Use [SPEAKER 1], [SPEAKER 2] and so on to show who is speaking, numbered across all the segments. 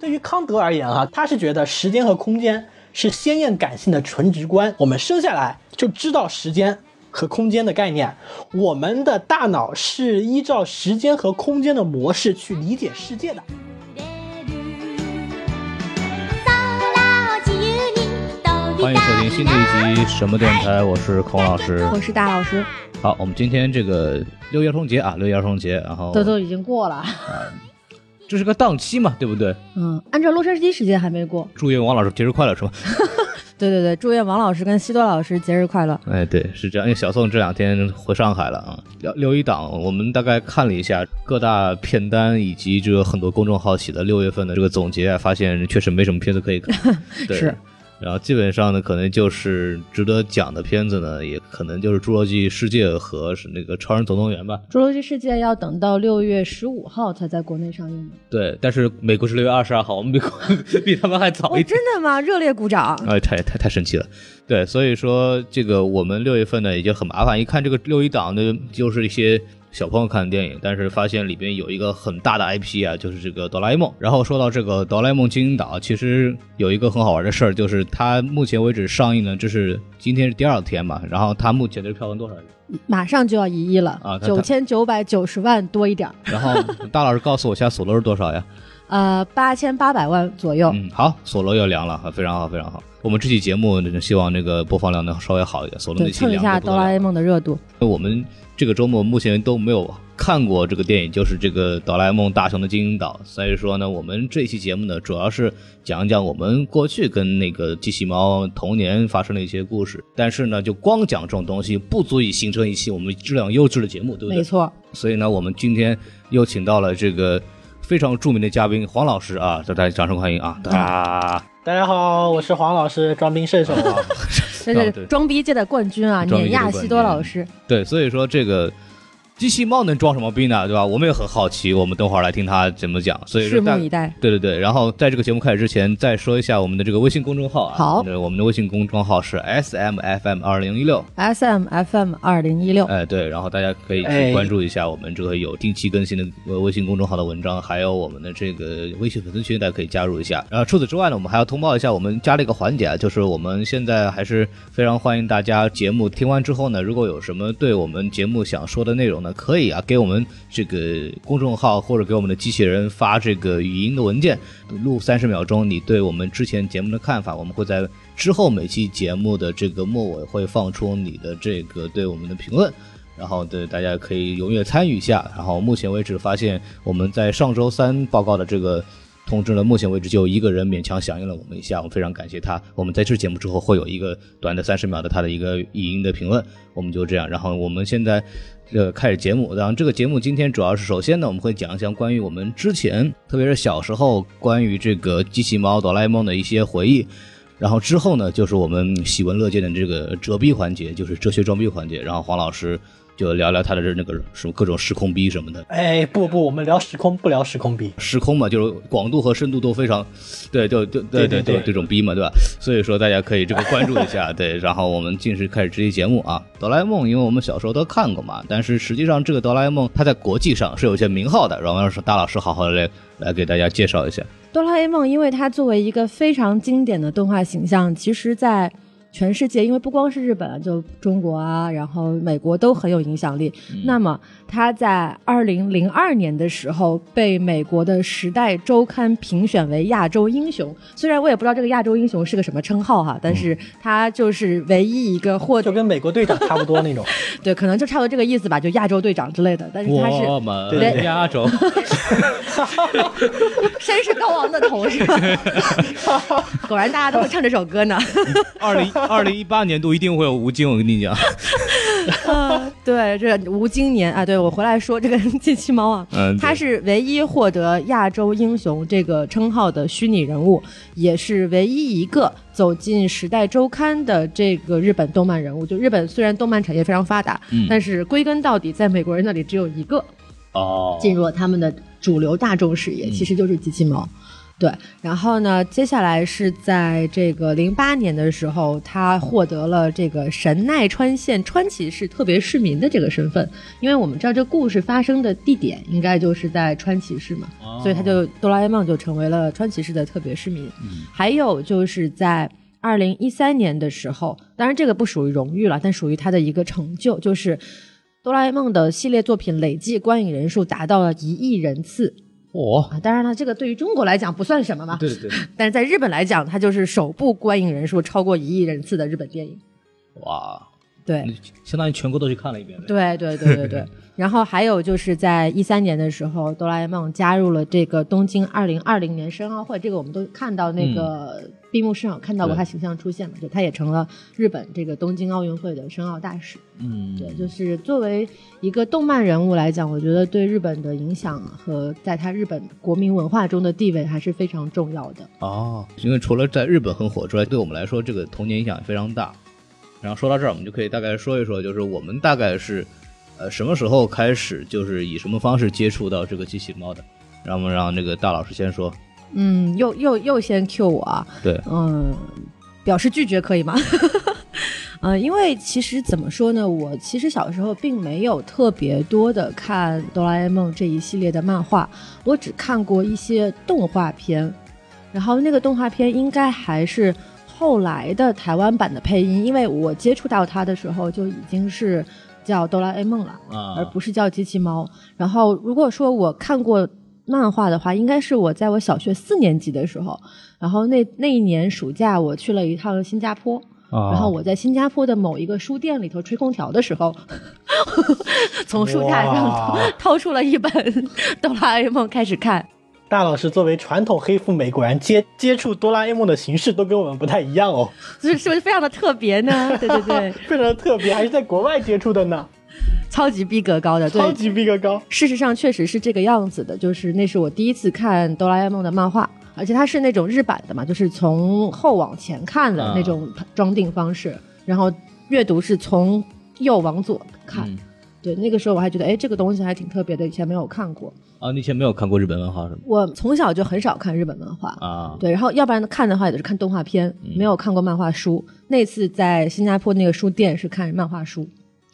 [SPEAKER 1] 对于康德而言啊，他是觉得时间和空间是鲜艳感性的纯直观，我们生下来就知道时间和空间的概念，我们的大脑是依照时间和空间的模式去理解世界的。
[SPEAKER 2] 欢迎收听新的一集什么电台，我是孔老师。
[SPEAKER 3] 我是大老师，
[SPEAKER 2] 好，我们今天这个六一儿童节啊，六一儿童节，然后
[SPEAKER 3] 都都已经过了，
[SPEAKER 2] 这是个档期嘛，对不对？
[SPEAKER 3] 嗯，按照洛杉矶时间还没过。
[SPEAKER 2] 祝愿王老师节日快乐，是吧？
[SPEAKER 3] 对对对，祝愿王老师跟西多老师节日快乐。
[SPEAKER 2] 哎，对，是这样。因为小宋这两天回上海了啊。六六一档，我们大概看了一下各大片单以及这个很多公众号写的六月份的这个总结啊，发现确实没什么片子可以看。对
[SPEAKER 3] 是。
[SPEAKER 2] 然后基本上呢，可能就是值得讲的片子呢，也可能就是《侏罗纪世界》和是那个《超人总动员》吧。
[SPEAKER 3] 《侏罗纪世界》要等到六月十五号才在国内上映呢。
[SPEAKER 2] 对，但是美国是 六月二十二号，我们比比他们还早一点。
[SPEAKER 3] 哦的吗？热烈鼓掌。
[SPEAKER 2] 哎，太太太神奇了，对，所以说这个我们六月份呢已经很麻烦，一看这个六一档呢就是一些小朋友看的电影，但是发现里边有一个很大的 IP 啊，就是这个哆啦 A 梦。然后说到这个哆啦 A 梦金银岛，其实有一个很好玩的事儿，就是它目前为止上映呢，这是今天是第二天嘛，然后它目前的票房多少？
[SPEAKER 3] 马上就要一亿了
[SPEAKER 2] 啊，他
[SPEAKER 3] 九
[SPEAKER 2] 他
[SPEAKER 3] 千九百九十万多一点儿，
[SPEAKER 2] 然后大老师告诉我现在索罗是多少呀？
[SPEAKER 3] 呃，八千八百万左右。
[SPEAKER 2] 嗯，好，索罗又凉了，非常好，非常好。我们这期节目希望那个播放量能稍微好一点，索罗那
[SPEAKER 3] 对，
[SPEAKER 2] 期
[SPEAKER 3] 蹭一
[SPEAKER 2] 凉
[SPEAKER 3] 下
[SPEAKER 2] 得不
[SPEAKER 3] 哆
[SPEAKER 2] 得了
[SPEAKER 3] 啦 A 梦的热度。
[SPEAKER 2] 我们这个周末目前都没有看过这个电影，就是这个《哆啦 A 梦大雄的金银岛》。所以说呢，我们这期节目呢，主要是讲一讲我们过去跟那个机器猫童年发生的一些故事。但是呢，就光讲这种东西，不足以形成一期我们质量优质的节目，对不
[SPEAKER 3] 没
[SPEAKER 2] 对？
[SPEAKER 3] 错，
[SPEAKER 2] 所以呢，我们今天又请到了这个非常著名的嘉宾黄老师啊，大家掌声欢迎啊！
[SPEAKER 3] 嗯
[SPEAKER 2] 哒，
[SPEAKER 1] 大家好，我是黄老师，装兵射手啊。
[SPEAKER 3] 这
[SPEAKER 2] 啊
[SPEAKER 3] 是
[SPEAKER 2] 对
[SPEAKER 3] 装逼界的冠军啊，
[SPEAKER 2] 装逼界的
[SPEAKER 3] 碾压
[SPEAKER 2] 冠
[SPEAKER 3] 西多
[SPEAKER 2] 军
[SPEAKER 3] 老师。
[SPEAKER 2] 对，所以说这个机器猫能装什么逼呢？对吧？我们也很好奇，我们等会儿来听他怎么讲。所以说
[SPEAKER 3] 拭
[SPEAKER 2] 大
[SPEAKER 3] 目以待。
[SPEAKER 2] 对对对，然后在这个节目开始之前，再说一下我们的这个微信公众号啊。
[SPEAKER 3] 好
[SPEAKER 2] 对我们的微信公众号是 S M F M 二零一六。
[SPEAKER 3] S M F M 二零一六，
[SPEAKER 2] 哎，对，然后大家可以去
[SPEAKER 1] 哎
[SPEAKER 2] 关注一下我们这个有定期更新的呃微信公众号的文章，还有我们的这个微信粉丝群，大家可以加入一下。然后除此之外呢，我们还要通报一下，我们加了一个环节啊，就是我们现在还是非常欢迎大家节目听完之后呢，如果有什么对我们节目想说的内容呢，可以啊给我们这个公众号或者给我们的机器人发这个语音的文件，录三十秒钟，你对我们之前节目的看法，我们会在之后每期节目的这个末尾会放出你的这个对我们的评论。然后对大家可以踊跃参与一下。然后目前为止发现我们在上周三报告的这个通知呢，目前为止就有一个人勉强响应了我们一下，我们非常感谢他。我们在这节目之后会有一个短的三十秒的他的一个语音的评论，我们就这样。然后我们现在。呃，开始节目。然后这个节目今天主要是，首先呢，我们会讲一讲关于我们之前，特别是小时候关于这个机器猫哆啦 A 梦的一些回忆。然后之后呢，就是我们喜闻乐见的这个折逼环节，就是哲学装逼环节。然后黄老师就聊聊他的这那个什么各种时空逼什么的，
[SPEAKER 1] 哎，不不，我们聊时空，不聊时空比。
[SPEAKER 2] 时空嘛，就是广度和深度都非常，对，就就对
[SPEAKER 1] 对对
[SPEAKER 2] 对
[SPEAKER 1] 对
[SPEAKER 2] 这种逼嘛，对吧？ 所以说大家可以这个关注一下， 对。然后我们正式开始这期节目啊，哆啦 A 梦，因为我们小时候都看过嘛，但是实际上这个哆啦 A 梦它在国际上是有一些名号的，然后让大老师好好来来给大家介绍一下。
[SPEAKER 3] 哆啦 A 梦，因为它作为一个非常经典的动画形象，其实，在全世界，因为不光是日本啊，就中国啊，然后美国都很有影响力。那么，它在二零零二年的时候被美国的《时代周刊》评选为亚洲英雄。虽然我也不知道这个亚洲英雄是个什么称号哈，但是它就是唯一一个获
[SPEAKER 1] 就
[SPEAKER 3] 得
[SPEAKER 1] 跟美国队长差不多那种，
[SPEAKER 3] 对，可能就差不多这个意思吧，就亚洲队长之类的。但是它是
[SPEAKER 2] 我们
[SPEAKER 3] 对
[SPEAKER 2] 亚 洲，
[SPEAKER 3] 绅士高昂的头是吧？ 果然大家都会唱这首歌呢。
[SPEAKER 2] 二零二零一八年度一定会有吴京，我跟你讲，
[SPEAKER 3] 对，这吴京年啊，对我回来说这个 机器猫啊，
[SPEAKER 2] 嗯，
[SPEAKER 3] 他
[SPEAKER 2] 对
[SPEAKER 3] 是唯一获得亚洲英雄这个称号的虚拟人物，也是唯一一个走进《时代周刊》的这个日本动漫人物。就日本虽然动漫产业非常发达，
[SPEAKER 2] 嗯
[SPEAKER 3] 但是归根到底，在美国人那里只有一个
[SPEAKER 2] 哦，
[SPEAKER 3] 进入了他们的主流大众视野，其实就是机器猫。对，然后呢，接下来是在这个零八年的时候，他获得了这个神奈川县川崎市特别市民的这个身份，因为我们知道这故事发生的地点应该就是在川崎市嘛，所以他就哆啦 A 梦就成为了川崎市的特别市民。还有就是在二零一三年的时候，当然这个不属于荣誉了，但属于他的一个成就，就是哆啦 A 梦的系列作品累计观影人数达到了一亿人次
[SPEAKER 2] 哦，
[SPEAKER 3] 啊！当然了，这个对于中国来讲不算什么嘛，
[SPEAKER 2] 对对对，
[SPEAKER 3] 但是在日本来讲，它就是首部观影人数超过一亿人次的日本电影。
[SPEAKER 2] 哇，
[SPEAKER 3] 对，
[SPEAKER 2] 相当于全国都去看了一遍呗。
[SPEAKER 3] 对对对对对。然后还有就是在一三年的时候，哆啦 A 梦加入了这个东京二零二零年申奥会，这个我们都看到那个闭幕式上有看到过
[SPEAKER 2] 对
[SPEAKER 3] 他形象出现嘛，就他也成了日本这个东京奥运会的申奥大使。
[SPEAKER 2] 嗯，
[SPEAKER 3] 对，就是作为一个动漫人物来讲，我觉得对日本的影响和在他日本国民文化中的地位还是非常重要的。
[SPEAKER 2] 哦，因为除了在日本很火之外，对我们来说，这个童年影响也非常大。然后说到这儿，我们就可以大概说一说，就是我们大概是，呃，什么时候开始，就是以什么方式接触到这个机器猫的？然后我们让那个大老师先说。
[SPEAKER 3] 嗯，又又又先 Q 我啊，
[SPEAKER 2] 对，
[SPEAKER 3] 嗯，表示拒绝可以吗？ 嗯，因为其实怎么说呢，我其实小时候并没有特别多的看《哆啦 A 梦》这一系列的漫画，我只看过一些动画片，然后那个动画片应该还是后来的台湾版的配音，因为我接触到它的时候就已经是叫《哆啦 A 梦》了。
[SPEAKER 2] 啊
[SPEAKER 3] 而不是叫机器猫。然后如果说我看过漫画的话，应该是我在我小学四年级的时候，然后那那一年暑假我去了一趟新加坡。
[SPEAKER 2] 啊
[SPEAKER 3] 然后我在新加坡的某一个书店里头吹空调的时候， 从书架上掏
[SPEAKER 1] 哇
[SPEAKER 3] 掏出了一本 《哆啦 A 梦》开始看。
[SPEAKER 1] 大老师作为传统黑富美，果然接接触哆啦 A 梦的形式都跟我们不太一样哦，
[SPEAKER 3] 是是不是非常的特别呢？对对 对，
[SPEAKER 1] 非常的特别，还是在国外接触的呢，
[SPEAKER 3] 超级逼格高的，对
[SPEAKER 1] 超级逼格高。
[SPEAKER 3] 事实上确实是这个样子的，就是那是我第一次看哆啦 A 梦的漫画，而且它是那种日版的嘛，就是从后往前看的
[SPEAKER 2] 啊
[SPEAKER 3] 那种装订方式，然后阅读是从右往左看。
[SPEAKER 2] 嗯
[SPEAKER 3] 对，那个时候我还觉得，哎，这个东西还挺特别的，以前没有看过。
[SPEAKER 2] 啊，你以前没有看过日本文化是吗？
[SPEAKER 3] 我从小就很少看日本漫画，
[SPEAKER 2] 啊，嗯
[SPEAKER 3] 对，然后要不然看的话也是看动画片，没有看过漫画书。那次在新加坡那个书店是看漫画书，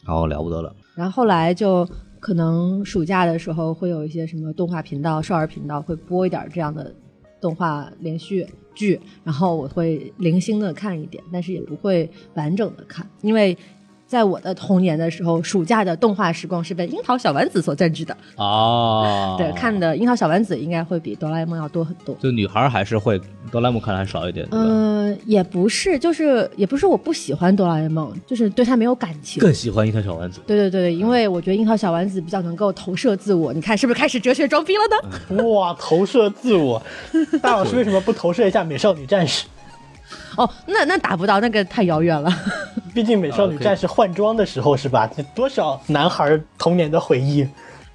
[SPEAKER 2] 好了不得了。
[SPEAKER 3] 然后后来就可能暑假的时候会有一些什么动画频道、少儿频道会播一点这样的动画连续剧，然后我会零星的看一点，但是也不会完整的看，因为。在我的童年的时候，暑假的动画时光是被《樱桃小丸子》所占据的。
[SPEAKER 2] 啊，
[SPEAKER 3] 对，看的《樱桃小丸子》应该会比《哆啦 A 梦》要多很多。
[SPEAKER 2] 就女孩还是会哆啦 A 梦看的还少一点，对吧？
[SPEAKER 3] 嗯、也不是，就是也不是我不喜欢哆啦 A 梦，就是对它没有感情。
[SPEAKER 2] 更喜欢樱桃小丸子。
[SPEAKER 3] 对对
[SPEAKER 1] 嗯
[SPEAKER 3] 对，因为我觉得樱桃小丸子比较能够投射自我。你看是不是开始哲学装逼了呢？
[SPEAKER 1] 嗯哇，投射自 我，大老师为什么不投射一下美少女战士？
[SPEAKER 3] 哦，那那达不到，那个太遥 远了。
[SPEAKER 1] 毕竟美少女战士换装的时候是吧？这多少男孩儿童年的回忆，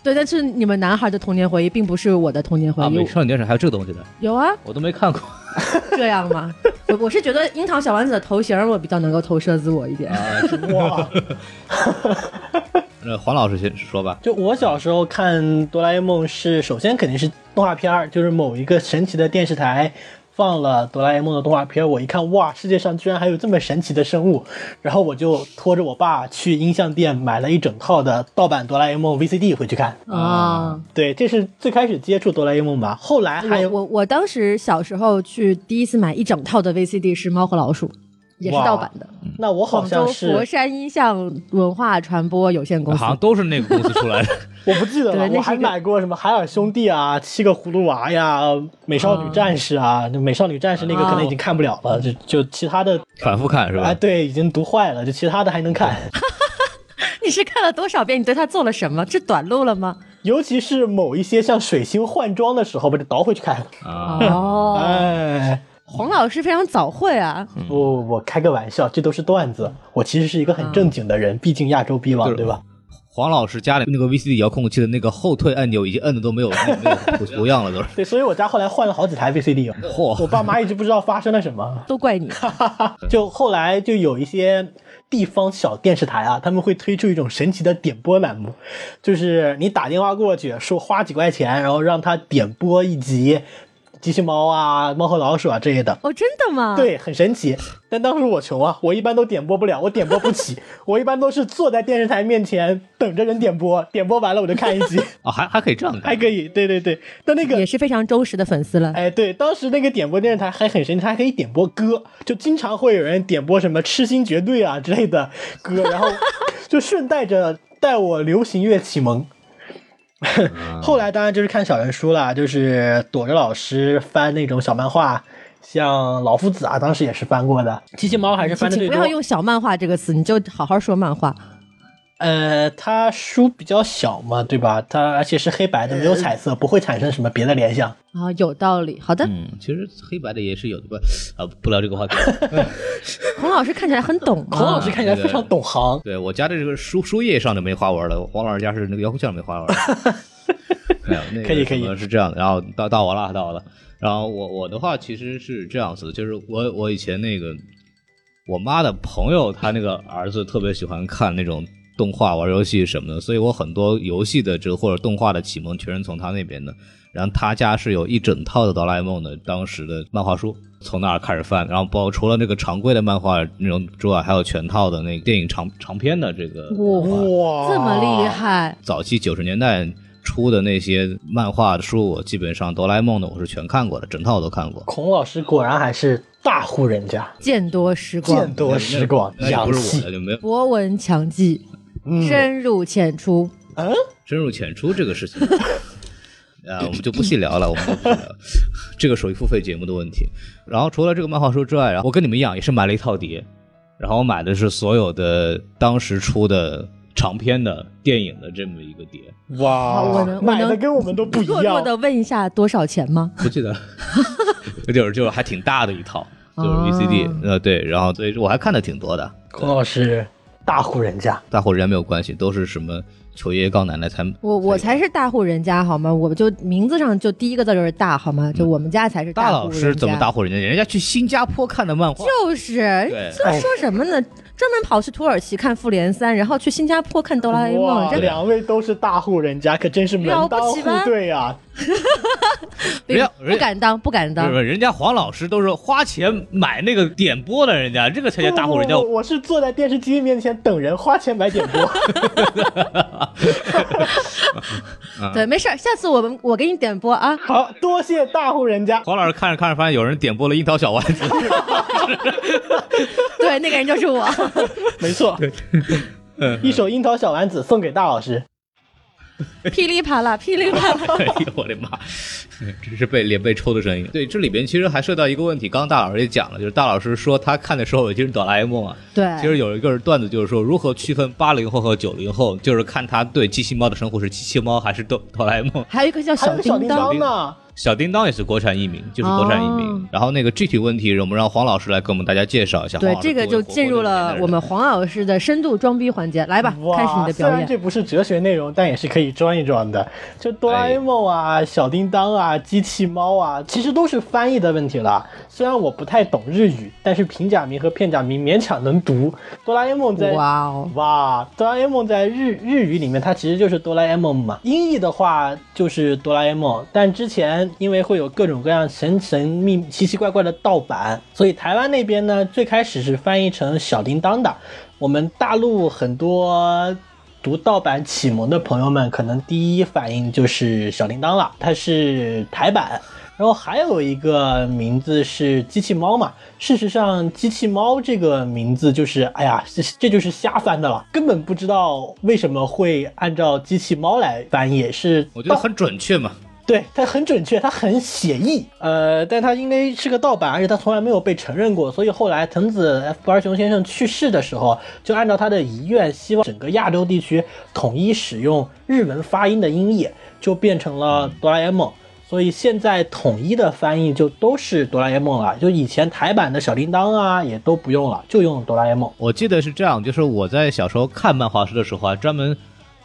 [SPEAKER 3] 对，但是你们男孩的童年回忆并不是我的童年回
[SPEAKER 2] 啊，
[SPEAKER 3] 忆。
[SPEAKER 2] 美少女战士还有这个东西呢，
[SPEAKER 3] 有啊，
[SPEAKER 2] 我都没看过。
[SPEAKER 3] 这样吗？ 我我是觉得樱桃小丸子的头型我比较能够投射自我一点。
[SPEAKER 1] 啊哇！
[SPEAKER 2] 那黄老师先说吧。
[SPEAKER 1] 就我小时候看哆啦 A 梦是，首先肯定是动画片儿，就是某一个神奇的电视台放了哆啦 A 梦的动画片儿，我一看，哇，世界上居然还有这么神奇的生物，然后我就拖着我爸去音像店买了一整套的盗版哆啦 A 梦 VCD 回去看。
[SPEAKER 3] 啊，
[SPEAKER 1] 对，这是最开始接触哆啦 A 梦吧，后来啊还
[SPEAKER 3] 我
[SPEAKER 1] 有
[SPEAKER 3] 我我当时小时候去第一次买一整套的 VCD 是《猫和老鼠》，也是
[SPEAKER 1] 哇
[SPEAKER 3] 盗版的，
[SPEAKER 1] 那我好
[SPEAKER 3] 广
[SPEAKER 1] 像
[SPEAKER 3] 州佛
[SPEAKER 1] 是啊
[SPEAKER 3] 山音像文化传播有限公司
[SPEAKER 2] 好。像都是那个公司出来 的。
[SPEAKER 1] 我不记得
[SPEAKER 3] 对那
[SPEAKER 1] 了，
[SPEAKER 3] 是一个
[SPEAKER 1] 我还买过什么海尔兄弟啊、七个葫芦娃呀、呃美少女
[SPEAKER 3] 嗯
[SPEAKER 1] 战士啊，那美少女战士那个可
[SPEAKER 3] 哦
[SPEAKER 1] 能已经看不了了，就就其他的
[SPEAKER 2] 反复看是吧？
[SPEAKER 3] 哎
[SPEAKER 1] 啊，对，已经读坏了，就其他的还能看，
[SPEAKER 3] 你是看了多少遍？你对它做了什么？是短路了吗？
[SPEAKER 1] 尤其是某一些像水星换装的时候，把这倒回去看了。
[SPEAKER 2] 啊，
[SPEAKER 3] 哦，
[SPEAKER 1] 哎，
[SPEAKER 3] 黄老师非常早会啊。
[SPEAKER 2] 嗯
[SPEAKER 1] 不，我开个玩笑，这都是段子。我其实是一个很
[SPEAKER 3] 嗯
[SPEAKER 1] 正经的人，毕竟亚洲逼
[SPEAKER 2] 就
[SPEAKER 1] 王，
[SPEAKER 2] 是
[SPEAKER 1] 对吧？
[SPEAKER 2] 黄老师家里那个 VCD 遥控器的那个后退按钮已经摁的都没有那个图图样了，都是。
[SPEAKER 1] 对，所以我家后来换了好几台 VCD 哦。我
[SPEAKER 2] 嚯，
[SPEAKER 1] 爸妈一直不知道发生了什么。
[SPEAKER 3] 都 怪你，
[SPEAKER 1] 就后来就有一些地方小电视台啊，他们会推出一种神奇的点播栏目，就是你打电话过去说花几块钱，然后让他点播一集。机器猫啊、猫和老鼠啊之类的。
[SPEAKER 3] 哦，真的吗？，
[SPEAKER 1] 对，很神奇。但当时我穷啊，我一般都点播不了，我点播不起， 我一般都是坐在电视台面前等着人点播，点播完了我就看一集，
[SPEAKER 2] 啊，还还可以这样
[SPEAKER 3] 哎
[SPEAKER 1] 还
[SPEAKER 2] 干，
[SPEAKER 1] 可以。对对对，但那个
[SPEAKER 3] 也是非常忠实的粉丝了。
[SPEAKER 1] 哎，对，当时那个点播电视台还很神奇，它还可以点播歌，就经常会有人点播什么《痴心绝对》啊之类的歌，然后就顺带着带我流行乐启蒙。后来当然就是看小人书啦，就是躲着老师翻那种小漫画，像《老夫子》啊，当时也是翻过的，《机器猫》还是翻
[SPEAKER 3] 请
[SPEAKER 1] 的最
[SPEAKER 3] 请不要
[SPEAKER 1] 多。
[SPEAKER 3] 用“小漫画”这个词，你就好好说漫画。
[SPEAKER 1] 呃，它书比较小嘛，对吧？它而且是黑白的，没有彩色，不会产生什么别的联想。
[SPEAKER 3] 啊，有道理。好 的，
[SPEAKER 2] 嗯，其实黑白的也是有的吧，啊，不聊这个话 题。
[SPEAKER 3] 孔老师看起来很懂
[SPEAKER 1] 孔老
[SPEAKER 3] 啊。
[SPEAKER 1] 师看起来非常懂行，
[SPEAKER 2] 对我家的这个书书页上就没花纹了，黄老师家是那个遥控器上没 花纹。没有，那个
[SPEAKER 1] 可以可以
[SPEAKER 2] 什么是这样的。然后到到我了，到我了。然后我我的话其实是这样子的，就是我我以前那个我妈的朋友，她那个儿子特别喜欢看那种动画、玩游戏什么的，所以我很多游戏的这个或者动画的启蒙全是从她那边的。然后她家是有一整套的哆啦 A 梦的当时的漫画书，从那儿开始翻，然后包除了那个常规的漫画内容之外，还有全套的那个电影长长篇的这个漫画。
[SPEAKER 1] 哇
[SPEAKER 3] 哦这么厉害，
[SPEAKER 2] 早期九十年代出的那些漫画的书，我基本上哆啦 A 梦的我是全看过的，整套我都看过。
[SPEAKER 1] 孔老师果然还是大户人家，
[SPEAKER 3] 见多识
[SPEAKER 1] 见
[SPEAKER 3] 广，
[SPEAKER 1] 多识广，哎
[SPEAKER 2] 那也
[SPEAKER 1] 洋
[SPEAKER 2] 不是我
[SPEAKER 1] 气。
[SPEAKER 2] 的，就没有
[SPEAKER 3] 博闻强记，
[SPEAKER 2] 嗯
[SPEAKER 3] 深入浅出。
[SPEAKER 1] 嗯，
[SPEAKER 2] 深入浅出这个事情。 啊，我们就不细聊了，我 们就不细聊，这个属于付费节目的问题。然后除了这个漫画书之外，然后我跟你们一样也是买了一套碟，然后我买的是所有的当时出的长篇的电影的这么一个碟，
[SPEAKER 1] 哇，
[SPEAKER 3] 好我能我能
[SPEAKER 1] 买的跟我们都不
[SPEAKER 2] 嗯
[SPEAKER 1] 一
[SPEAKER 3] 弱弱
[SPEAKER 1] 样。
[SPEAKER 3] 的问一下多少钱吗？
[SPEAKER 2] 不记 得，就是就是还挺大的一套，就是
[SPEAKER 3] 哦
[SPEAKER 2] VCD，、呃对，然后所以我还看的挺多的，
[SPEAKER 1] 孔老师大户人家，
[SPEAKER 2] 大伙人家没有关系，都是什么求爷爷告奶奶才
[SPEAKER 3] 我我才是大户人家好吗？我就名字上就第一个字就是大好吗？就我们家才是
[SPEAKER 2] 嗯大
[SPEAKER 3] 户
[SPEAKER 2] 老
[SPEAKER 3] 人
[SPEAKER 2] 师怎么
[SPEAKER 3] 家
[SPEAKER 2] 大？户人家？人家去新加坡看的漫画，
[SPEAKER 3] 就是，
[SPEAKER 2] 对
[SPEAKER 3] 就说什么呢？专门跑去土耳其看《复联三》，然后去新加坡看《哆啦 A 梦
[SPEAKER 1] 哇》，
[SPEAKER 3] 这
[SPEAKER 1] 两位都是大户人家，可真是门当户对啊！
[SPEAKER 2] 人家
[SPEAKER 3] 不敢当，不敢当
[SPEAKER 2] 不。是，人家黄老师都是花钱买那个点播的，人家这个才叫大户人 家
[SPEAKER 1] 不。不不我是坐在电视机面前等人花钱买点 播。
[SPEAKER 3] 对，没事儿，下次我们我给你点播啊。
[SPEAKER 1] 好多谢大户人家，
[SPEAKER 2] 黄老师看着看着，发现有人点播了《樱桃小丸子》
[SPEAKER 3] 对，那个人就是我。
[SPEAKER 1] 没错， 一首《樱桃小丸子》送给大老师。
[SPEAKER 3] 噼里啪啦，噼里啪 啦。
[SPEAKER 2] 哎呦我的妈！这是被脸被抽的声音。对，这里边其实还涉及到一个问题，刚刚大老师也讲了，就是大老师说他看的时候已经是哆啦 A 梦啊。
[SPEAKER 3] 对，
[SPEAKER 2] 其实有一个段子，就是说如何区分八零后和九零后，就是看他对机器猫的称呼是机器猫还是哆哆啦 A 梦。
[SPEAKER 3] 还有一个叫
[SPEAKER 1] 还
[SPEAKER 3] 小
[SPEAKER 1] 有小
[SPEAKER 3] 叮
[SPEAKER 1] 叮当
[SPEAKER 3] 当，
[SPEAKER 1] 呢，
[SPEAKER 2] 小叮当也是国产译名，就是国产译名。
[SPEAKER 3] 哦
[SPEAKER 2] 然后那个具体问题，我们让黄老师来给我们大家介绍一下。
[SPEAKER 3] 对
[SPEAKER 2] 黄，老师
[SPEAKER 3] 这个
[SPEAKER 2] 作
[SPEAKER 3] 就
[SPEAKER 2] 为活
[SPEAKER 3] 进入
[SPEAKER 2] 过这个年代
[SPEAKER 3] 了
[SPEAKER 2] 的人
[SPEAKER 3] 我们黄老师的深度装逼环节。来吧，
[SPEAKER 1] 哇，
[SPEAKER 3] 开始你的
[SPEAKER 1] 虽
[SPEAKER 3] 表
[SPEAKER 1] 然
[SPEAKER 3] 演。
[SPEAKER 1] 这不是哲学内容，但也是可以装一装的。就哆啦 A 梦啊、小叮当啊、机器猫啊，其实都是翻译的问题了。虽然我不太懂日语，但是平假名和片假名勉强能读。哆啦 A 梦在
[SPEAKER 3] 哇哦，
[SPEAKER 1] 哇，哆啦 A 梦在日日语里面，它其实就是哆啦 A 梦嘛。音译的话就是哆啦 A 梦，但之前因为会有各种各样神神秘奇奇怪怪的盗版，所以台湾那边呢，最开始是翻译成小叮当的。我们大陆很多读盗版启蒙的朋友们，可能第一反应就是小叮当了，它是台版。然后还有一个名字是机器猫嘛，事实上机器猫这个名字就是，哎呀，这这就是瞎翻的了，根本不知道为什么会按照机器猫来翻译，是
[SPEAKER 2] 我觉得
[SPEAKER 1] 盗
[SPEAKER 2] 很准确嘛。
[SPEAKER 1] 对，它很准确，它很写意。呃，但它因为是个盗版，而且它从来没有被承认过，所以后来藤子 F 不二雄先生去世的时候，就按照他的遗愿，希望整个亚洲地区统一使用日文发音的音译，就变成了
[SPEAKER 2] 嗯
[SPEAKER 1] 哆啦 A 梦。所以现在统一的翻译就都是哆啦 A 梦了，就以前台版的小叮当啊也都不用了，就用哆啦 A 梦。
[SPEAKER 2] 我记得是这样，就是我在小时候看漫画书的时候啊，专门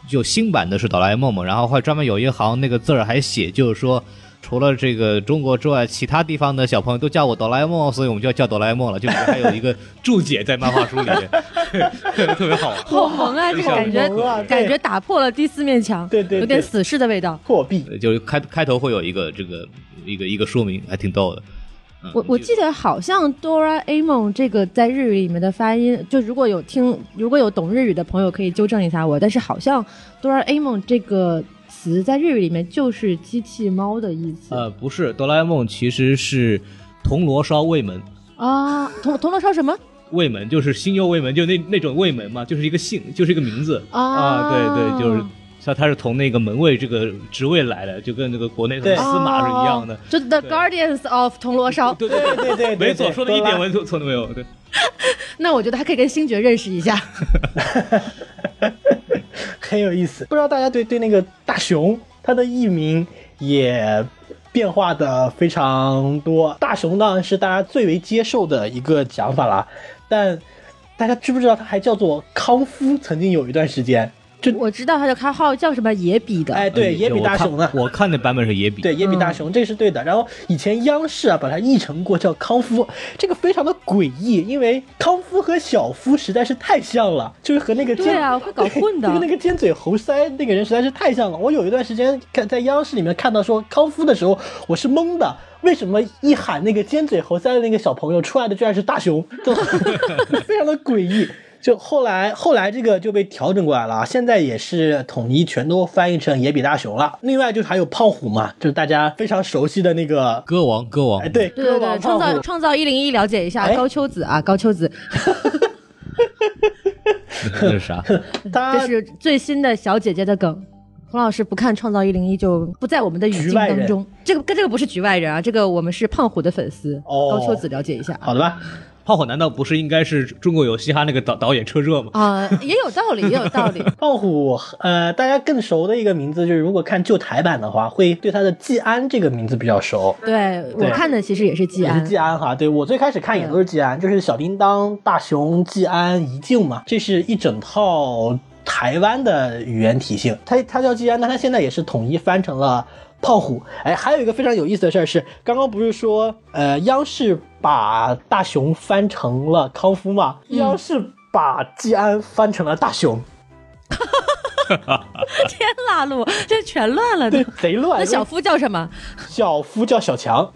[SPEAKER 2] 有新版的是哆啦 A 梦嘛，然后还专门有一行那个字儿还写，就是说除了这个中国之外，其他地方的小朋友都叫我哆啦 A 梦，所以我们就要叫哆啦 A 梦了。就里面还有一个注解在漫画书里面，特别好玩。
[SPEAKER 3] 好萌啊！这个感
[SPEAKER 1] 好
[SPEAKER 3] 觉
[SPEAKER 1] 萌啊对
[SPEAKER 3] 感觉打破了第四面墙，
[SPEAKER 1] 对对对
[SPEAKER 3] 有点死士的味道。
[SPEAKER 1] 破壁，
[SPEAKER 2] 就开开头会有一个这个一个一个说明，还挺逗的。嗯
[SPEAKER 3] 我我记得好像哆啦 A 梦这个在日语里面的发音，就如果有听如果有懂日语的朋友可以纠正一下我，但是好像哆啦 A 梦这个词在日语里面就是机器猫的意思
[SPEAKER 2] 呃，不是哆啦 A 梦，其实是铜锣烧卫门。
[SPEAKER 3] 啊。铜铜锣烧什么
[SPEAKER 2] 卫门就是星佑卫门，就那那种卫门嘛，就是一个姓，就是一个名字
[SPEAKER 1] 哦
[SPEAKER 3] 啊
[SPEAKER 2] 对对，就是像他是从那个门卫这个职位来的，就跟那个国内的
[SPEAKER 1] 对哦
[SPEAKER 2] 司马是一样的
[SPEAKER 3] 哦。就 The Guardians of 铜锣 烧。
[SPEAKER 2] 对
[SPEAKER 1] 对
[SPEAKER 2] 对
[SPEAKER 1] 对对，对
[SPEAKER 2] 没错，说的一点。
[SPEAKER 1] 对
[SPEAKER 2] 文错错都没有。对，
[SPEAKER 3] 那我觉得还可以跟星爵认识一下。
[SPEAKER 1] 很有意思。不知道大家对对那个大熊它的译名也变化的非常多。大熊当然是大家最为接受的一个讲法啦，但大家知不知道它还叫做康夫？曾经有一段时间，就
[SPEAKER 3] 我知道他的卡号叫什么野比的，
[SPEAKER 1] 哎对，也比大熊呢。
[SPEAKER 2] 啊嗯我看的嗯版本是野比。
[SPEAKER 1] 对，野比大雄，这个是对的。然后以前央视啊把它译成过叫康夫，这个非常的诡异，因为康夫和小夫实在是太像了，就是和那个尖
[SPEAKER 3] 对啊会搞混 的
[SPEAKER 1] 对跟那个尖嘴猴腮那个人实在是太像了。我有一段时间看在央视里面看到说康夫的时候，我是懵的，为什么一喊那个尖嘴猴腮的那个小朋友出来的居然是大熊， 就非常的诡异。就后来，后来这个就被调整过来了啊，现在也是统一全都翻译成野比大雄了。另外就是还有胖虎嘛，就是大家非常熟悉的那个，
[SPEAKER 2] 歌王，歌王
[SPEAKER 1] 哎，，对，
[SPEAKER 3] 对对
[SPEAKER 1] 歌
[SPEAKER 3] 对，
[SPEAKER 1] 王
[SPEAKER 3] 创
[SPEAKER 1] 胖
[SPEAKER 3] 造
[SPEAKER 1] 虎，
[SPEAKER 3] 创造一零一了解一下
[SPEAKER 1] 哎
[SPEAKER 3] 高秋子啊，高秋子，
[SPEAKER 2] 那 是啥？
[SPEAKER 1] 他
[SPEAKER 3] 这是最新的小姐姐的梗。孔老师不看《创造一零一》就不在我们的语境
[SPEAKER 1] 局外人
[SPEAKER 3] 当中。这个跟这个不是局外人啊，这个我们是胖虎的粉丝。
[SPEAKER 1] 哦
[SPEAKER 3] 高秋子了解一下啊
[SPEAKER 1] 好的吧？
[SPEAKER 2] 炮火难道不是应该是中国有嘻哈那个导导演 车澈吗？
[SPEAKER 3] 啊、也有道理，也有道理。
[SPEAKER 1] 胖虎，呃，大家更熟的一个名字就是，如果看旧台版的话，会对他的季安这个名字比较熟。
[SPEAKER 3] 对我
[SPEAKER 1] 对
[SPEAKER 3] 看的其实也是季
[SPEAKER 1] 也是
[SPEAKER 3] 安，
[SPEAKER 1] 季安哈，对我最开始看也都是季安，就是小叮当、大雄、季安、怡静嘛，这是一整套台湾的语言体系。它它叫季安，但它现在也是统一翻成了胖虎。哎，还有一个非常有意思的事儿是，刚刚不是说呃央视把大雄翻成了康夫嘛，
[SPEAKER 3] 嗯
[SPEAKER 1] 央视把季安翻成了大 雄，
[SPEAKER 3] 天啦路，这全乱了。
[SPEAKER 1] 对，贼乱。
[SPEAKER 3] 那小夫叫什么？
[SPEAKER 1] 小夫叫小强，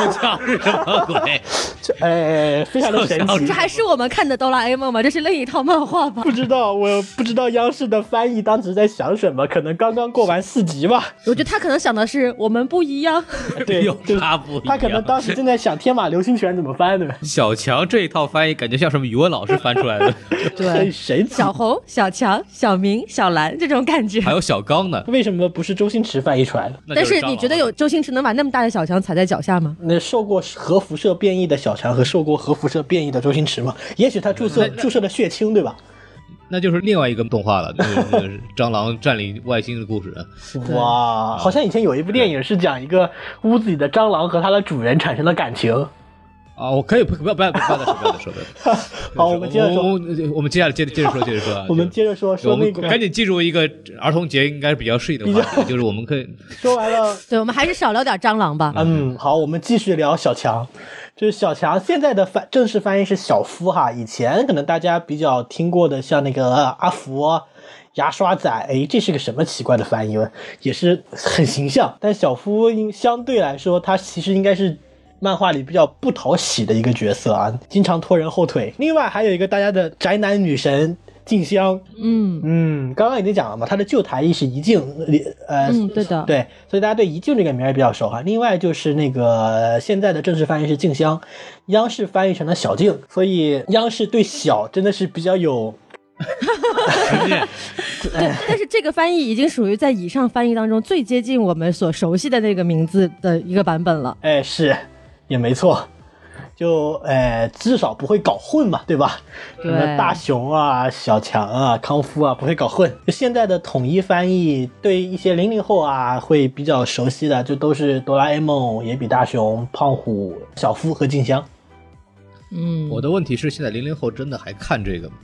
[SPEAKER 2] 我操，是什么鬼？
[SPEAKER 1] 这哎非常的神
[SPEAKER 2] 小
[SPEAKER 1] 奇
[SPEAKER 3] 这。还是我们看的《哆啦 A 梦》吗？这是另一套漫画吧？
[SPEAKER 1] 不知道，我不知道央视的翻译当时在想什么，可能刚刚过完四级吧。
[SPEAKER 3] 我觉得他可能想的是我们不一样。
[SPEAKER 1] 对，
[SPEAKER 2] 有
[SPEAKER 1] 就是
[SPEAKER 2] 啥不一样
[SPEAKER 1] 他可能当时正在想天马流星拳怎么翻 呢？
[SPEAKER 2] 小强这一套翻译感觉像什么语文老师翻出来 的，
[SPEAKER 1] 很
[SPEAKER 3] 对，
[SPEAKER 1] 神奇。
[SPEAKER 3] 小红、小强、小明、小蓝这种感觉。
[SPEAKER 2] 还有小刚呢。
[SPEAKER 1] 为什么不是周星驰翻译出来的？
[SPEAKER 2] 那
[SPEAKER 3] 但
[SPEAKER 2] 就是蟑
[SPEAKER 3] 你
[SPEAKER 2] 螂
[SPEAKER 3] 觉得有周星驰能把那么大的小强踩在脚下吗？
[SPEAKER 1] 那受过核辐射变异的小强和受过核辐射变异的周星驰嘛？也许他注射
[SPEAKER 2] 嗯
[SPEAKER 1] 注射的血清，对吧？
[SPEAKER 2] 那就是另外一个动画了，那个那个蟑螂占领外星的故事。
[SPEAKER 1] 哇，好像以前有一部电影是讲一个屋子里的蟑螂和它的主人产生了感 情。
[SPEAKER 2] 啊，我可以不不要不要不要再说不要再说不要再说。
[SPEAKER 1] 好，我们接着说，
[SPEAKER 2] 我我我们接下来接着接着说接着说啊。
[SPEAKER 1] 我们接着说
[SPEAKER 2] 就
[SPEAKER 1] 说那
[SPEAKER 2] 我们赶
[SPEAKER 1] 个。
[SPEAKER 2] 紧记住一个儿童节应该比较适宜的话题，就是我们可以
[SPEAKER 1] 说完了，
[SPEAKER 3] 对，我们还是少聊点蟑螂吧。
[SPEAKER 1] 嗯，好，我们继续聊小强。就是小强现在的翻正式翻译是小夫哈，以前可能大家比较听过的，像那个呃阿福、牙刷仔，哎，这是个什么奇怪的翻译？也是很形象。但小夫应相对来说，他其实应该是漫画里比较不讨喜的一个角色啊，经常拖人后腿。另外还有一个大家的宅男女神静香，
[SPEAKER 3] 嗯
[SPEAKER 1] 嗯，刚刚已经讲了嘛，她的旧台译是一静，呃，
[SPEAKER 3] 嗯，对的。
[SPEAKER 1] 对，所以大家对怡静这个名儿也比较熟哈。另外就是那个现在的正式翻译是静香，央视翻译成了小静，所以央视对小真的是比较有
[SPEAKER 2] 实践。
[SPEAKER 3] 对，但是这个翻译已经属于在以上翻译当中最接近我们所熟悉的那个名字的一个版本了。
[SPEAKER 1] 哎，是，也没错，就呃，至少不会搞混嘛，对吧？什么
[SPEAKER 3] 对
[SPEAKER 1] 大熊啊、小强啊、康夫啊，不会搞混。就现在的统一翻译，对一些零零后啊会比较熟悉的，就都是哆啦 A 梦、野比大雄、胖虎、小夫和静香。
[SPEAKER 3] 嗯，
[SPEAKER 2] 我的问题是，现在零零后真的还看这个吗？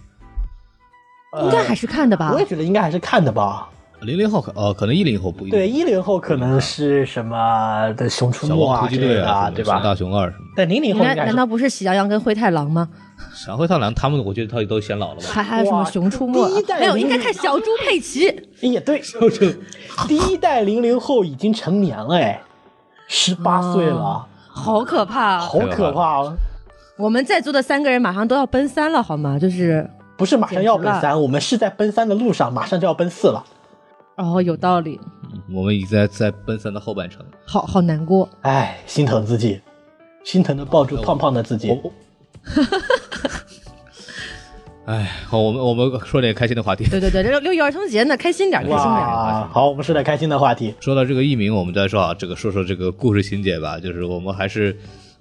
[SPEAKER 1] 呃
[SPEAKER 3] 应该还是看的吧
[SPEAKER 1] 我也？觉得应该还是看的吧。
[SPEAKER 2] 零零后可哦，可能一零后不一定。
[SPEAKER 1] 对，一零后可能是什么的《熊出
[SPEAKER 2] 小
[SPEAKER 1] 没》
[SPEAKER 2] 王
[SPEAKER 1] 啊
[SPEAKER 2] 突击
[SPEAKER 1] 之类
[SPEAKER 2] 队
[SPEAKER 1] 的
[SPEAKER 2] 啊，
[SPEAKER 1] 啊，
[SPEAKER 2] 什么
[SPEAKER 1] 对
[SPEAKER 2] 熊大
[SPEAKER 1] 吧？
[SPEAKER 2] 熊二什么
[SPEAKER 1] 但零零后应
[SPEAKER 3] 难
[SPEAKER 1] 该
[SPEAKER 3] 难
[SPEAKER 1] 是
[SPEAKER 3] 道不是喜羊羊跟灰太狼吗？
[SPEAKER 2] 的，闪灰太狼他们，我觉得他都显老了吧？
[SPEAKER 3] 还还有什么
[SPEAKER 1] 哇
[SPEAKER 3] 熊出没
[SPEAKER 1] 第一代
[SPEAKER 3] 啊？没有，应该看小猪佩奇。
[SPEAKER 1] 也哎对，第一代零零后已经成年了，哎，十八岁
[SPEAKER 3] 哦
[SPEAKER 1] 了，
[SPEAKER 3] 好可怕、啊！
[SPEAKER 1] 好可怕！哦！
[SPEAKER 3] 我们在座的三个人马上都要奔三了，好吗？就是，
[SPEAKER 1] 不是马上要奔
[SPEAKER 3] 简直
[SPEAKER 1] 三，我们是在奔三的路上，马上就要奔四了。
[SPEAKER 3] 哦，有道理，
[SPEAKER 2] 我们已经在在奔三的后半程。
[SPEAKER 3] 好好难过。
[SPEAKER 1] 哎，心疼自己，心疼的抱住胖胖的自己。
[SPEAKER 2] 我， 哎，好，我们我们说点开心的话题。
[SPEAKER 3] 对对对，六六一儿童节呢，开心点儿，开心点儿。
[SPEAKER 1] 哇，好，我们说点开心的话题。
[SPEAKER 2] 说到这个艺名，我们再说啊，这个说说这个故事情节吧，就是我们还是。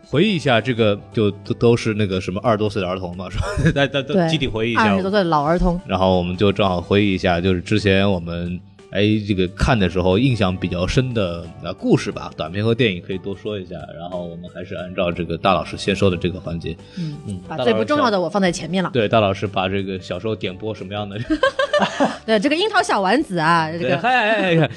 [SPEAKER 2] 回忆一下，这个就都都是那个什么二十多岁的儿童嘛，是吧？ 大家都
[SPEAKER 3] 对，
[SPEAKER 2] 集体回忆一
[SPEAKER 3] 二
[SPEAKER 2] 下
[SPEAKER 3] 十，多岁的老儿童，
[SPEAKER 2] 然后我们就正好回忆一下，就是之前我们哎这个看的时候印象比较深的呃故事吧，短片和电影可以多说一下。然后我们还是按照这个大老师先说的这个环节，
[SPEAKER 3] 嗯，
[SPEAKER 2] 嗯，
[SPEAKER 3] 把
[SPEAKER 2] 大
[SPEAKER 3] 最
[SPEAKER 2] 老
[SPEAKER 3] 不
[SPEAKER 2] 师
[SPEAKER 3] 重
[SPEAKER 2] 小
[SPEAKER 3] 要的我放在前面了。
[SPEAKER 2] 对大老师把这个小时候点播什么样的
[SPEAKER 3] 对，这个樱桃小丸子啊，这
[SPEAKER 2] 对，
[SPEAKER 3] 个
[SPEAKER 2] 嗨哎哎哎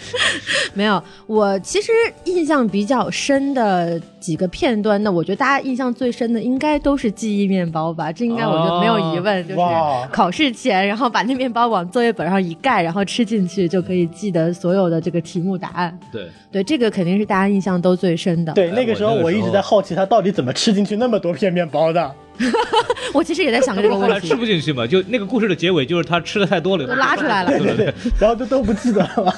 [SPEAKER 3] 没有，我其实印象比较深的几个片段，那我觉得大家印象最深的应该都是记忆面包吧，这应该我觉得没有疑问，就是
[SPEAKER 1] 哇
[SPEAKER 3] 考试前，然后把那面包往作业本上一盖，然后吃进去就可以记得所有的这个题目答案。
[SPEAKER 2] 对，
[SPEAKER 3] 对，这个肯定是大家印象都最深的。
[SPEAKER 1] 对，
[SPEAKER 2] 哎
[SPEAKER 1] 那个时候
[SPEAKER 2] 我那个
[SPEAKER 1] 我一
[SPEAKER 2] 时
[SPEAKER 1] 直
[SPEAKER 2] 候
[SPEAKER 1] 在好奇他到底怎么吃进去那么多片面包的。
[SPEAKER 3] 我其实也在想
[SPEAKER 2] 他
[SPEAKER 3] 这
[SPEAKER 2] 不是
[SPEAKER 3] 个
[SPEAKER 2] 后来
[SPEAKER 3] 问
[SPEAKER 2] 吃
[SPEAKER 3] 题，
[SPEAKER 2] 不进去嘛？就那个故事的结尾，就是他吃的太多了，
[SPEAKER 3] 就拉出来了
[SPEAKER 2] 对对对，
[SPEAKER 1] 然后就都不记得了吗？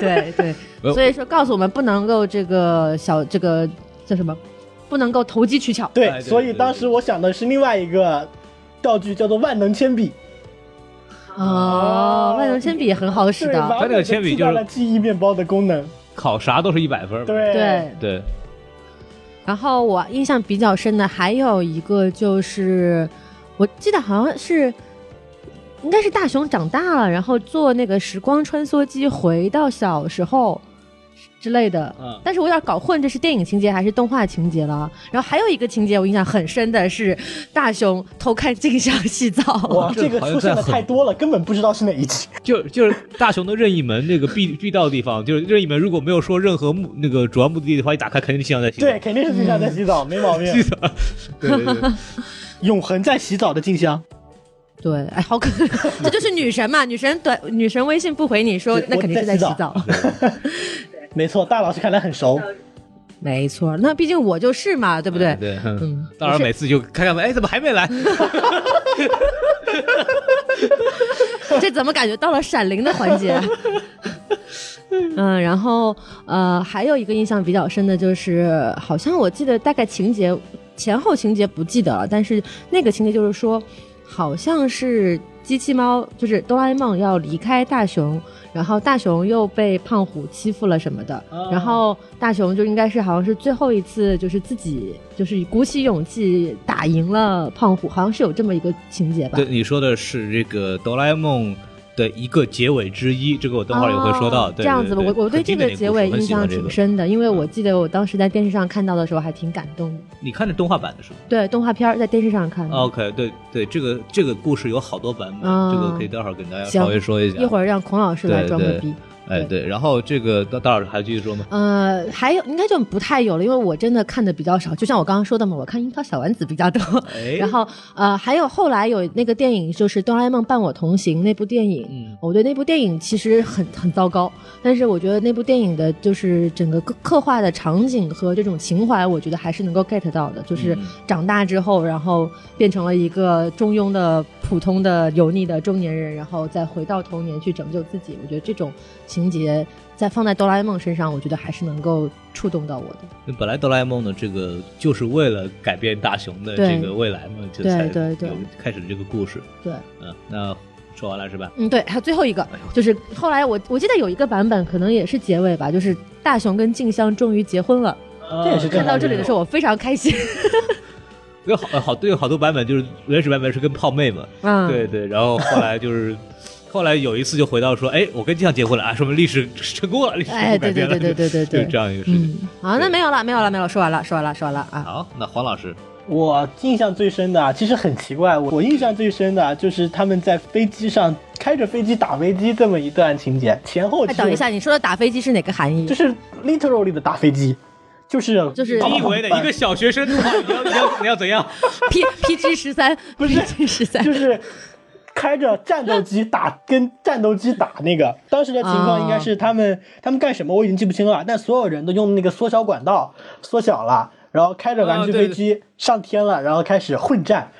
[SPEAKER 3] 对对，
[SPEAKER 2] 呃
[SPEAKER 3] 所以说告诉我们不能够这个小这个叫什么，不能够投机取巧。
[SPEAKER 1] 对，
[SPEAKER 2] 哎对
[SPEAKER 1] 所以
[SPEAKER 2] 对对
[SPEAKER 1] 当时我想的是另外一个道具，叫做万能铅笔，
[SPEAKER 3] 哦，万能铅笔也很好使
[SPEAKER 1] 对，
[SPEAKER 3] 的，
[SPEAKER 1] 完
[SPEAKER 2] 它
[SPEAKER 1] 美
[SPEAKER 2] 那个
[SPEAKER 1] 的
[SPEAKER 2] 铅笔
[SPEAKER 1] 替
[SPEAKER 2] 就是
[SPEAKER 1] 代了记忆面包的功能。
[SPEAKER 2] 考啥都是一百分嘛。
[SPEAKER 1] 对
[SPEAKER 3] 对。
[SPEAKER 2] 对，
[SPEAKER 3] 然后我印象比较深的还有一个就是，我记得好像是。应该是大雄长大了，然后坐那个时光穿梭机回到小时候之类的。
[SPEAKER 2] 嗯
[SPEAKER 3] 但是我有点搞混，这是电影情节还是动画情节了？然后还有一个情节我印象很深的是，大雄偷看静香洗澡。
[SPEAKER 1] 哇，
[SPEAKER 2] 这
[SPEAKER 1] 这个
[SPEAKER 2] 好像
[SPEAKER 1] 出现
[SPEAKER 2] 在
[SPEAKER 1] 的
[SPEAKER 2] 很
[SPEAKER 1] 太多了，根本不知道是哪一 集。
[SPEAKER 2] 就就是大雄的任意门那个必必到的地方，就是任意门如果没有说任何目那个主要目的地的话，一打开肯定是香在洗澡。
[SPEAKER 1] 对，肯定是静香在洗澡，没毛病。
[SPEAKER 2] 洗澡。对对对，
[SPEAKER 1] 永恒在洗澡的静香，
[SPEAKER 3] 对，哎，好可， 这就是女神嘛，女神短，女神微信不回你说
[SPEAKER 1] 对，
[SPEAKER 3] 那
[SPEAKER 1] 我
[SPEAKER 3] 肯定是
[SPEAKER 1] 在
[SPEAKER 3] 在
[SPEAKER 1] 洗
[SPEAKER 3] 洗
[SPEAKER 1] 澡
[SPEAKER 3] 澡。
[SPEAKER 1] 没错，大老师看来很熟。
[SPEAKER 3] 没错，那毕竟我就是嘛，对不对？
[SPEAKER 2] 对，
[SPEAKER 3] 嗯
[SPEAKER 2] 嗯，当然每次就开开门，哎，怎么还没 来？
[SPEAKER 3] 这怎么感觉到了闪灵的环节？嗯，然后呃，还有一个印象比较深的就是，好像我记得大概情节前后情节不记得了，但是那个情节就是说，好像是机器猫，就是哆啦 A 梦要离开大雄，然后大雄又被胖虎欺负了什么的，
[SPEAKER 2] 哦
[SPEAKER 3] 然后大雄就应该是好像是最后一次，就是自己就是鼓起勇气打赢了胖虎，好像是有这么一个情节吧
[SPEAKER 2] 对，？你说的是这个哆啦 A 梦。的一个结尾之一，这个我等会儿也会说到。
[SPEAKER 3] 哦
[SPEAKER 2] 对，
[SPEAKER 3] 这样子吧，我我对
[SPEAKER 2] 很
[SPEAKER 3] 这
[SPEAKER 2] 经
[SPEAKER 3] 个
[SPEAKER 2] 典的
[SPEAKER 3] 结
[SPEAKER 2] 故事
[SPEAKER 3] 尾
[SPEAKER 2] 我很
[SPEAKER 3] 印
[SPEAKER 2] 喜欢
[SPEAKER 3] 象
[SPEAKER 2] 这
[SPEAKER 3] 挺
[SPEAKER 2] 个嗯
[SPEAKER 3] 深的，因为我记得我当时在电视上看到的时候还挺感动的。
[SPEAKER 2] 你看的动画版的是吗
[SPEAKER 3] 对，动画片儿在电视上看的。
[SPEAKER 2] ？OK，对对，这个这个故事有好多版本，
[SPEAKER 3] 嗯
[SPEAKER 2] 这个可以待会儿跟大家
[SPEAKER 3] 行
[SPEAKER 2] 稍微说一下。
[SPEAKER 3] 一会儿让孔老师来装个逼。
[SPEAKER 2] 哎对，然后这个大大老师还继续说吗？
[SPEAKER 3] 呃，还有应该就不太有了，因为我真的看的比较少。就像我刚刚说的嘛，我看《樱桃小丸子》比较多。
[SPEAKER 2] 哎，
[SPEAKER 3] 然后呃，还有后来有那个电影，就是《哆啦 A 梦伴我同行》那部电影，
[SPEAKER 2] 嗯
[SPEAKER 3] 我对那部电影其实很很糟糕，但是我觉得那部电影的就是整个刻刻画的场景和这种情怀，我觉得还是能够 get 到的。就是
[SPEAKER 2] 嗯
[SPEAKER 3] 长大之后，然后变成了一个中庸的、普通的、油腻的中年人，然后再回到童年去拯救自己。我觉得这种情节在放在哆啦 A 梦身上，我觉得还是能够触动到我的。
[SPEAKER 2] 那本来哆啦 A 梦的这个就是为了改变大雄的
[SPEAKER 3] 对
[SPEAKER 2] 这个未来嘛，就
[SPEAKER 3] 对
[SPEAKER 2] 才
[SPEAKER 3] 对对
[SPEAKER 2] 有开始这个故事。
[SPEAKER 3] 对。
[SPEAKER 2] 嗯，那说完了是吧？
[SPEAKER 3] 嗯，对，还有最后一
[SPEAKER 1] 哎
[SPEAKER 3] 个，就是后来我我记得有一个版本，可能也是结尾吧，就是大雄跟静香终于结婚了。
[SPEAKER 2] 呃
[SPEAKER 3] 嗯
[SPEAKER 1] 这也是正
[SPEAKER 3] 看
[SPEAKER 1] 常
[SPEAKER 3] 到这里的
[SPEAKER 1] 人
[SPEAKER 3] 时候，我非常开心。
[SPEAKER 2] 有好呃好对有好多版本，就是原始版本是跟泡妹嘛，
[SPEAKER 3] 嗯，
[SPEAKER 2] 对对，然后后来就是 后来有一次就回到说，哎，我跟静香结婚了啊，说明历史成功了，历史成功
[SPEAKER 3] 哎，
[SPEAKER 2] 改
[SPEAKER 3] 对对
[SPEAKER 2] 变了，
[SPEAKER 3] 对对对对
[SPEAKER 2] 就
[SPEAKER 3] 对，嗯
[SPEAKER 2] 是这样一个事情。
[SPEAKER 3] 嗯，好，那没有了，没有了，没有了，说完了，说完了，说完了啊。
[SPEAKER 2] 好，那黄老师，
[SPEAKER 1] 我印象最深的啊，其实很奇怪，我我印象最深的啊就是他们在飞机上开着飞机打飞机这么一段情节，前后
[SPEAKER 3] 哎，
[SPEAKER 1] 其实
[SPEAKER 3] 等一下，你说的打飞机是哪个含义
[SPEAKER 1] 就？是 literally 的打飞机，就是
[SPEAKER 3] 就是
[SPEAKER 1] 砰
[SPEAKER 2] 你以 为的一个小学生的 话，你要你要你要怎样？
[SPEAKER 3] P P G 十三，
[SPEAKER 1] 不是
[SPEAKER 3] P G 十 三，
[SPEAKER 1] 就是开着战斗机打，跟战斗机打那个。当时的情况应该是他
[SPEAKER 3] 嗯
[SPEAKER 1] 们、他们干什么，我已经记不清了，但所有人都用那个缩小管道缩小了，然后开着玩具飞机上天了，然后开始混战。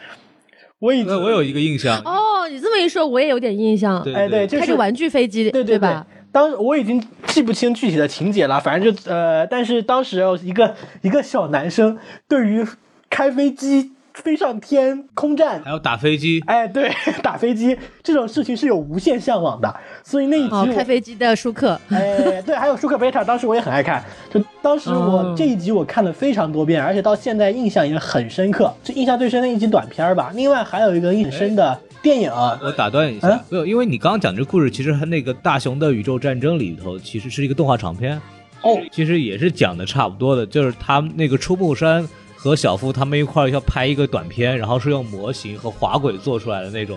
[SPEAKER 1] 我已
[SPEAKER 2] 那
[SPEAKER 1] 经
[SPEAKER 2] 我有一个印象，
[SPEAKER 3] 哦，你这么一说，我也有点印象。
[SPEAKER 2] 对
[SPEAKER 1] 哎对，就
[SPEAKER 3] 开
[SPEAKER 1] 是
[SPEAKER 3] 着玩具飞机，
[SPEAKER 1] 对对
[SPEAKER 3] 对吧？？
[SPEAKER 1] 当我已经记不清具体的情节了，反正就呃，但是当时一个一个小男生对于开飞机飞上天空战
[SPEAKER 2] 还有打飞机，
[SPEAKER 1] 哎，对， 打飞机这种事情是有无限向往的，所以那一集
[SPEAKER 3] 哦，
[SPEAKER 1] 我
[SPEAKER 3] 开飞机的舒克，
[SPEAKER 1] 哎，对，还有舒克贝塔，当时我也很爱看，就当时我、
[SPEAKER 3] 哦
[SPEAKER 2] 嗯
[SPEAKER 1] 这一集我看了非常多遍，而且到现在印象也很深刻，就印象最深的一集短片儿吧。另外还有一个印象深的电影，
[SPEAKER 2] 我打断一
[SPEAKER 1] 嗯
[SPEAKER 2] 下，没有，因为你刚刚讲这个故事，其实它那个大雄的宇宙战争里头，其实是一个动画长片，
[SPEAKER 1] 哦，
[SPEAKER 2] 其实也是讲的差不多的，就是他们那个出木山和小夫他们一块儿要拍一个短片，然后是用模型和滑轨做出来的那种，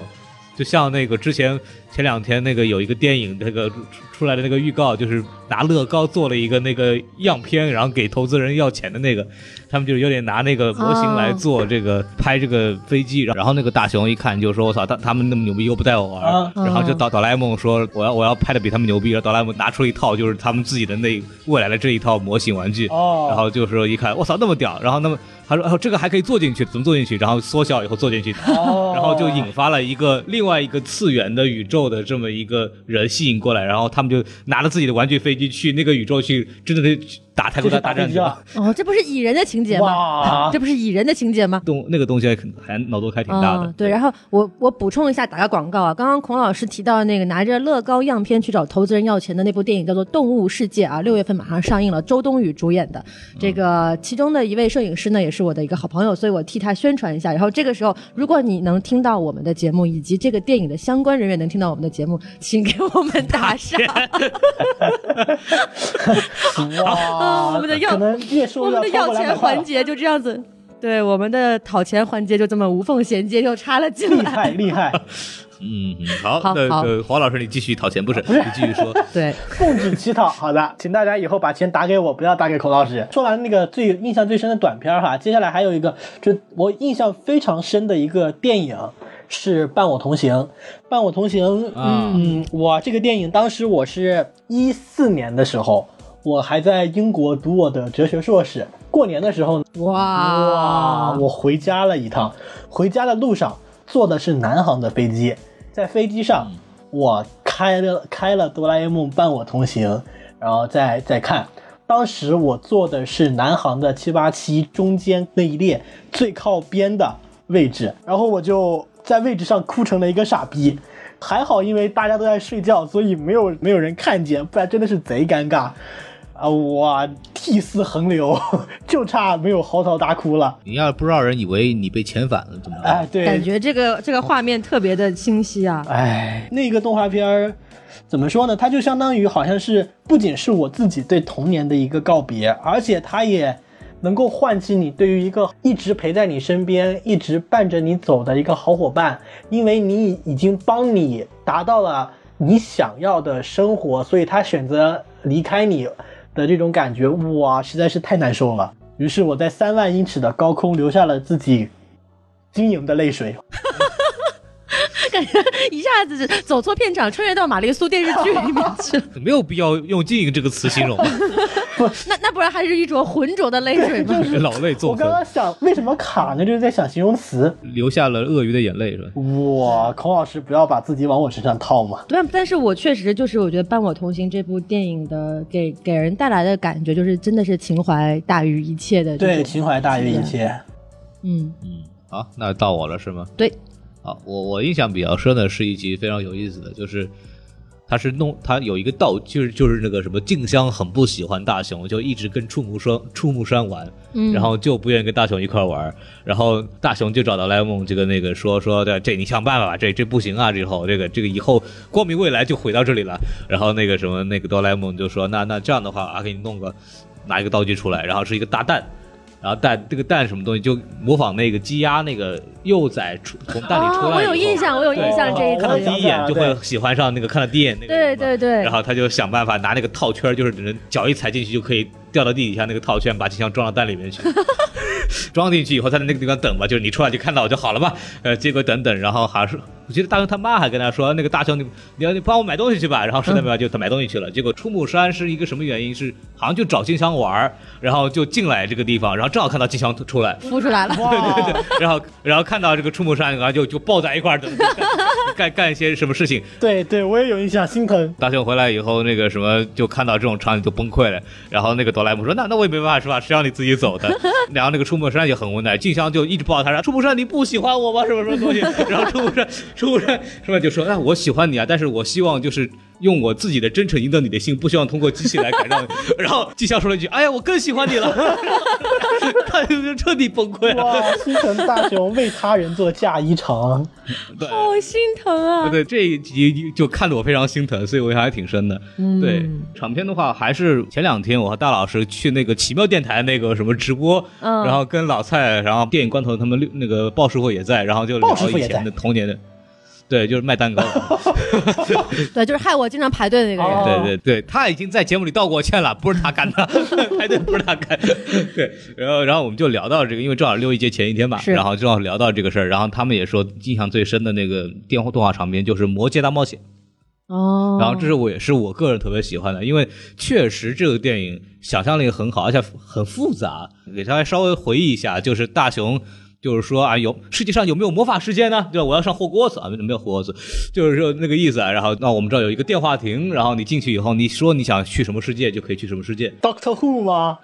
[SPEAKER 2] 就像那个之前前两天那个有一个电影那个出出来的那个预告，就是拿乐高做了一个那个样片，然后给投资人要钱的那个，他们就是有点拿那个模型来做这个、拍这个飞机，然后那个大雄一看就说：“我操，他他们那么牛逼又不带我玩儿。
[SPEAKER 1] 啊
[SPEAKER 2] 然后就导导拉 A 梦说：“我要我要拍的比他们牛逼。”然后导拉 A 梦拿出一套就是他们自己的那未来的这一套模型玩具，
[SPEAKER 1] 哦
[SPEAKER 2] 然后就是说一看，我操那么屌，然后那么他说：“哦，这个还可以坐进去，怎么坐进去？” 然后缩小以后坐进去，
[SPEAKER 1] 哦
[SPEAKER 2] 然后就引发了一个另外一个次元的宇宙的这么一个人吸引过来，然后他们就拿着自己的玩具飞机去那个宇宙去，真的去打泰
[SPEAKER 1] 就
[SPEAKER 2] 国
[SPEAKER 1] 是打
[SPEAKER 2] 大大
[SPEAKER 1] 飞
[SPEAKER 2] 战
[SPEAKER 1] 机
[SPEAKER 2] 去了。
[SPEAKER 1] 了，
[SPEAKER 3] 哦，这不是蚁人的情节吗？
[SPEAKER 1] 哇
[SPEAKER 3] 这，不是蚁人的情节吗？
[SPEAKER 2] 东那个东西还还脑洞还挺大的。
[SPEAKER 3] 嗯。对，然后我我补充一下，打个广告啊。刚刚孔老师提到那个拿着乐高样片去找投资人要钱的那部电影叫做《动物世界》啊，六月份马上上映了，周冬雨主演的。
[SPEAKER 2] 嗯
[SPEAKER 3] 这个其中的一位摄影师呢，也是我的一个好朋友，所以我替他宣传一下。然后这个时候，如果你能听到我们的节目，以及这个电影的相关人员能听到我们的节目，请给我们 打赏。
[SPEAKER 1] 哇，
[SPEAKER 3] 啊 我们的要
[SPEAKER 1] 哦可能月
[SPEAKER 3] 我
[SPEAKER 1] 收
[SPEAKER 3] 们的
[SPEAKER 1] 超
[SPEAKER 3] 要
[SPEAKER 1] 过
[SPEAKER 3] 钱
[SPEAKER 1] 200块了
[SPEAKER 3] 环节就这样子，对我们的讨钱环节就这么无缝衔接又插了进
[SPEAKER 1] 厉
[SPEAKER 3] 来。
[SPEAKER 1] 害厉害，
[SPEAKER 2] 嗯，嗯好，
[SPEAKER 3] 好
[SPEAKER 2] 那
[SPEAKER 3] 好
[SPEAKER 2] 那黄老师你继续讨钱，不是你继续说。
[SPEAKER 3] 对，
[SPEAKER 1] 奉旨乞讨。 好的，请大家以后把钱打给我，不要打给孔老师。 说完那个最印象最深的短片儿哈，接下来还有一个，就我印象非常深的一个电影是《伴我同行》。《伴我同行》
[SPEAKER 2] 啊
[SPEAKER 1] 嗯，我这个电影当时我是一四年的时候，我还在英国读我的哲学硕士。过年的时候，
[SPEAKER 3] 哇
[SPEAKER 1] 哇！我回家了一趟，回家的路上坐的是南航的飞机，在飞机上我开了开了《哆啦 A 梦伴我同行》，然后再再看。当时我坐的是南航的七八七中间那一列最靠边的位置，然后我就在位置上哭成了一个傻逼。还好，因为大家都在睡觉，所以没有没有人看见，不然真的是贼尴尬。啊，我涕泗横流， 就差没有嚎啕大哭了。
[SPEAKER 2] 你要是不让人以为你被遣返了怎么
[SPEAKER 1] 哎
[SPEAKER 2] 办？，
[SPEAKER 1] 对，
[SPEAKER 3] 感觉这个这个画面特别的清晰啊。
[SPEAKER 1] 哎，那个动画片儿怎么说呢？它就相当于好像是不仅是我自己对童年的一个告别，而且它也能够唤起你对于一个一直陪在你身边、一直伴着你走的一个好伙伴，因为你已已经帮你达到了你想要的生活，所以他选择离开你的这种感觉，哇，实在是太难受了。于是我在三万英尺的高空留下了自己晶莹的泪水。
[SPEAKER 3] 感觉一下子走错片场，穿越到玛丽苏电视剧里面去了。
[SPEAKER 2] 没有必要用“经营”这个词形容，
[SPEAKER 3] 那那不然还是一浊浑浊的泪水吗？
[SPEAKER 2] 老泪
[SPEAKER 1] 我
[SPEAKER 2] 纵
[SPEAKER 1] 刚
[SPEAKER 2] 横，
[SPEAKER 1] 刚想为什么卡呢？就是在想形容词。
[SPEAKER 2] 流下了鳄鱼的眼泪，是吧？
[SPEAKER 1] 哇，孔老师不要把自己往我身上套嘛。
[SPEAKER 3] 对，但是我确实就是，我觉得《伴我同行》这部电影的给给人带来的感觉，就是真的是情怀大于一切的。
[SPEAKER 1] 对，，情怀大于一切。
[SPEAKER 3] 嗯，
[SPEAKER 2] 嗯，好，那到我了是吗？
[SPEAKER 3] 对，
[SPEAKER 2] 好，我我印象比较深的是一集非常有意思的，就是他是弄他有一个道，就是就是那个什么静香很不喜欢大雄，就一直跟触木山触木山玩，
[SPEAKER 3] 嗯
[SPEAKER 2] 然后就不愿意跟大雄一块玩，然后大雄就找到莱蒙这个那个说说对这你想办法吧，这这不行啊，这后这个这个以后光明未来就毁到这里了，然后那个什么那个哆啦 A 梦就说那那这样的话啊，给你弄个拿一个道具出来，然后是一个大蛋。然后蛋这个蛋什么东西就模仿那个鸡鸭那个幼崽出从蛋里出来、
[SPEAKER 3] 哦，我有印，象，我有印象这一
[SPEAKER 2] 看到第
[SPEAKER 1] 我
[SPEAKER 2] 一
[SPEAKER 1] 想起来
[SPEAKER 2] 眼
[SPEAKER 1] 了
[SPEAKER 2] 就会喜欢上那个，看到第一眼那个
[SPEAKER 3] 对
[SPEAKER 2] 人嘛
[SPEAKER 3] 对对
[SPEAKER 2] 然后他就想办法拿那个套圈儿，就是只能脚一踩进去就可以掉到地底下那个套圈，把金枪装到蛋里面去，装进去以后他在那个地方等嘛，就是你出来就看到我就好了嘛。呃，结果等等，然后还是我记得大雄他妈还跟他说，那个大雄你你要你帮我买东西去吧，然后实在没办法就他买东西去了。结果出木山是一个什么原因？是好像就找金枪玩儿，然后就进来这个地方，然后正好看到金枪出来，
[SPEAKER 3] 孵出来了。
[SPEAKER 1] 哇，
[SPEAKER 2] 然后然后看到这个出木山，然后就就抱在一块儿等干干一些什么事情。
[SPEAKER 1] 对对，我也有印象，心疼。
[SPEAKER 2] 大雄回来以后，那个什么就看到这种场景就崩溃了。然后那个哆啦 A 梦说：“那那我也没办法是吧？谁让你自己走的？”然后那个出木山也很无奈，静香就一直抱他，说：“出木山，你不喜欢我吗？什么什么东西？”然后出木山，出木山是吧？就说：“那我喜欢你啊，但是我希望就是。”用我自己的真诚赢得你的心，不希望通过机器来改造你。然后静香说了一句：“哎呀，我更喜欢你了。”他就彻底崩溃了。
[SPEAKER 1] 哇，心疼大雄为他人做嫁衣裳。
[SPEAKER 2] 对，
[SPEAKER 3] 好心疼啊！
[SPEAKER 2] 对这一集就看得我非常心疼，所以我印象还挺深的。
[SPEAKER 3] 嗯
[SPEAKER 2] 对，长篇的话还是前两天我和大老师去那个奇妙电台那个什么直播，
[SPEAKER 3] 嗯
[SPEAKER 2] 然后跟老蔡，然后电影关头他们六那个鲍师傅也在，然后就聊
[SPEAKER 1] 鲍师傅
[SPEAKER 2] 以
[SPEAKER 1] 也
[SPEAKER 2] 前的童年的。对，就是卖蛋糕。
[SPEAKER 3] 哦对，就是害我经常排队的那个人。
[SPEAKER 1] 哦
[SPEAKER 2] 对对对，他已经在节目里道过歉了，不是他干的， 排队不是他干。对，然后然后我们就聊到这个，因为正好六一节前一天嘛，
[SPEAKER 3] 是
[SPEAKER 2] 然后正好聊到这个事儿，然后他们也说印象最深的那个电话动画长片就是《魔界大冒险》。
[SPEAKER 3] 哦，
[SPEAKER 2] 然后这是我也是我个人特别喜欢的，因为确实这个电影想象力很好，而且很复杂。给大家稍微回忆一下，就是大雄。就是说啊，有世界上有没有魔法世界呢？对吧？我要上霍格沃茨啊，没有没有霍格沃茨，就是说那个意思啊。然后那我们这儿有一个电话亭，然后你进去以后，你说你想去什么世界就可以去什么世界。
[SPEAKER 1] Doctor Who 吗？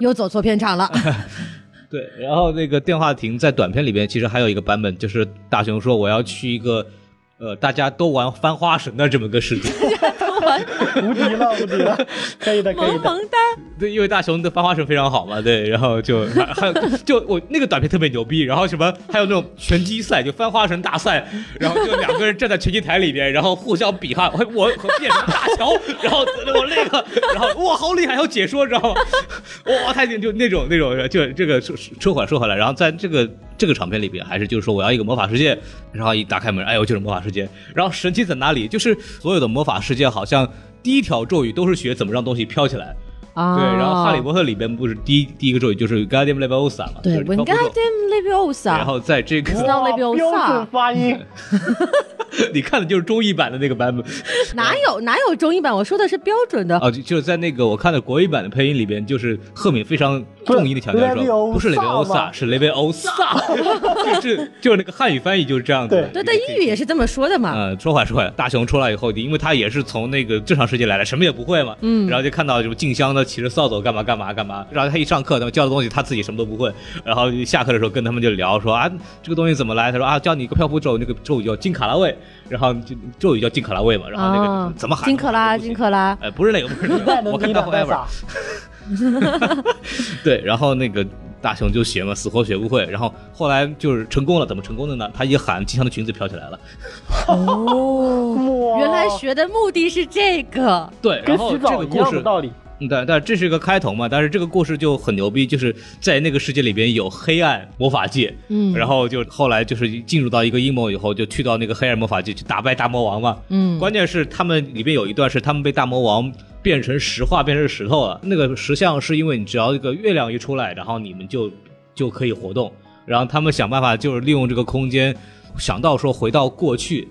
[SPEAKER 3] 又走错片场了。
[SPEAKER 2] 对，然后那个电话亭在短片里边其实还有一个版本，就是大雄说我要去一个，呃，大家都玩翻花绳的这么个世界。
[SPEAKER 1] 无敌了，无敌了，可以的，可以
[SPEAKER 3] 萌
[SPEAKER 1] 的。
[SPEAKER 3] 萌哒，
[SPEAKER 2] 对，因为大雄的翻花绳非常好嘛，对，然后就还还有就我那个短片特别牛逼，然后什么还有那种拳击赛，就翻花绳大赛，然后就两个人站在拳击台里边，然后互相比哈，我我我变成大乔，然后我那个，然后哇好厉害，还有解说，知道吗？哇，太就那种那种，就这个说说回来说回来，然后在这个这个场片里边，还是就是说我要一个魔法世界，然后一打开门，哎呦就是魔法世界，然后神奇在哪里？就是所有的魔法世界好像第一条咒语都是学怎么让东西飘起来。
[SPEAKER 3] 啊
[SPEAKER 2] 对，然后《哈利波特》里边不是第一第一个咒语就是 Guardian Leviosa 嘛，
[SPEAKER 3] 对嗯
[SPEAKER 2] 就是飘不走
[SPEAKER 3] Wingardium
[SPEAKER 2] 然
[SPEAKER 3] Leviosa，
[SPEAKER 2] 后在这个，
[SPEAKER 3] 道那边
[SPEAKER 1] 哇
[SPEAKER 3] 有
[SPEAKER 1] 标
[SPEAKER 3] 萨
[SPEAKER 1] 准发音，
[SPEAKER 2] 你看的就是中译版的那个版本
[SPEAKER 3] 哪有哪有中译版？我说的是标准的。
[SPEAKER 2] 啊，就就是在那个我看的国语版的配音里边，就是赫敏非常重音的强调说，不
[SPEAKER 1] 不
[SPEAKER 2] 是
[SPEAKER 1] 是
[SPEAKER 2] Leviosa，
[SPEAKER 1] Leviosa
[SPEAKER 2] 是 Leviosa，就是 就是那个汉语翻译就是这样子的。
[SPEAKER 3] 对，但英语也是这么说的
[SPEAKER 1] 啊
[SPEAKER 3] 嘛。
[SPEAKER 2] 呃，说回来说回来，大雄出来以后，因为他也是从那个正常世界来的，什么也不会嘛，嗯，然后就看到什么静香呢骑着扫帚干嘛干嘛干嘛，然后他一上课，他们教的东西他自己什么都不会，然后下课的时候跟他们就聊说啊，这个东西怎么来？他说啊，教你一个漂浮咒，那个咒语叫金卡拉位，然后就咒语叫金卡拉位嘛，然后那个、
[SPEAKER 1] 哦
[SPEAKER 3] 啊，
[SPEAKER 2] 怎么喊？
[SPEAKER 3] 金克拉，金克拉，
[SPEAKER 2] 哎，不是那个，不是
[SPEAKER 1] 怪
[SPEAKER 2] 那个，
[SPEAKER 1] 能
[SPEAKER 2] 我看
[SPEAKER 1] 逼
[SPEAKER 2] 到
[SPEAKER 1] 的带
[SPEAKER 2] forever，
[SPEAKER 1] 萨。
[SPEAKER 2] 对，然后那个大雄就学嘛，死活学不会，然后后来就是成功了，怎么成功的呢？他一喊，静香的裙子飘起来了。
[SPEAKER 3] 哦，
[SPEAKER 1] 哇，
[SPEAKER 3] 原来学的目的是这个。
[SPEAKER 2] 对，然
[SPEAKER 1] 跟
[SPEAKER 2] 后
[SPEAKER 1] 洗
[SPEAKER 2] 这
[SPEAKER 1] 澡
[SPEAKER 2] 个
[SPEAKER 1] 一
[SPEAKER 2] 故
[SPEAKER 1] 样
[SPEAKER 2] 事
[SPEAKER 1] 的道理。
[SPEAKER 2] 嗯对，但这是一个开头嘛，但是这个故事就很牛逼，就是在那个世界里边有黑暗魔法界，
[SPEAKER 3] 嗯
[SPEAKER 2] 然后就后来就是进入到一个阴谋以后，就去到那个黑暗魔法界去打败大魔王嘛，
[SPEAKER 3] 嗯
[SPEAKER 2] 关键是他们里边有一段是他们被大魔王变成石化，变成石头了。那个石像是因为你只要一个月亮一出来，然后你们就就可以活动。然后他们想办法就是利用这个空间，想到说回到过去，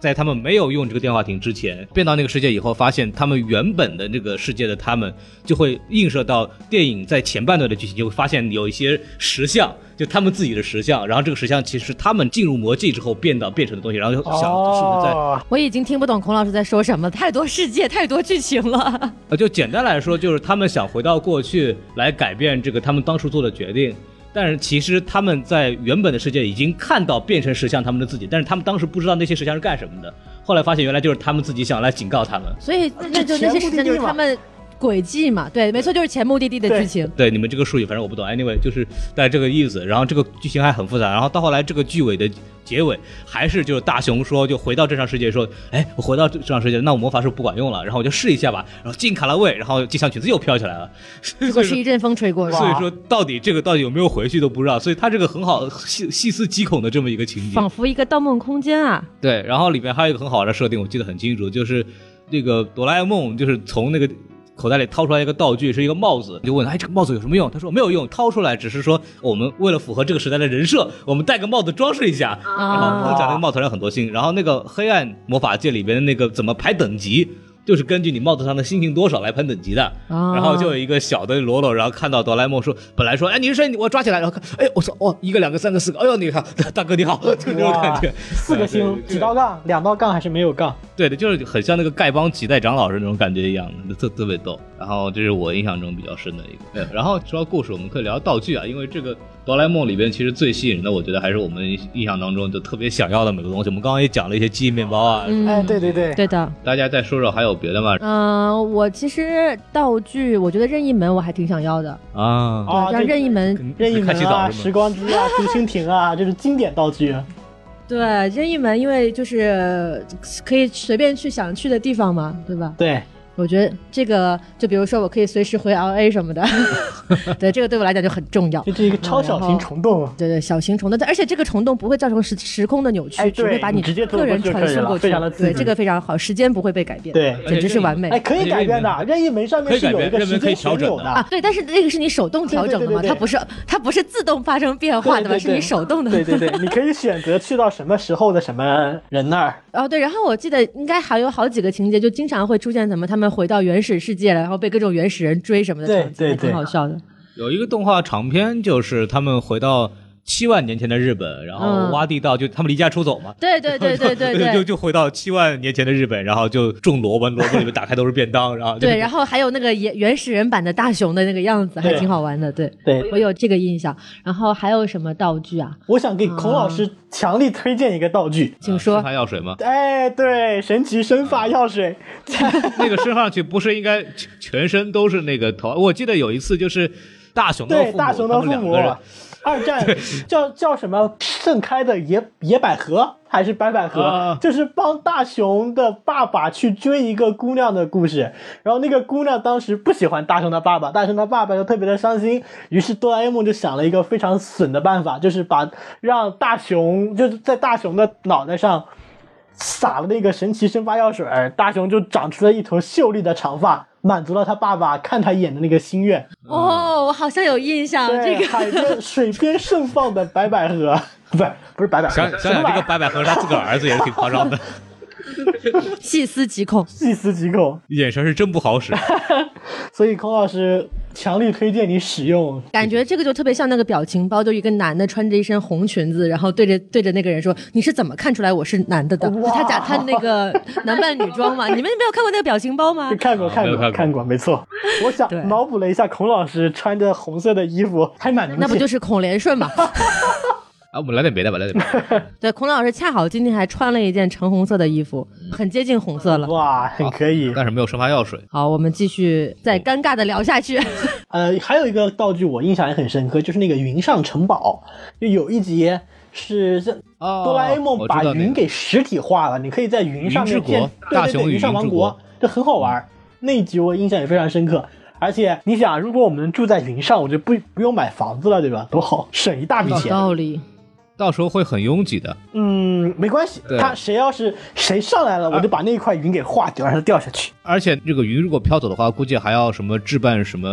[SPEAKER 2] 在他们没有用这个电话亭之前，变到那个世界以后，发现他们原本的那个世界的他们，就会映射到电影在前半段的剧情，就会发现有一些石像，就他们自己的石像。然后这个石像其实是他们进入魔界之后变到变成的东西，然后就想是不是在
[SPEAKER 1] 哦，
[SPEAKER 3] 我已经听不懂孔老师在说什么，太多世界，太多剧情了。
[SPEAKER 2] 呃，就简单来说，就是他们想回到过去来改变这个他们当初做的决定，但是其实他们在原本的世界已经看到变成石像他们的自己，但是他们当时不知道那些石像是干什么的，后来发现原来就是他们自己想来警告他们。
[SPEAKER 3] 所以那就
[SPEAKER 1] 这全
[SPEAKER 3] 那些
[SPEAKER 1] 部
[SPEAKER 3] 时间就是
[SPEAKER 1] 定了
[SPEAKER 3] 他们。轨迹嘛，对，没错，就是前目的地的
[SPEAKER 1] 对
[SPEAKER 3] 剧情。
[SPEAKER 2] 对你们这个术语，反正我不懂。Anyway，就是带这个意思。然后这个剧情还很复杂。然后到后来这个剧尾的结尾，还是就是大雄说，就回到正常世界说，哎，我回到正常世界，那我魔法是不管用了，然后我就试一下吧。然后进卡拉位，然后吉祥裙子又飘起来了。
[SPEAKER 3] 结果是一阵风吹过，是吧
[SPEAKER 2] 所以说，到底这个到底有没有回去都不知道。所以他这个很好细细思极恐的这么一个情节。
[SPEAKER 3] 仿佛一个《盗梦空间》啊，
[SPEAKER 2] 对，然后里面还有一个很好玩的设定，我记得很清楚，就是那个哆啦 A 梦就是从那个。口袋里掏出来一个道具，是一个帽子，就问他：“哎，这个帽子有什么用？”他说：“没有用，掏出来只是说我们为了符合这个时代的人设，我们戴个帽子装饰一下。”然后
[SPEAKER 3] 啊
[SPEAKER 2] 他讲那个帽头上有很多星，然后那个黑暗魔法界里边的那个怎么排等级，就是根据你帽子上的星星多少来排等级的。
[SPEAKER 3] 啊
[SPEAKER 2] 然后就有一个小的罗罗，然后看到哆啦 A 梦说，本来说，哎，你是谁？我抓起来，然后看，哎，我操，哦，一个、两个、三个、四个，哎呦，你看，大哥你好， 就这种感觉
[SPEAKER 1] 哇，四个
[SPEAKER 2] 对
[SPEAKER 1] 星，
[SPEAKER 2] 对
[SPEAKER 1] 几道杠，两道杠还是没有杠。
[SPEAKER 2] 对的，就是很像那个丐帮几代长老是那种感觉一样的，特特别逗。然后这是我印象中比较深的一个。对，然后说到故事，我们可以聊道具啊，因为这个哆啦 A 梦里边其实最吸引人的，我觉得还是我们印象当中就特别想要的每个东西。我们刚刚也讲了一些记忆面包啊，
[SPEAKER 3] 嗯，
[SPEAKER 1] 哎，对对对，
[SPEAKER 3] 对的，
[SPEAKER 2] 大家再说说还有别的吗？
[SPEAKER 3] 嗯、我其实道具，我觉得任意门我还挺想要的，
[SPEAKER 2] 啊，
[SPEAKER 1] 啊，
[SPEAKER 3] 像
[SPEAKER 1] 这
[SPEAKER 3] 哦任意门
[SPEAKER 1] 任意
[SPEAKER 2] 看洗
[SPEAKER 1] 门啊，
[SPEAKER 2] 澡是
[SPEAKER 1] 时
[SPEAKER 2] 吗？
[SPEAKER 1] 光机啊，竹蜻蜓啊， 这是经典道具。
[SPEAKER 3] 对，任意门，因为就是呃可以随便去想去的地方嘛，对吧？
[SPEAKER 1] 对，
[SPEAKER 3] 我觉得这个，就比如说我可以随时回 L A 什么的，对，这个对我来讲就很重要
[SPEAKER 1] 这。是一个超小
[SPEAKER 3] 哦
[SPEAKER 1] 型虫洞。
[SPEAKER 3] 对对，小型虫洞，但而且这个虫洞不会造成时时空的扭曲，
[SPEAKER 1] 哎
[SPEAKER 3] 只会
[SPEAKER 1] 对
[SPEAKER 3] 把你
[SPEAKER 1] 你直接
[SPEAKER 3] 个人
[SPEAKER 1] 走过去就
[SPEAKER 3] 传
[SPEAKER 1] 可以
[SPEAKER 3] 送
[SPEAKER 1] 了
[SPEAKER 3] 过去。
[SPEAKER 1] 非常的自
[SPEAKER 3] 对，
[SPEAKER 1] 由
[SPEAKER 3] 这个非常好，时间不会被改变。
[SPEAKER 1] 对
[SPEAKER 3] 简直是完美
[SPEAKER 1] 哎，可以改变的，任意门上面是有一个时间旋钮
[SPEAKER 3] 啊
[SPEAKER 1] 的。！
[SPEAKER 3] 对，但是那个是你手动调整的
[SPEAKER 1] 对对对对
[SPEAKER 3] 嘛，
[SPEAKER 1] 对
[SPEAKER 3] 它不是它不是自动发生变化的嘛，
[SPEAKER 1] 对对对
[SPEAKER 3] 是你手动的。
[SPEAKER 1] 对 对对，你可以选择去到什么时候的什么人那儿。
[SPEAKER 3] 哦，对，然后我记得应该还有好几个情节，就经常会出现怎么他们回到原始世界了，然后被各种原始人追什么的
[SPEAKER 1] 对
[SPEAKER 3] 场景，
[SPEAKER 1] 对
[SPEAKER 3] 还挺
[SPEAKER 1] 对
[SPEAKER 3] 好 笑的。
[SPEAKER 2] 有一个动画长片，就是他们回到七万年前的日本，然后
[SPEAKER 3] 嗯
[SPEAKER 2] 挖地道，就他们离家出走嘛。
[SPEAKER 3] 对对对对对
[SPEAKER 2] 就
[SPEAKER 3] 对。
[SPEAKER 2] 就回到七万年前的日本，然后就种萝卜，萝卜里面打开都是便 当，然后就
[SPEAKER 3] 对，然后还有那个原原始人版的大熊的那个样子，还
[SPEAKER 1] 对
[SPEAKER 3] 挺好玩的。对，
[SPEAKER 1] 对，
[SPEAKER 3] 我有这个印象。然后还有什么道具啊？
[SPEAKER 1] 我想给孔老
[SPEAKER 3] 哦
[SPEAKER 1] 师强力推荐一个道具。？
[SPEAKER 3] 请说
[SPEAKER 2] 生发药水吗
[SPEAKER 1] 哎，对，神奇生发药水，
[SPEAKER 2] 那个伸上去不是应该全全身都是那个头？我记得有一次就是大熊的
[SPEAKER 1] 对
[SPEAKER 2] 父母，
[SPEAKER 1] 大熊的
[SPEAKER 2] 他
[SPEAKER 1] 父
[SPEAKER 2] 们两
[SPEAKER 1] 母
[SPEAKER 2] 个人，
[SPEAKER 1] 二战叫叫什么盛开的野野百合还是白百合，
[SPEAKER 2] 啊
[SPEAKER 1] 就是帮大熊的爸爸去追一个姑娘的故事。然后那个姑娘当时不喜欢大熊的爸爸，大熊的爸爸就特别的伤心，于是哆啦 A 梦就想了一个非常损的办法，就是把让大熊就是在大熊的脑袋上。撒了那个神奇生发药水儿，大熊就长出了一头秀丽的长发，满足了他爸爸看他一眼的那个心愿。
[SPEAKER 3] 哦，我好像有印象这
[SPEAKER 1] 嗯对，
[SPEAKER 3] 个。
[SPEAKER 1] 海 边水边盛放的白百合，不是不是白百合，
[SPEAKER 2] 想想
[SPEAKER 1] 什
[SPEAKER 2] 想
[SPEAKER 1] 么
[SPEAKER 2] 这个
[SPEAKER 1] 玩意儿
[SPEAKER 2] 白百合他自个儿儿子也是挺 夸张的，
[SPEAKER 3] 细思极恐。
[SPEAKER 1] 细思极恐。
[SPEAKER 2] 眼神是真不好使。啊
[SPEAKER 1] 所以孔老师强力推荐你使用。
[SPEAKER 3] 感觉这个就特别像那个表情包，就一个男的穿着一身红裙子，然后对着对着那个人说：“你是怎么看出来我是男的的？”
[SPEAKER 1] 哇
[SPEAKER 3] 他假他那个男扮女 装嘛，你们没有看过那个表情包吗？
[SPEAKER 1] 看过
[SPEAKER 2] 啊
[SPEAKER 1] 看
[SPEAKER 2] 没有看
[SPEAKER 1] 过
[SPEAKER 2] 过
[SPEAKER 1] 看过，没 错。我想
[SPEAKER 3] 对
[SPEAKER 1] 脑补了一下，孔老师穿着红色的衣服，还蛮明显。
[SPEAKER 3] 那不就是孔连顺嘛？
[SPEAKER 2] 啊，我们来点别的吧，来点别的。
[SPEAKER 3] 对，孔老师恰好今天还穿了一件橙红色的衣服，很接近红色了。
[SPEAKER 1] 哇，很可以。
[SPEAKER 2] 但是没有生发药水。
[SPEAKER 3] 好，我们继续再尴尬的聊下去。
[SPEAKER 1] 呃，还有一个道具我印象也很深刻，就是那个云上城堡，就有一集是这
[SPEAKER 2] 哦
[SPEAKER 1] 哆啦 A 梦
[SPEAKER 2] 我
[SPEAKER 1] 把
[SPEAKER 2] 知道那
[SPEAKER 1] 云
[SPEAKER 2] 个
[SPEAKER 1] 给实体化了，你可以在云上面
[SPEAKER 2] 云之
[SPEAKER 1] 建
[SPEAKER 2] 国
[SPEAKER 1] 对
[SPEAKER 2] 大
[SPEAKER 1] 对
[SPEAKER 2] 雄
[SPEAKER 1] 对，
[SPEAKER 2] 与
[SPEAKER 1] 云上
[SPEAKER 2] 云
[SPEAKER 1] 王
[SPEAKER 2] 之
[SPEAKER 1] 国
[SPEAKER 2] 国，
[SPEAKER 1] 这很好玩儿。那一集我印象也非常深刻。而且你想，如果我们住在云上，我就不不用买房子了，对吧？多好，省一大笔
[SPEAKER 3] 有
[SPEAKER 1] 钱。
[SPEAKER 2] 哦
[SPEAKER 3] 道理，
[SPEAKER 2] 到时候会很拥挤的。
[SPEAKER 1] 嗯，没关系
[SPEAKER 2] 对，啊
[SPEAKER 1] 他谁要是谁上来了，我就把那块云给化掉，让它掉下去。
[SPEAKER 2] 而且这个云如果飘走的话，估计还要什么置办什么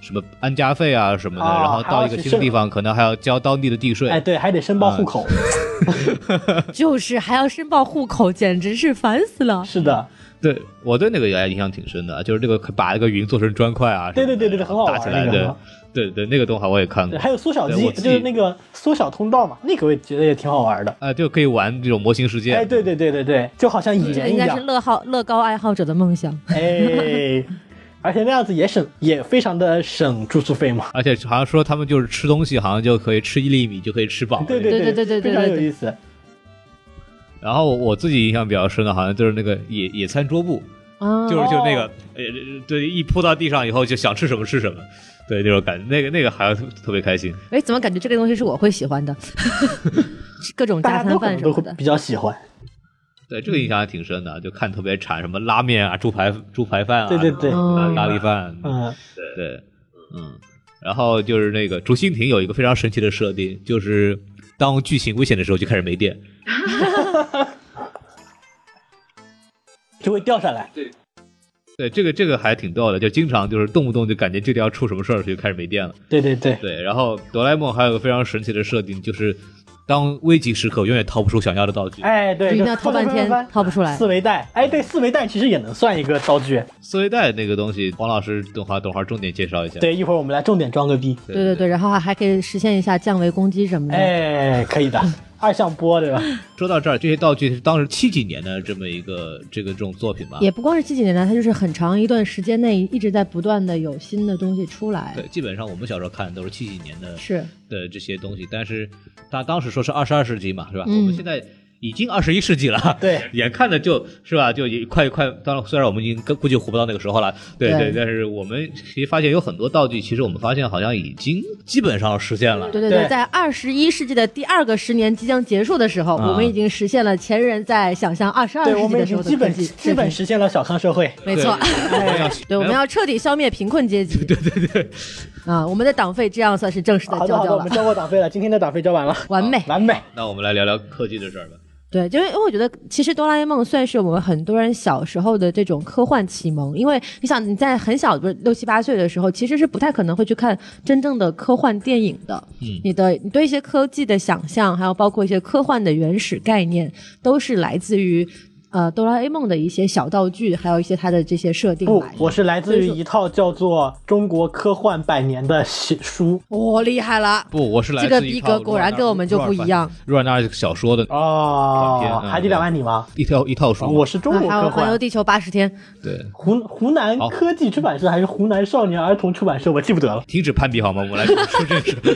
[SPEAKER 2] 什么安家费啊什么的，
[SPEAKER 1] 啊
[SPEAKER 2] 然后到一个新的地方，可能还要交当地的地税。
[SPEAKER 1] 哎，对，还得申报户口。
[SPEAKER 2] 嗯
[SPEAKER 3] 就是还要申报户口，简直是烦死了。
[SPEAKER 1] 是的，
[SPEAKER 2] 对我对那个也印象挺深的，就是这个把那个云做成砖块啊什
[SPEAKER 1] 对
[SPEAKER 2] 么的，
[SPEAKER 1] 对对对对很好玩
[SPEAKER 2] 打起来
[SPEAKER 1] 那个
[SPEAKER 2] 的，对对，那个动画我也看
[SPEAKER 1] 对，
[SPEAKER 2] 过。
[SPEAKER 1] 还有缩小
[SPEAKER 2] 嗯对
[SPEAKER 1] 机，
[SPEAKER 2] 我自己
[SPEAKER 1] 就是那个缩小通道嘛，那个我也觉得也挺好玩的。
[SPEAKER 2] 啊，就可以玩这种模型世界。
[SPEAKER 1] 哎，对对对对对，就好像蚁
[SPEAKER 3] 这
[SPEAKER 1] 人
[SPEAKER 3] 应
[SPEAKER 1] 一
[SPEAKER 3] 该
[SPEAKER 1] 样
[SPEAKER 3] 是。乐好乐高爱好者的梦想。
[SPEAKER 1] 哎，而且那样子也省，也非常的省住宿费嘛。
[SPEAKER 2] 而且好像说他们就是吃东西，好像就可以吃一粒米就可以吃饱。
[SPEAKER 1] 对对对
[SPEAKER 3] 对对哦对对对
[SPEAKER 1] 非常有
[SPEAKER 3] 对
[SPEAKER 1] 意思。
[SPEAKER 2] 然后我自己印象比较深的，好像就是那个野野餐桌布，
[SPEAKER 1] 哎
[SPEAKER 4] 啊，
[SPEAKER 2] 就是就那个，呃，对，一扑到地上以后就想吃什么吃什么，对那种感觉，那个那个孩子特别开心。
[SPEAKER 3] 哎，怎么感觉这个东西是我会喜欢的？ 各种
[SPEAKER 1] 大
[SPEAKER 3] 加
[SPEAKER 1] 家都可
[SPEAKER 3] 餐饭
[SPEAKER 1] 能
[SPEAKER 3] 什
[SPEAKER 1] 都
[SPEAKER 3] 么
[SPEAKER 1] 会
[SPEAKER 3] 的，
[SPEAKER 1] 比较喜欢。
[SPEAKER 2] 对，这个印象还挺深的，就看特别馋，什么拉面啊、猪排猪排饭啊，
[SPEAKER 1] 对对对，
[SPEAKER 2] 啊
[SPEAKER 3] 嗯，
[SPEAKER 2] 咖喱饭，
[SPEAKER 1] 嗯，
[SPEAKER 2] 对，嗯，然后就是那个竹蜻蜓有一个非常神奇的设定，就是当剧情危险的时候就开始没电，
[SPEAKER 1] 就会掉下来。
[SPEAKER 2] 对，这个这个还挺逗的，就经常就是动不动就感觉这里要出什么事儿，就开始没电了。
[SPEAKER 1] 对对对，
[SPEAKER 2] 对，然后哆啦 A 梦还有个非常神奇的设定，就是当危急时刻永远掏不出想要的道具。
[SPEAKER 1] 哎对，
[SPEAKER 3] 就一定要
[SPEAKER 1] 就
[SPEAKER 3] 掏半
[SPEAKER 1] 翻
[SPEAKER 3] 天
[SPEAKER 1] 翻翻
[SPEAKER 3] 掏不出来
[SPEAKER 1] 四维带，哎对，四维带其实也能算一个道具。
[SPEAKER 2] 四维带那个东西，黄老师等会儿等会儿重点介绍一下。
[SPEAKER 1] 对，一会儿我们来重点装个逼。
[SPEAKER 3] 对对对，然后还还可以实现一下降维攻击什么的。
[SPEAKER 1] 哎，可以 的，二向波对吧？
[SPEAKER 2] 说到这儿，这些道具是当时七几年的这么一个这个这种作品吧？
[SPEAKER 4] 也不光是七几年代，它就是很长一段时间内一直在不断的有新的东西出来。
[SPEAKER 2] 对，基本上我们小时候看的都是七几年的
[SPEAKER 4] 是，
[SPEAKER 2] 的这些东西，但是他当时说是二十二世纪嘛，是吧？
[SPEAKER 4] 嗯
[SPEAKER 2] 我们现在已经二十一世纪了，
[SPEAKER 1] 对，
[SPEAKER 2] 眼看着就是吧，就也快快，当然虽然我们已经跟估计活不到那个时候了，对
[SPEAKER 3] 对
[SPEAKER 2] 但是我们其实发现有很多道具，其实我们发现好像已经基本上实现了。
[SPEAKER 3] 对对对，
[SPEAKER 1] 对
[SPEAKER 3] 在二十一世纪的第二个十年即将结束的时候，
[SPEAKER 2] 啊
[SPEAKER 3] 我们已经实现了前人在想象二十二
[SPEAKER 1] 对，
[SPEAKER 3] 世
[SPEAKER 1] 我
[SPEAKER 3] 纪
[SPEAKER 1] 们已
[SPEAKER 3] 的时
[SPEAKER 1] 经
[SPEAKER 3] 候的
[SPEAKER 1] 基本
[SPEAKER 3] 科技
[SPEAKER 1] 基本实现了小康社会。
[SPEAKER 3] 没错。
[SPEAKER 2] 对哎我们要
[SPEAKER 3] 对，我们要彻底消灭贫困阶级。对对对，啊，我们的党费这样算是正式的
[SPEAKER 1] 好的
[SPEAKER 3] 交
[SPEAKER 1] 好的，
[SPEAKER 3] 掉
[SPEAKER 1] 我
[SPEAKER 3] 了哎
[SPEAKER 1] 们，交过党费了，今天的党费交完了，
[SPEAKER 3] 完美。
[SPEAKER 1] 完美。
[SPEAKER 2] 那我们来聊聊科技的事儿吧。
[SPEAKER 4] 对，
[SPEAKER 3] 因为我觉得，其实哆啦 A 梦算是我们很多人小时候的这种科幻启蒙，因为你想你在很小，不是六七八岁的时候，其实是不太可能会去看真正的科幻电影的。
[SPEAKER 2] 嗯
[SPEAKER 3] 你的你对一些科技的想象，还有包括一些科幻的原始概念，都是来自于呃哆啦 A 梦的一些小道具，还有一些它的这些设
[SPEAKER 2] 哦
[SPEAKER 3] 定
[SPEAKER 1] 不
[SPEAKER 3] 来，的。
[SPEAKER 1] 我是来自于一套叫做《中国科幻百年》的写书。
[SPEAKER 3] 哇、哦厉害了！
[SPEAKER 2] 不，我是来
[SPEAKER 3] 这个
[SPEAKER 2] 自一
[SPEAKER 3] 逼
[SPEAKER 2] 套
[SPEAKER 3] 格果然
[SPEAKER 2] 若尔纳
[SPEAKER 3] 跟我们就不一样。
[SPEAKER 2] 若尔纳小说的
[SPEAKER 1] 哦，
[SPEAKER 2] 嗯
[SPEAKER 1] 海底两万里吗？
[SPEAKER 2] 一套一套书嘛，
[SPEAKER 1] 我是中国
[SPEAKER 3] 啊还
[SPEAKER 1] 科
[SPEAKER 3] 有《环游
[SPEAKER 1] 幻，
[SPEAKER 3] 地球八十天》，
[SPEAKER 2] 对，
[SPEAKER 1] 湖湖南
[SPEAKER 2] 好
[SPEAKER 1] 科技出版社还是湖南少年儿童出版社，我记不得了。
[SPEAKER 2] 停止攀比好吗？我们来说说这 个事儿。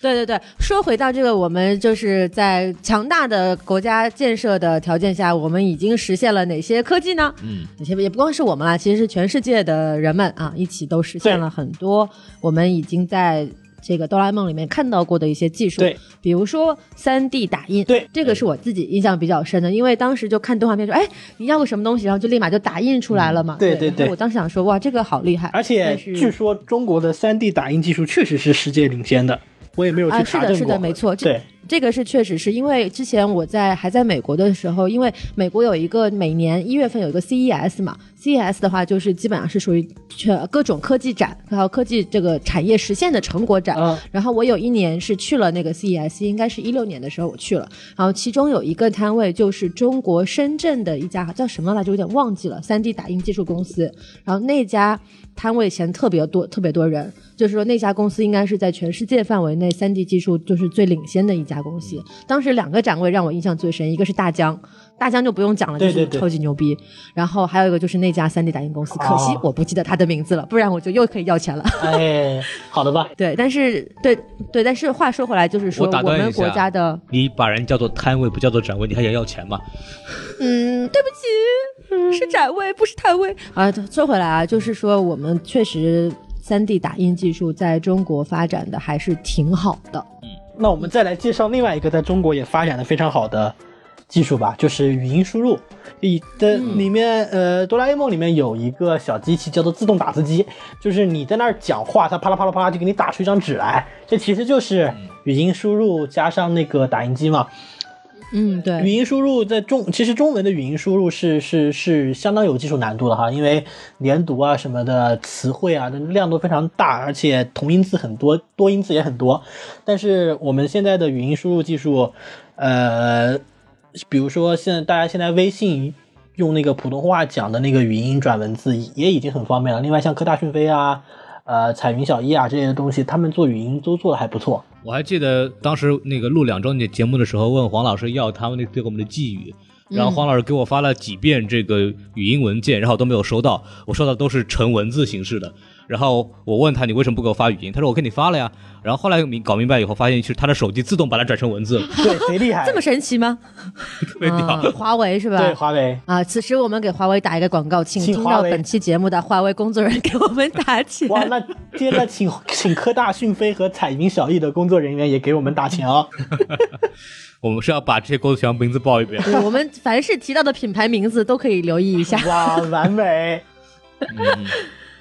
[SPEAKER 3] 对对对，说回到这个，我们就是在强大的国家建设的条件下，我们已经实现了哪些科技呢？
[SPEAKER 2] 嗯，
[SPEAKER 3] 哪些也不光是我们啦，其实是全世界的人们啊，一起都实现了很多我们已经在这个哆啦 A 梦里面看到过的一些技术。
[SPEAKER 1] 对，
[SPEAKER 3] 比如说三 D 打印，
[SPEAKER 1] 对
[SPEAKER 3] 这个是我自己印象比较深的，因为当时就看动画片说，哎，你要个什么东西，然后就立马就打印出来了嘛。
[SPEAKER 1] 嗯对对
[SPEAKER 3] 然后
[SPEAKER 1] 对
[SPEAKER 3] 我当时想说，哇，这个好厉害，
[SPEAKER 1] 而且
[SPEAKER 3] 但是
[SPEAKER 1] 据说中国的 3D 打印技术确实是世界领先的，我也没有
[SPEAKER 3] 啊，
[SPEAKER 1] 去
[SPEAKER 3] 是
[SPEAKER 1] 查
[SPEAKER 3] 的，
[SPEAKER 1] 证
[SPEAKER 3] 是
[SPEAKER 1] 过
[SPEAKER 3] 的，。没错，这
[SPEAKER 1] 对
[SPEAKER 3] 这个是确实是因为之前我在还在美国的时候，因为美国有一个每年一月份有一个 CES 嘛，CES 的话就是基本上是属于全各种科技展，还有科技这个产业实现的成果展。
[SPEAKER 1] 嗯
[SPEAKER 3] 然后我有一年是去了那个 CES，应该是一六年的时候我去了，然后其中有一个摊位就是中国深圳的一家叫什么来着，有点忘记了，3D 打印技术公司。然后那家摊位前特别多，特别多人，就是说那家公司应该是在全世界范围内 3D 技术就是最领先的一家公司。当时两个展位让我印象最深，一个是大疆，大疆就不用讲了，就
[SPEAKER 1] 对
[SPEAKER 3] 是
[SPEAKER 1] 对对
[SPEAKER 3] 超级牛逼。然后还有一个就是那家 3D 打印公司，可惜
[SPEAKER 1] 哦
[SPEAKER 3] 我不记得它的名字了，不然我就又可以要钱了。
[SPEAKER 1] 哎，好的吧。
[SPEAKER 3] 对，但是对对，但是话说回来，就是说
[SPEAKER 2] 我打断一
[SPEAKER 3] 们国
[SPEAKER 2] 下
[SPEAKER 3] 家的，
[SPEAKER 2] 你把人叫做摊位，不叫做展位，你还想要钱吗？
[SPEAKER 3] 嗯，对不
[SPEAKER 5] 嗯
[SPEAKER 3] 起，是展位，不是摊位啊。说回来啊，就是说我们确实。3 D 打印技术在中国发展的还是挺好的，
[SPEAKER 1] 那我们再来介绍另外一个在中国也发展的非常好的技术吧，就是语音输入。里的里面，呃，哆啦 A 梦里面有一个小机器叫做自动打字机，就是你在那儿讲话，它啪啦啪啦啪啦就给你打出一张纸来。这其实就是语音输入加上那个打印机嘛。
[SPEAKER 3] 嗯，
[SPEAKER 1] 语
[SPEAKER 3] 对，
[SPEAKER 1] 音输入在中，其实中文的语音输入是是是相当有技术难度的哈，因为连读啊什么的词汇啊那量都非常大，而且同音字很多，多音字也很多。但是我们现在的语音输入技术，呃，比如说现在大家现在微信用那个普通话讲的那个语音转文字也已经很方便了。另外像科大讯飞啊。呃，彩云小艺啊这些东西，他们做语音都做的还不错。
[SPEAKER 2] 我还记得当时那个录两周节目的时候，问黄老师要他们那对我们的寄语，
[SPEAKER 3] 嗯
[SPEAKER 2] 然后黄老师给我发了几遍这个语音文件，然后都没有收到，我收到都是纯文字形式的。然后我问他你为什么不给我发语音？他说我给你发了呀。然后后来明搞明白以后，发现是他的手机自动把它转成文字了，
[SPEAKER 1] 对，贼厉 害，
[SPEAKER 5] 这么神奇吗？
[SPEAKER 2] 特别屌。
[SPEAKER 5] 啊华为是吧？
[SPEAKER 1] 对华为。
[SPEAKER 5] 啊，此时我们给华为打一个广告，请
[SPEAKER 1] 请
[SPEAKER 5] 听
[SPEAKER 1] 华
[SPEAKER 5] 到
[SPEAKER 1] 为
[SPEAKER 5] 本期节目的华为工作人员给我们打钱。
[SPEAKER 1] 哇，那接着请请科大讯飞和彩云小艺的工作人员也给我们打钱啊！
[SPEAKER 2] 我们是要把这些公司名字报一遍。
[SPEAKER 5] 对我们凡是提到的品牌名字都可以留意一 下。
[SPEAKER 1] 哇，完美！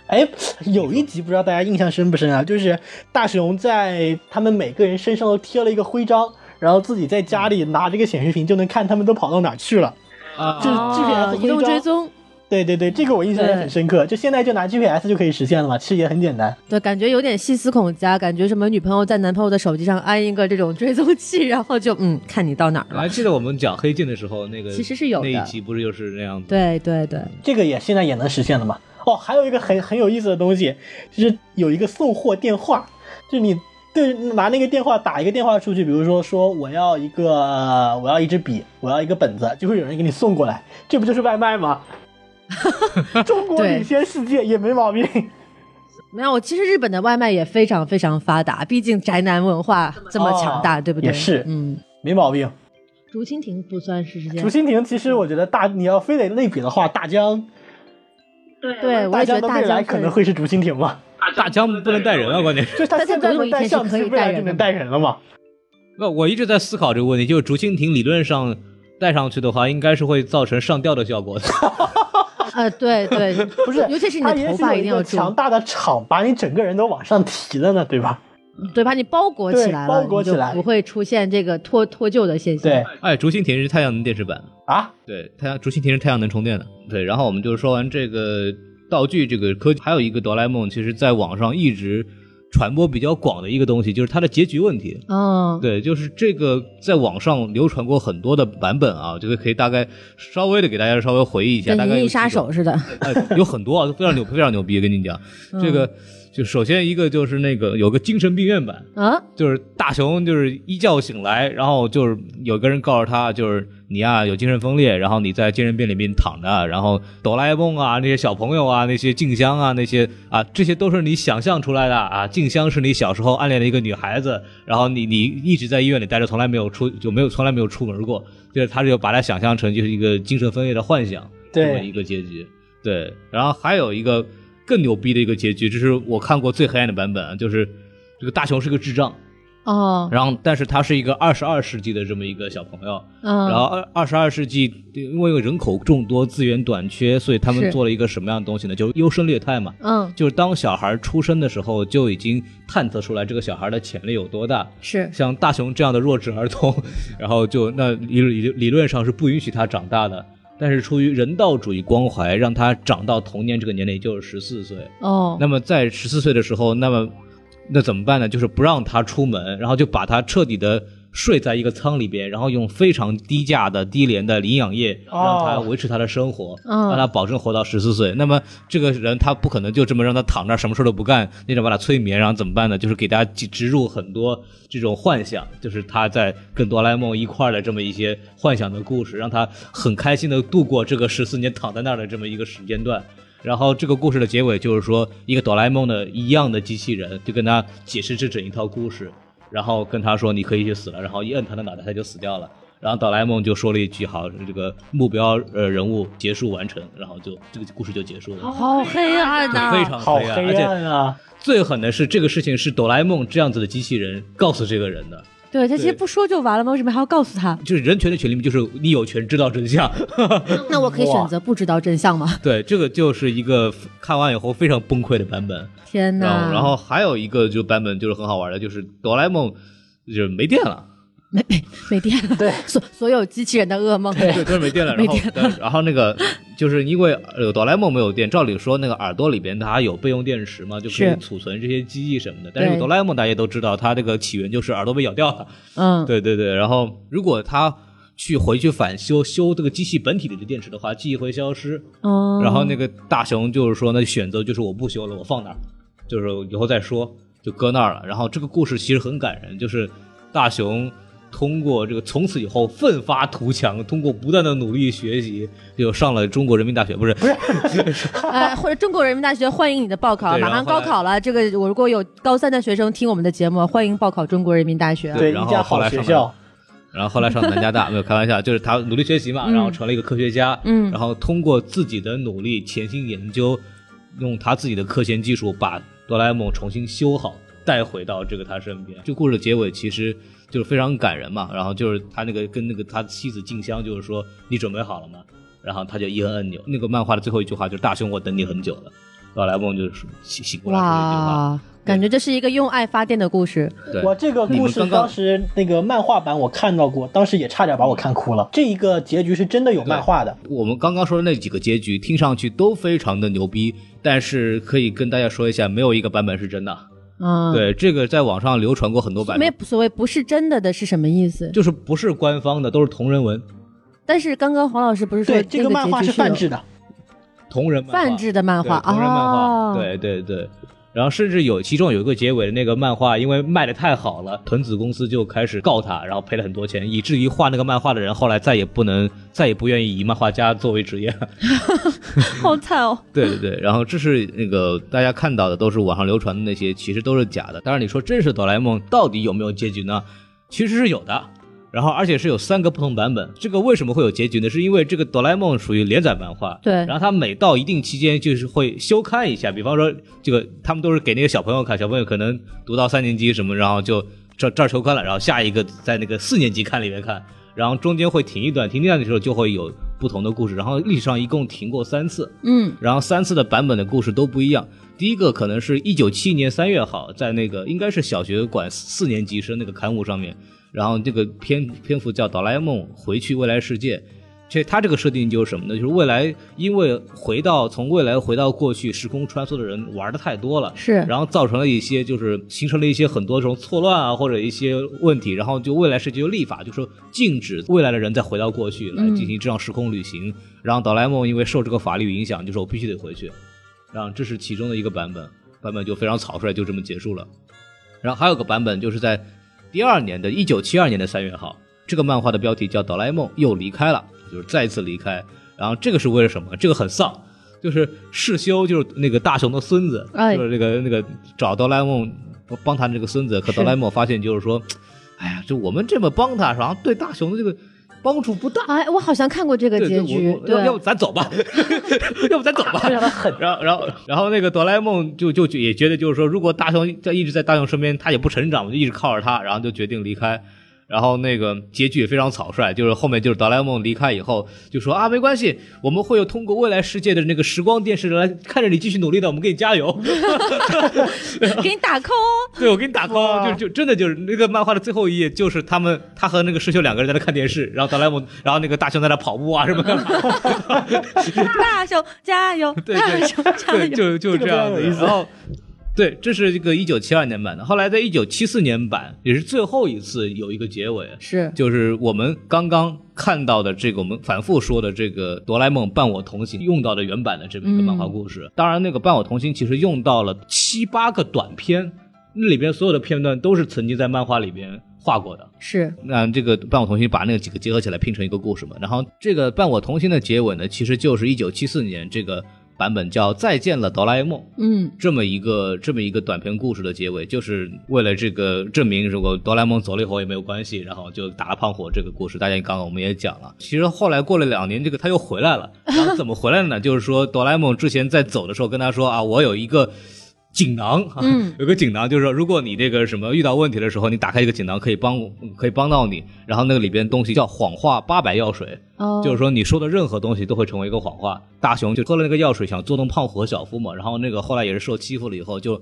[SPEAKER 1] 哎，有一集不知道大家印象深不深啊？就是大雄在他们每个人身上都贴了一个徽章，然后自己在家里拿这个显示屏就能看他们都跑到哪儿去了。
[SPEAKER 2] 啊
[SPEAKER 1] 这
[SPEAKER 5] 哦
[SPEAKER 1] GPS
[SPEAKER 5] 移动
[SPEAKER 1] 徽章
[SPEAKER 5] 追踪，
[SPEAKER 1] 对对对，这个我印象也很深刻。就现在就拿 GPS 就可以实现了嘛，其实也很简单。
[SPEAKER 5] 对，感觉有点细思恐极啊，感觉什么女朋友在男朋友的手机上安一个这种追踪器，然后就嗯，看你到哪儿
[SPEAKER 2] 我
[SPEAKER 5] 了。
[SPEAKER 2] 还记得我们讲黑镜的时候，那个
[SPEAKER 5] 其实是有的
[SPEAKER 2] 那一集不是就是那样子？
[SPEAKER 5] 对对对，
[SPEAKER 1] 这个也现在也能实现了嘛。哦，还有一个很很有意思的东西，就是有一个送货电话，就是你对拿那个电话打一个电话出去，比如说说我要一个呃我要一支笔，我要一个本子，就会有人给你送过来，这不就是外 卖吗？中国领先世界也没毛病。
[SPEAKER 5] 没有，其实日本的外卖也非常非常发达，毕竟宅男文化这么强大，
[SPEAKER 1] 哦
[SPEAKER 5] 对不对？
[SPEAKER 1] 也是
[SPEAKER 5] 嗯，
[SPEAKER 1] 没毛病，
[SPEAKER 5] 竹蜻蜓不算是之间
[SPEAKER 1] 竹，蜻蜓其实我觉得大，你要非得类比的话，大疆，
[SPEAKER 5] 对，我
[SPEAKER 1] 大
[SPEAKER 5] 也觉得
[SPEAKER 1] 疆的
[SPEAKER 5] 大
[SPEAKER 1] 未来
[SPEAKER 5] 疆
[SPEAKER 1] 可能会是竹蜻蜓嘛？
[SPEAKER 2] 大疆不能带人啊，关键是。
[SPEAKER 1] 就是它
[SPEAKER 5] 但它
[SPEAKER 1] 现在
[SPEAKER 5] 总有
[SPEAKER 1] 能
[SPEAKER 5] 一
[SPEAKER 1] 带
[SPEAKER 5] 天是
[SPEAKER 1] 相
[SPEAKER 5] 可以
[SPEAKER 1] 机，未
[SPEAKER 5] 带
[SPEAKER 1] 来就
[SPEAKER 5] 人的
[SPEAKER 1] 能带人了嘛？
[SPEAKER 2] 那我一直在思考这个问题，就是竹蜻蜓理论上带上去的话，应该是会造成上吊的 效果的。
[SPEAKER 5] 呃，对对，
[SPEAKER 1] 不是，
[SPEAKER 5] 尤其是你的头发一定要
[SPEAKER 1] 它也许有一个
[SPEAKER 5] 住，
[SPEAKER 1] 强大的场把你整个人都往上提了呢，对吧？
[SPEAKER 5] 对，把你包裹
[SPEAKER 1] 对
[SPEAKER 5] 起来
[SPEAKER 1] 包
[SPEAKER 5] 了，
[SPEAKER 1] 裹
[SPEAKER 5] 你就
[SPEAKER 1] 起来
[SPEAKER 5] 不会出现这个脱脱臼的现象。
[SPEAKER 1] 对
[SPEAKER 2] 哎，竹蜻蜓是太阳能电池板，
[SPEAKER 1] 啊，
[SPEAKER 2] 对，太阳竹蜻蜓是太阳能充电的。对，然后我们就说完这个道具这个科技，还有一个哆啦 A 梦，其实在网上一直传播比较广的一个东西，就是它的结局问题。
[SPEAKER 5] 嗯，
[SPEAKER 2] 对，就是这个在网上流传过很多的版本啊，这个可以大概稍微的给大家稍微回忆一下，
[SPEAKER 5] 跟
[SPEAKER 2] 大
[SPEAKER 5] 《
[SPEAKER 2] 概
[SPEAKER 5] 银
[SPEAKER 2] 有
[SPEAKER 5] 翼
[SPEAKER 2] 几
[SPEAKER 5] 杀
[SPEAKER 2] 种
[SPEAKER 5] 手》似的，
[SPEAKER 2] 哎，有很多啊，非常牛，非常牛逼。跟你讲，这
[SPEAKER 5] 嗯
[SPEAKER 2] 个就首先一个就是那个有个精神病院版，
[SPEAKER 5] 啊，
[SPEAKER 2] 就是大雄就是一觉醒来，然后就是有个人告诉他，就是你啊有精神分裂，然后你在精神病里面躺着，然后哆啦 A 梦啊那些小朋友啊那些静香啊那些啊这些都是你想象出来的啊，静香是你小时候暗恋的一个女孩子，然后你你一直在医院里待着，从来没有出就没有从来没有出门过，就是他就把它想象成就是一个精神分裂的幻想。这么一
[SPEAKER 1] 对，
[SPEAKER 2] 个结局。对，然后还有一个更牛逼的一个结局，这是我看过最黑暗的版本啊，就是这个大雄是个智障，
[SPEAKER 5] 哦，
[SPEAKER 2] 然后但是他是一个二十二世纪的这么一个小朋友，
[SPEAKER 5] 嗯，
[SPEAKER 2] 然后二二十二世纪因为人口众多，资源短缺，所以他们
[SPEAKER 5] 是
[SPEAKER 2] 做了一个什么样的东西呢？就是优胜劣汰嘛。
[SPEAKER 5] 嗯，
[SPEAKER 2] 就是当小孩出生的时候，就已经探测出来这个小孩的潜力有多大。
[SPEAKER 5] 是
[SPEAKER 2] 像大雄这样的弱智儿童， 然后就那理理理论上是不允许他长大的，但是出于人道主义光怀，让他长到童年这个年龄，也就是十四岁。
[SPEAKER 5] 哦，
[SPEAKER 2] 那么在十四岁的时候，那么那怎么办呢？就是不让他出门，然后就把他彻底的睡在一个舱里边，然后用非常低价的、低廉的营养液
[SPEAKER 1] 哦
[SPEAKER 2] 让他维持他的生活，
[SPEAKER 5] 嗯
[SPEAKER 2] 让他保证活到十四岁。那么这个人他不可能就这么让他躺那儿什么事儿都不干，那种把他催眠，然后怎么办呢？就是给大家植植入很多这种幻想，就是他在跟哆啦 A 梦一块儿的这么一些幻想的故事，让他很开心的度过这个十四年躺在那儿的这么一个时间段。然后这个故事的结尾就是说，一个哆啦 A 梦的一样的机器人就跟他解释这整一套故事，然后跟他说你可以去死了，然后一摁他的脑袋他就死掉了。然后哆啦 A 梦就说了一句好，这个目标呃人物结束完成，然后就这个故事就结束了，
[SPEAKER 5] 好哦黑暗呐、
[SPEAKER 2] 非常
[SPEAKER 1] 好
[SPEAKER 2] 黑暗，而
[SPEAKER 1] 黑
[SPEAKER 2] 且
[SPEAKER 1] 暗啊！
[SPEAKER 2] 最狠的是这个事情是哆啦 A 梦这样子的机器人告诉这个人的，
[SPEAKER 5] 对他其实
[SPEAKER 2] 对
[SPEAKER 5] 不说就完了吗？为什么还要告诉他？
[SPEAKER 2] 就是人权的权利就是你有权知道真相。
[SPEAKER 5] 那我可以
[SPEAKER 1] 哇
[SPEAKER 5] 选择不知道真相吗？
[SPEAKER 2] 对，这个就是一个看完以后非常崩溃的版本。
[SPEAKER 5] 天
[SPEAKER 2] 然
[SPEAKER 5] 哪！
[SPEAKER 2] 后，然后还有一个就版本就是很好玩的，就是哆啦 A 梦就是没电 了，
[SPEAKER 5] 没没没电了，
[SPEAKER 1] 对
[SPEAKER 5] 所所有机器人的噩梦，
[SPEAKER 2] 对，就是没电了。然后
[SPEAKER 5] 没电，
[SPEAKER 2] 对然后那个就是因为呃哆啦 A 梦没有电，照理说那个耳朵里边它有备用电池嘛，就可以
[SPEAKER 5] 是
[SPEAKER 2] 储存这些记忆什么的。但是
[SPEAKER 5] 对
[SPEAKER 2] 哆啦 A 梦大家都知道，它这个起源就是耳朵被咬掉了。
[SPEAKER 5] 嗯，
[SPEAKER 2] 对对对，然后如果它去回去返修修这个机器本体里的电池的话，记忆会消失。
[SPEAKER 5] 嗯，
[SPEAKER 2] 然后那个大雄就是说，那选择就是我不修了，我放那儿，就是以后再说，就搁那儿了。然后这个故事其实很感人，就是大雄通过这个从此以后奋发图强，通过不断的努力学习，又上了中国人民大学，不是不是
[SPEAKER 5] 呃，或者中国人民大学欢迎你的报考，啊
[SPEAKER 2] 对
[SPEAKER 5] 马
[SPEAKER 2] 然
[SPEAKER 5] 上
[SPEAKER 2] 后
[SPEAKER 5] 高
[SPEAKER 2] 后来
[SPEAKER 5] 考了。这个我如果有高三的学生听我们的节目，欢迎报考中国人民大学。
[SPEAKER 1] 对
[SPEAKER 2] 然
[SPEAKER 1] 一
[SPEAKER 2] 后
[SPEAKER 1] 家
[SPEAKER 2] 后
[SPEAKER 1] 好
[SPEAKER 2] 来
[SPEAKER 1] 学
[SPEAKER 2] 上
[SPEAKER 1] 校，
[SPEAKER 2] 然后后来上南加大，没有开玩笑，就是他努力学习嘛，然后成了一个科学家，
[SPEAKER 5] 嗯
[SPEAKER 2] 然后通过自己的努力潜心研究，用他自己的科学技术把哆啦 A 梦重新修好，带回到这个他身边。这故事的结尾其实就是非常感人嘛，然后就是他那个跟那个他妻子静香，就是说你准备好了吗？然后他就一摁按钮，那个漫画的最后一句话就是大兄，我等你很久了。哆啦 A 梦就是醒醒过来说一句话，
[SPEAKER 5] 哇，感觉这是一个用爱发电的故事。
[SPEAKER 2] 对，
[SPEAKER 1] 我这个
[SPEAKER 2] 你
[SPEAKER 1] 故
[SPEAKER 2] 们
[SPEAKER 1] 事
[SPEAKER 2] 刚刚
[SPEAKER 1] 当时那个漫画版我看到过，当时也差点把我看哭了。这一个结局是真的有漫画的，
[SPEAKER 2] 我们刚刚说的那几个结局，听上去都非常的牛逼，但是可以跟大家说一下，没有一个版本是真的。
[SPEAKER 5] 嗯，，
[SPEAKER 2] 对，这个在网上流传过很多版
[SPEAKER 5] 没
[SPEAKER 2] 本，
[SPEAKER 5] 有所谓不是真的的是什么意思？
[SPEAKER 2] 就是不是官方的，都是同人文、
[SPEAKER 5] 但是刚刚黄老师不是说
[SPEAKER 1] 对，这
[SPEAKER 5] 个
[SPEAKER 1] 个漫画
[SPEAKER 5] 结
[SPEAKER 1] 是
[SPEAKER 5] 局
[SPEAKER 1] 泛
[SPEAKER 5] 有
[SPEAKER 1] 制的，
[SPEAKER 2] 同人漫画
[SPEAKER 5] 泛制的漫
[SPEAKER 2] 对
[SPEAKER 5] 画
[SPEAKER 2] 同人漫画，
[SPEAKER 5] 啊？，
[SPEAKER 3] 哦
[SPEAKER 2] 对对对。然后甚至有其中有一个结尾，那个漫画因为卖的太好了，藤子公司就开始告他，然后赔了很多钱，以至于画那个漫画的人后来再也不能，再也不愿意以漫画家作为职业了。
[SPEAKER 5] 好惨哦。
[SPEAKER 2] 对对对，然后这是那个大家看到的都是网上流传的那些，其实都是假的。当然，你说真实哆啦 A 梦到底有没有结局呢？其实是有的，然后而且是有三个不同版本。这个为什么会有结局呢？是因为这个哆啦 A 梦属于连载漫画，
[SPEAKER 5] 对
[SPEAKER 2] 然后它每到一定期间就是会休刊一下，比方说这个他们都是给那个小朋友看，小朋友可能读到三年级什么，然后就这这儿休刊了，然后下一个在那个四年级刊里面看。然后中间会停一段，停一段的时候就会有不同的故事。然后历史上一共停过三次，
[SPEAKER 5] 嗯，
[SPEAKER 2] 然后三次的版本的故事都不一样。第一个可能是一九七一年三月号，在那个应该是小学馆四年级生那个刊物上面，然后这个篇篇幅叫《哆啦 A 梦回去未来世界》。这它这个设定就是什么呢？就是未来因为回到从未来回到过去时空穿梭的人玩的太多了，
[SPEAKER 5] 是
[SPEAKER 2] 然后造成了一些就是形成了一些很多这种错乱啊或者一些问题，然后就未来世界就立法，就说禁止未来的人再回到过去来进行这样时空旅行。然后哆啦 A 梦因为受这个法律影响，就说我必须得回去，然后这是其中的一个版本，版本就非常草率，就这么结束了。然后还有个版本就是在第二年的一九七二年的三月号，这个漫画的标题叫《哆啦 A 梦又离开了》，就是再一次离开。然后这个是为了什么？这个很丧，就是世修，就是那个大雄的孙子，
[SPEAKER 5] 哎
[SPEAKER 2] 就是那个那个找哆啦 A 梦帮他这个孙子，可
[SPEAKER 5] 是
[SPEAKER 2] 哆啦 A 梦发现就是说，哎呀，就我们这么帮他，然后对大雄的这个帮助不大。
[SPEAKER 5] 哎，我好像看过这个
[SPEAKER 2] 对
[SPEAKER 5] 结
[SPEAKER 2] 对，
[SPEAKER 5] 局
[SPEAKER 2] 我，我要要不咱走 吧，要不咱走吧，
[SPEAKER 1] 非常的狠。
[SPEAKER 2] 然后，然后，然后那个哆啦 A 梦就就也觉得，就是说，如果大雄在一直在大雄身边，他也不成长，我就一直靠着他，然后就决定离开。然后那个结局也非常草率，就是后面就是哆啦 A 梦离开以后，就说啊，没关系，我们会有通过未来世界的那个时光电视来看着你继续努力的，我们给你加 油。
[SPEAKER 5] 给你打哦 call
[SPEAKER 2] 对，我给你打 call，就就真的就是那个漫画的最后一页，就是他们他和那个师兄两个人在那看电视，然后哆啦 A 梦，然后那个大雄在那跑步啊什么的。
[SPEAKER 5] 哦，大雄加油，
[SPEAKER 2] 对
[SPEAKER 5] 大
[SPEAKER 2] 对
[SPEAKER 5] 雄加
[SPEAKER 2] 对，
[SPEAKER 5] 油。
[SPEAKER 2] 就就
[SPEAKER 1] 这个
[SPEAKER 2] 这样
[SPEAKER 1] 非常
[SPEAKER 2] 子。
[SPEAKER 1] 有意思
[SPEAKER 2] 然后，对，这是一个一九七二年版的。后来在一九七四年版，也是最后一次有一个结尾，
[SPEAKER 5] 是
[SPEAKER 2] 就是我们刚刚看到的这个，我们反复说的这个《哆啦 A 梦伴我同行》用到的原版的这么一个漫画
[SPEAKER 1] 嗯
[SPEAKER 2] 故事。当然，那个《伴我同行》其实用到了七八个短篇，那里边所有的片段都是曾经在漫画里边画过的。
[SPEAKER 5] 是，
[SPEAKER 2] 那这个伴我同行把那几个结合起来拼成一个故事嘛。然后这个伴我同行的结尾呢，其实就是一九七四年这个版本叫《再见了哆啦 A 梦》
[SPEAKER 5] 嗯，
[SPEAKER 2] 这么一个这么一个短篇故事的结尾，就是为了这个证明，如果哆啦 A 梦走了以后也没有关系，然后就打了胖虎这个故事，大家刚刚我们也讲了。其实后来过了两年，这个他又回来了，然后怎么回来呢？就是说哆啦 A 梦之前在走的时候跟他说啊，我有一个。锦囊 啊，有个锦囊，就是说，如果你这个什么遇到问题的时候，你打开一个锦囊，可以帮我可以帮到你。然后那个里边东西叫谎话八百药水，
[SPEAKER 5] 哦，
[SPEAKER 2] 就是说你说的任何东西都会成为一个谎话。大雄就喝了那个药水，想捉弄胖虎和小夫嘛，然后那个后来也是受欺负了以后，就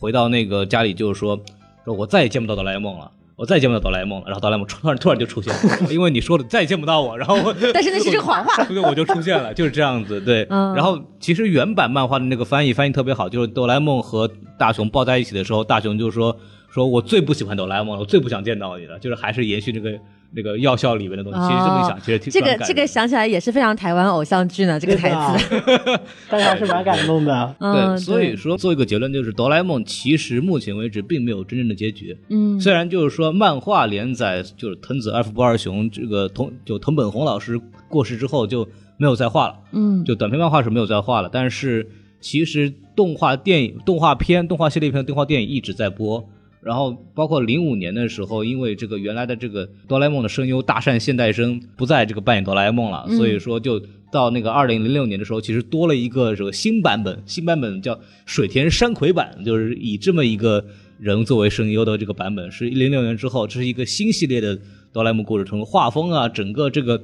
[SPEAKER 2] 回到那个家里，就是说说我再也见不到哆啦 A 梦了。我再也见不到哆啦 A 梦了，然后哆啦 A 梦突然突然就出现了，因为你说的再也见不到我，然后我
[SPEAKER 5] 但是那是这个谎话，
[SPEAKER 2] 对，我就出现了，就是这样子。对，
[SPEAKER 5] 嗯
[SPEAKER 2] 然后其实原版漫画的那个翻译翻译特别好，就是哆啦 A 梦和大雄抱在一起的时候，大雄就说：“说我最不喜欢哆啦 A 梦了，我最不想见到你了。”就是还是延续这个那个药效里面的东西。其实这么一想，啊其实挺
[SPEAKER 3] 这
[SPEAKER 2] 蛮
[SPEAKER 3] 个
[SPEAKER 2] 感人
[SPEAKER 3] 这个
[SPEAKER 2] 的
[SPEAKER 3] 想起来也是非常台湾偶像剧呢，这个台词。
[SPEAKER 1] 对 吧大家是蛮感动的。
[SPEAKER 3] 嗯，
[SPEAKER 2] 对，所以说做一个结论就是，哆啦 A 梦其实目前为止并没有真正的结局。
[SPEAKER 3] 嗯
[SPEAKER 2] 虽然就是说漫画连载就是藤子 F 不二雄这个藤就藤本弘老师过世之后就没有再画了，
[SPEAKER 3] 嗯
[SPEAKER 2] 就短篇漫画是没有再画了，但是其实动画电影、动画片、动画系列片、动画电影一直在播。然后包括零五年的时候，因为这个原来的这个哆啦 A 梦的声优大善现代生不在这个扮演哆啦 A 梦了，所以说就到那个二零零六年的时候，其实多了一个这个新版本，新版本叫水田山葵版，就是以这么一个人作为声优的这个版本，是零六年之后，这是一个新系列的哆啦 A 梦故事，从画风啊，整个这个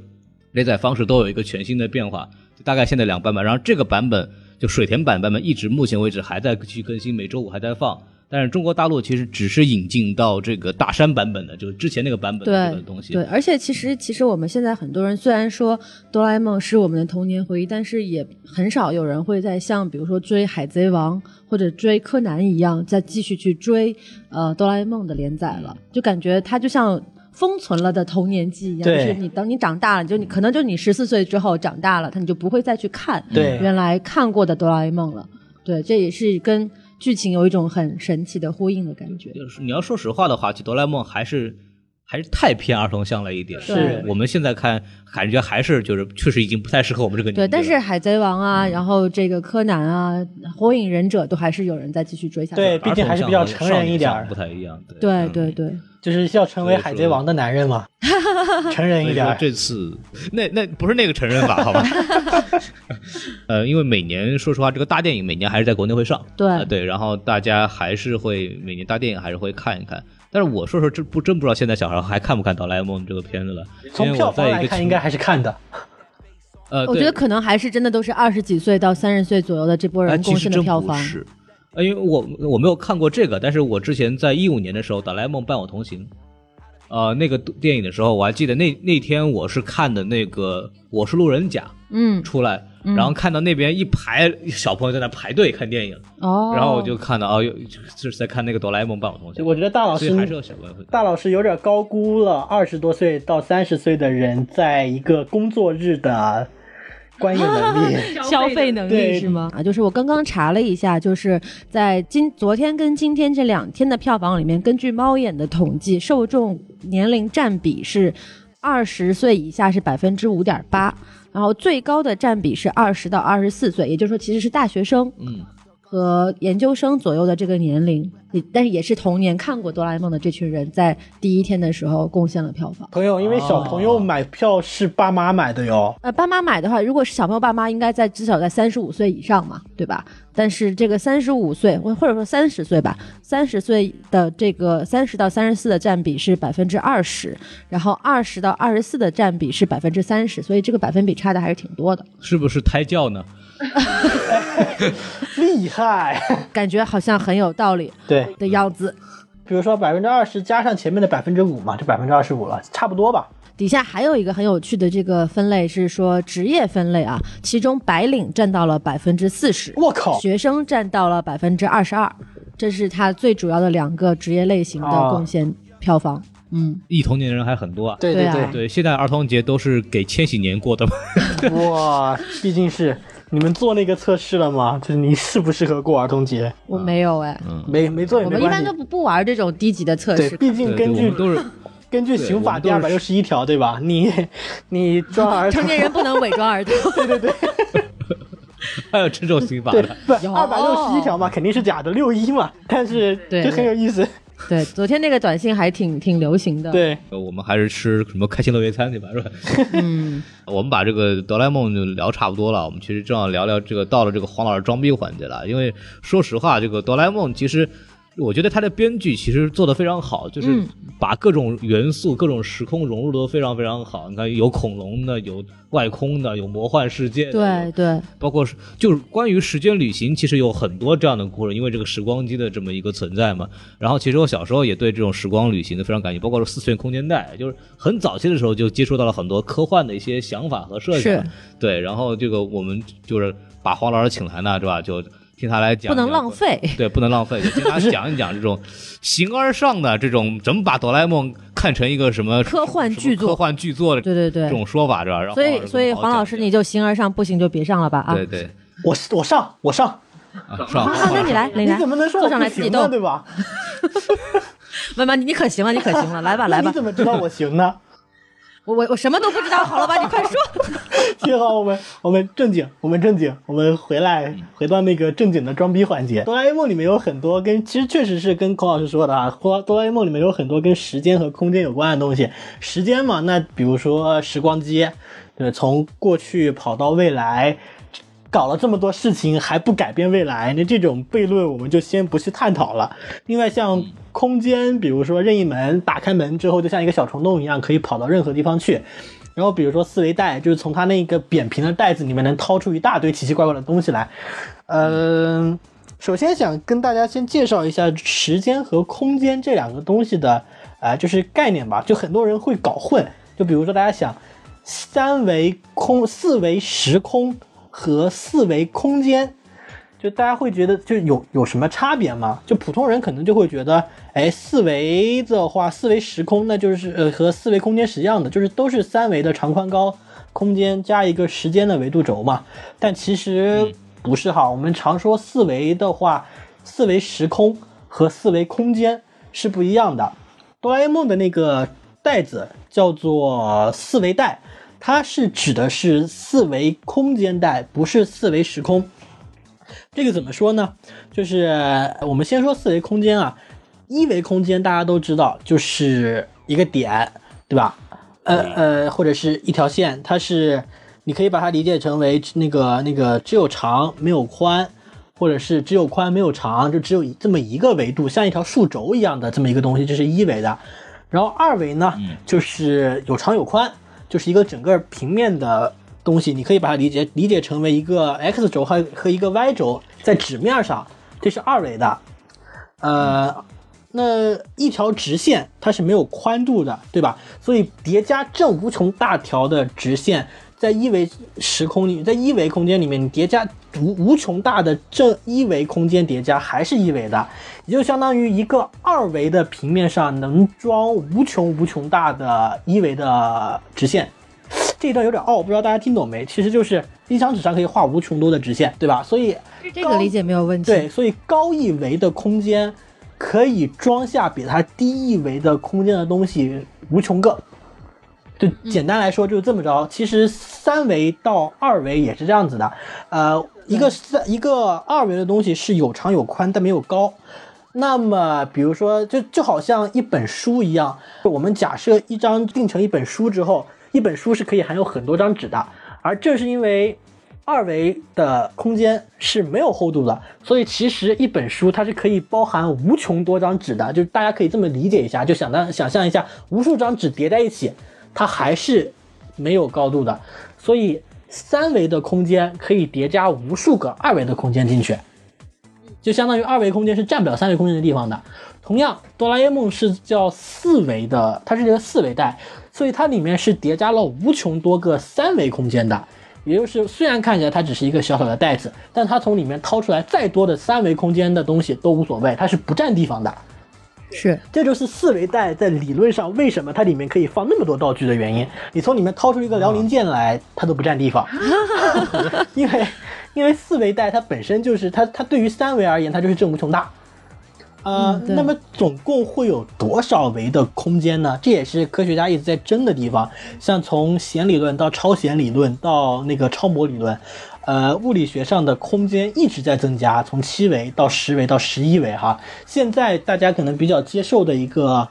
[SPEAKER 2] 连载方式都有一个全新的变化，大概现在两版本，然后这个版本就水田版版本一直目前为止还在去更新，每周五还在放。但是中国大陆其实只是引进到这个大山版本的，就是之前那个版本的这个
[SPEAKER 3] 对
[SPEAKER 2] 东西。
[SPEAKER 3] 对，而且其实其实我们现在很多人虽然说哆啦 A 梦是我们的童年回忆，但是也很少有人会在像比如说追海贼王或者追柯南一样，再继续去追呃哆啦 A 梦的连载了，就感觉它就像。封存了的童年记忆一样，就
[SPEAKER 1] 对
[SPEAKER 3] 是你等你长大了，就你可能就你十四岁之后长大了，他你就不会再去看
[SPEAKER 1] 对
[SPEAKER 3] 原来看过的哆啦 A 梦了。对，这也是跟剧情有一种很神奇的呼应的感觉。
[SPEAKER 2] 就是你要说实话的话，其实哆啦 A 梦还是还是太偏儿童向了一点。
[SPEAKER 1] 是
[SPEAKER 2] 我们现在看，感觉还是就是确实已经不太适合我们这个年纪
[SPEAKER 3] 对，
[SPEAKER 2] 了。
[SPEAKER 3] 但是海贼王啊，
[SPEAKER 2] 嗯
[SPEAKER 3] 然后这个柯南啊，火影忍者都还是有人在继续追下去。
[SPEAKER 1] 对毕竟还是比较成人一点儿
[SPEAKER 2] 儿童向和少年向不太一样。
[SPEAKER 3] 对
[SPEAKER 2] 嗯
[SPEAKER 3] 对对，
[SPEAKER 1] 就是要成为海贼王的男 人嘛，成人
[SPEAKER 2] 所
[SPEAKER 1] 一
[SPEAKER 2] 以
[SPEAKER 1] 点
[SPEAKER 2] 说
[SPEAKER 1] 儿。
[SPEAKER 2] 这次那那不是那个成人 法，好吧？呃，因为每年说实话，这个大电影每年还是在国内会上，
[SPEAKER 3] 对
[SPEAKER 2] 呃对，然后大家还是会每年大电影还是会看一看。但是我说说，这不真不知道现在小孩还看不看《哆啦 A 梦》这个片子了。因
[SPEAKER 1] 从
[SPEAKER 2] 为
[SPEAKER 1] 票
[SPEAKER 2] 我
[SPEAKER 1] 房
[SPEAKER 2] 在一
[SPEAKER 1] 来
[SPEAKER 2] 个
[SPEAKER 1] 看，
[SPEAKER 2] 情
[SPEAKER 1] 应该还是看的。
[SPEAKER 2] 呃，
[SPEAKER 3] 我
[SPEAKER 2] 对
[SPEAKER 3] 觉得可能还是真的都是二十几岁到三十岁左右的这波
[SPEAKER 2] 啊，
[SPEAKER 3] 人
[SPEAKER 2] 其
[SPEAKER 3] 贡
[SPEAKER 2] 实
[SPEAKER 3] 献
[SPEAKER 2] 真
[SPEAKER 3] 的票
[SPEAKER 2] 不
[SPEAKER 3] 房。
[SPEAKER 2] 是，呃，因为我我没有看过这个，但是我之前在一五年的时候，《哆啦 A 梦伴我同行》呃那个电影的时候，我还记得那那天我是看的那个《我是路人甲》
[SPEAKER 3] 嗯，
[SPEAKER 2] 出来，然后看到那边一排小朋友在那排队看电影，
[SPEAKER 3] 哦，
[SPEAKER 2] 然后我就看到哦，有就是在看那个《哆啦 A 梦伴我同行》，
[SPEAKER 1] 我觉得大老
[SPEAKER 2] 所以还是
[SPEAKER 1] 师
[SPEAKER 2] 有小朋友会看。
[SPEAKER 1] 大老师有点高估了二十多岁到三十岁的人在一个工作日的观影能力。
[SPEAKER 3] 消费能力
[SPEAKER 1] 对
[SPEAKER 3] 是吗？啊，就是我刚刚查了一下，就是在今昨天跟今天这两天的票房里面，根据猫眼的统计，受众年龄占比是二十岁以下是百分之五点八，然后最高的占比是二十到二十四岁，也就是说其实是大学生
[SPEAKER 2] 嗯，
[SPEAKER 3] 和研究生左右的这个年龄，也但是也是童年看过哆啦 A 梦的这群人在第一天的时候贡献了票房。
[SPEAKER 1] 朋友， 因为小
[SPEAKER 3] 哦
[SPEAKER 1] 朋友买票是爸妈买的哟。
[SPEAKER 3] 呃，爸妈买的话，如果是小朋友爸妈，应该在至少在三十五岁以上嘛，对吧？但是这个三十五岁或或者说三十岁吧，三十岁的这个三十到三十四的占比是百分之二十，然后二十到二十四的占比是百分之三十，所以这个百分比差的还是挺多的，
[SPEAKER 2] 是不是胎教呢？
[SPEAKER 1] 厉害。
[SPEAKER 3] 感觉好像很有道理
[SPEAKER 1] 对，
[SPEAKER 3] 的样子。
[SPEAKER 1] 比如说百分之二十加上前面的百分之五嘛，就百分之二十五了，差不多吧。
[SPEAKER 3] 底下还有一个很有趣的这个分类是说职业分类啊，其中白领占到了百分之四十，
[SPEAKER 1] 我靠，
[SPEAKER 3] 学生占到了百分之二十二，这是它最主要的两个职业类型的
[SPEAKER 1] 啊
[SPEAKER 3] 贡献票房。
[SPEAKER 2] 啊
[SPEAKER 3] 嗯，
[SPEAKER 2] 异童年人还很多啊。
[SPEAKER 1] 对
[SPEAKER 3] 对啊
[SPEAKER 1] 对
[SPEAKER 2] 对，现在儿童节都是给千禧年过的嘛。
[SPEAKER 1] 对，啊哇，毕竟是你们做那个测试了吗？就是你适不适合过儿童节？
[SPEAKER 3] 我没有哎，
[SPEAKER 2] 嗯
[SPEAKER 1] 没没做也
[SPEAKER 3] 我
[SPEAKER 1] 没
[SPEAKER 3] 们一
[SPEAKER 1] 关
[SPEAKER 3] 般
[SPEAKER 1] 系
[SPEAKER 3] 都。不不玩这种低级的测
[SPEAKER 1] 对，
[SPEAKER 3] 试。
[SPEAKER 1] 毕竟
[SPEAKER 2] 对，对
[SPEAKER 1] 根
[SPEAKER 2] 我
[SPEAKER 1] 据
[SPEAKER 2] 们都是
[SPEAKER 1] 根据刑法第
[SPEAKER 2] 对我
[SPEAKER 1] 二
[SPEAKER 2] 们
[SPEAKER 1] 百
[SPEAKER 2] 都
[SPEAKER 1] 六十一条，对吧？你你抓儿童
[SPEAKER 3] 成年人不能伪装 儿童，
[SPEAKER 2] 还有这种刑法
[SPEAKER 1] 对
[SPEAKER 2] 的。
[SPEAKER 1] 不
[SPEAKER 3] 有
[SPEAKER 1] 二百六十一条嘛，肯定是假的，六一嘛，
[SPEAKER 5] 嗯
[SPEAKER 1] 但是
[SPEAKER 3] 对
[SPEAKER 1] 就很有意思。
[SPEAKER 3] 对，昨天那个短信还挺挺流行的。，
[SPEAKER 1] 对，
[SPEAKER 2] 呃我们还是吃什么开心乐园餐对吧？是吧？
[SPEAKER 3] 嗯，
[SPEAKER 2] 我们把这个哆啦 A 梦就聊差不多了，我们其实正好聊聊这个到了这个黄老师装逼环节了。因为说实话，这个哆啦 A 梦其实我觉得他的编剧其实做的非常好，就是把各种元素、各种时空融入的非常非常好。你看，有恐龙的，有外空的，有魔幻世界的，
[SPEAKER 3] 对对，
[SPEAKER 2] 包括是就是关于时间旅行，其实有很多这样的故事，因为这个时光机的这么一个存在嘛。然后其实我小时候也对这种时光旅行的非常感兴趣，包括是四次元空间带，就是很早期的时候就接触到了很多科幻的一些想法和设想
[SPEAKER 3] 是。
[SPEAKER 2] 对，然后这个我们就是把黄老师请来呢，是吧？就听他来讲，
[SPEAKER 5] 不能浪费。
[SPEAKER 2] 对，不能浪费，就听他讲一讲这种形而上的这种怎么把哆啦 A 梦看成一个什么
[SPEAKER 5] 科幻
[SPEAKER 2] 什么
[SPEAKER 5] 巨作
[SPEAKER 2] 科幻巨作的
[SPEAKER 5] 对对
[SPEAKER 2] 这
[SPEAKER 5] 对，
[SPEAKER 2] 种说法是吧？然后
[SPEAKER 5] 所以所以黄老师你就形而上不行就别上了吧啊！
[SPEAKER 2] 对对
[SPEAKER 1] 我我上我上，
[SPEAKER 2] 啊上
[SPEAKER 5] 啊，那你来，你
[SPEAKER 1] 你
[SPEAKER 5] 来，
[SPEAKER 1] 怎么能说我
[SPEAKER 5] 坐上
[SPEAKER 1] 不
[SPEAKER 5] 来自己
[SPEAKER 1] 行
[SPEAKER 5] 动
[SPEAKER 1] 呢？？对吧？
[SPEAKER 5] 妈妈，你你可行了，你可行 了，来吧来
[SPEAKER 1] 你
[SPEAKER 5] 吧，
[SPEAKER 1] 怎么知道我行呢？
[SPEAKER 5] 我我我什么都不知道，好 了吧，你快说。
[SPEAKER 1] 幸好我们我们正经，我们正经，我们回来回到那个正经的装逼环节。哆啦 A 梦里面有很多跟，其实确实是跟孔老师说的啊，哆哆啦 A 梦里面有很多跟时间和空间有关的东西。时间嘛，那比如说时光机，对，从过去跑到未来。搞了这么多事情还不改变未来，那这种悖论我们就先不去探讨了。另外，像空间，比如说任意门打开门之后，就像一个小虫洞一样，可以跑到任何地方去。然后比如说四维袋，就是从它那个扁平的袋子里面能掏出一大堆奇奇怪怪的东西来。嗯、首先想跟大家先介绍一下时间和空间这两个东西的，呃，就是概念吧。就很多人会搞混，就比如说大家想三维空、四维时空和四维空间。就大家会觉得就有有什么差别吗？就普通人可能就会觉得，哎，四维的话，四维时空那就是呃和四维空间是一样的，就是都是三维的长宽高空间加一个时间的维度轴嘛。但其实不是哈，我们常说四维的话，四维时空和四维空间是不一样的。哆啦 A 梦的那个袋子叫做四维带，它是指的是四维空间带，不是四维时空。这个怎么说呢？就是呃我们先说四维空间啊，一维空间大家都知道，就是一个点，对吧？呃呃，或者是一条线，它是你可以把它理解成为那个那个只有长没有宽，或者是只有宽没有长，就只有一这么一个维度，像一条数轴一样的这么一个东西，这是一维的。然后二维呢，就是有长有宽，就是一个整个平面的东西，你可以把它理解理解成为一个 x 轴和和一个 y 轴在纸面上，这是二维的。呃，那一条直线它是没有宽度的，对吧？所以叠加正无穷大条的直线，在一维时空里，在一维空间里面，你叠加无无穷大的正一维空间叠加还是一维的，也就相当于一个二维的平面上能装无穷无穷大的一维的直线。这一段有点拗，不知道大家听懂没？其实就是一张纸上可以画无穷多的直线，对吧？所以
[SPEAKER 5] 这个理解没有问题。
[SPEAKER 1] 对，所以高一维的空间可以装下比它低一维的空间的东西无穷个。就简单来说就是这么着。其实三维到二维也是这样子的，呃，一个三一个二维的东西是有长有宽，但没有高。那么，比如说，就就好像一本书一样，我们假设一张定成一本书之后，一本书是可以含有很多张纸的，而正是因为二维的空间是没有厚度的，所以其实一本书它是可以包含无穷多张纸的，就是大家可以这么理解一下，就想当想象一下，无数张纸叠在一起，它还是没有高度的，所以三维的空间可以叠加无数个二维的空间进去。就相当于二维空间是占不了三维空间的地方的。同样，哆啦 A 梦是叫四维的，它是一个四维带，所以它里面是叠加了无穷多个三维空间的。也就是，虽然看起来它只是一个小小的袋子，但它从里面掏出来再多的三维空间的东西都无所谓，它是不占地方的。
[SPEAKER 5] 是
[SPEAKER 1] 这就是四维带在理论上为什么它里面可以放那么多道具的原因。你从里面掏出一个辽宁舰来，它都不占地方，因为因为四维带它本身就是它它对于三维而言它就是正无穷大。呃，
[SPEAKER 5] 对
[SPEAKER 1] 那么总共会有多少维的空间呢？这也是科学家一直在争的地方。像从弦理论到超弦理论到那个超模理论，呃，物理学上的空间一直在增加，从七维到十维到十一维哈。现在大家可能比较接受的一个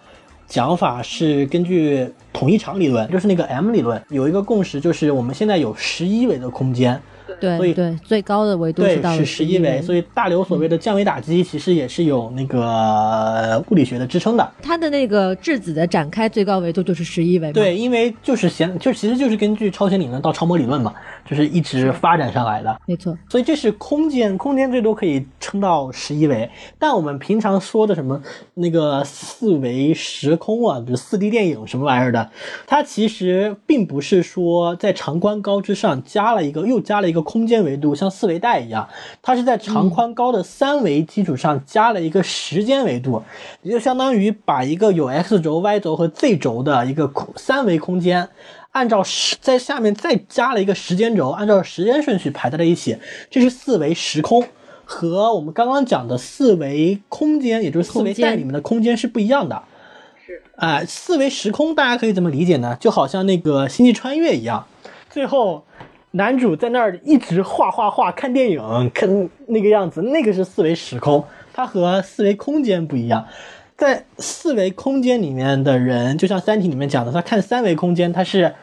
[SPEAKER 1] 讲法是根据统一场理论，就是那个 M 理论，有一个共识，就是我们现在有十一维的空间，所以
[SPEAKER 5] 对对，最高的维度
[SPEAKER 1] 对，
[SPEAKER 5] 到了
[SPEAKER 1] 是十一维，所以大刘所谓的降维打击其实也是有那个呃物理学的支撑的。
[SPEAKER 5] 它的那个质子的展开最高维度就是十一维嘛。
[SPEAKER 1] 对，因为就是弦，就其实就是根据超弦理论到超模理论嘛，就是一直发展上来的。
[SPEAKER 5] 没错，
[SPEAKER 1] 所以这是空间，空间最多可以撑到十一维。但我们平常说的什么那个四维时空啊，就是四 D 电影什么玩意儿的，它其实并不是说在长宽高之上加了一个又加了一个个空间维度，像四维带一样，它是在长宽高的三维基础上加了一个时间维度，也就相当于把一个有 x 轴、y 轴和 z 轴的一个空三维空间。按照时在下面再加了一个时间轴，按照时间顺序排在了一起，这是四维时空，和我们刚刚讲的四维空间，也就是四维
[SPEAKER 3] 空间
[SPEAKER 1] 带里面的空间是不一样的。是，哎、四维时空大家可以怎么理解呢？就好像那个星际穿越一样，最后男主在那儿一直画画画、看电影，看那个样子，那个是四维时空，它和四维空间不一样。在四维空间里面的人，就像《三体》里面讲的，他看三维空间，他是，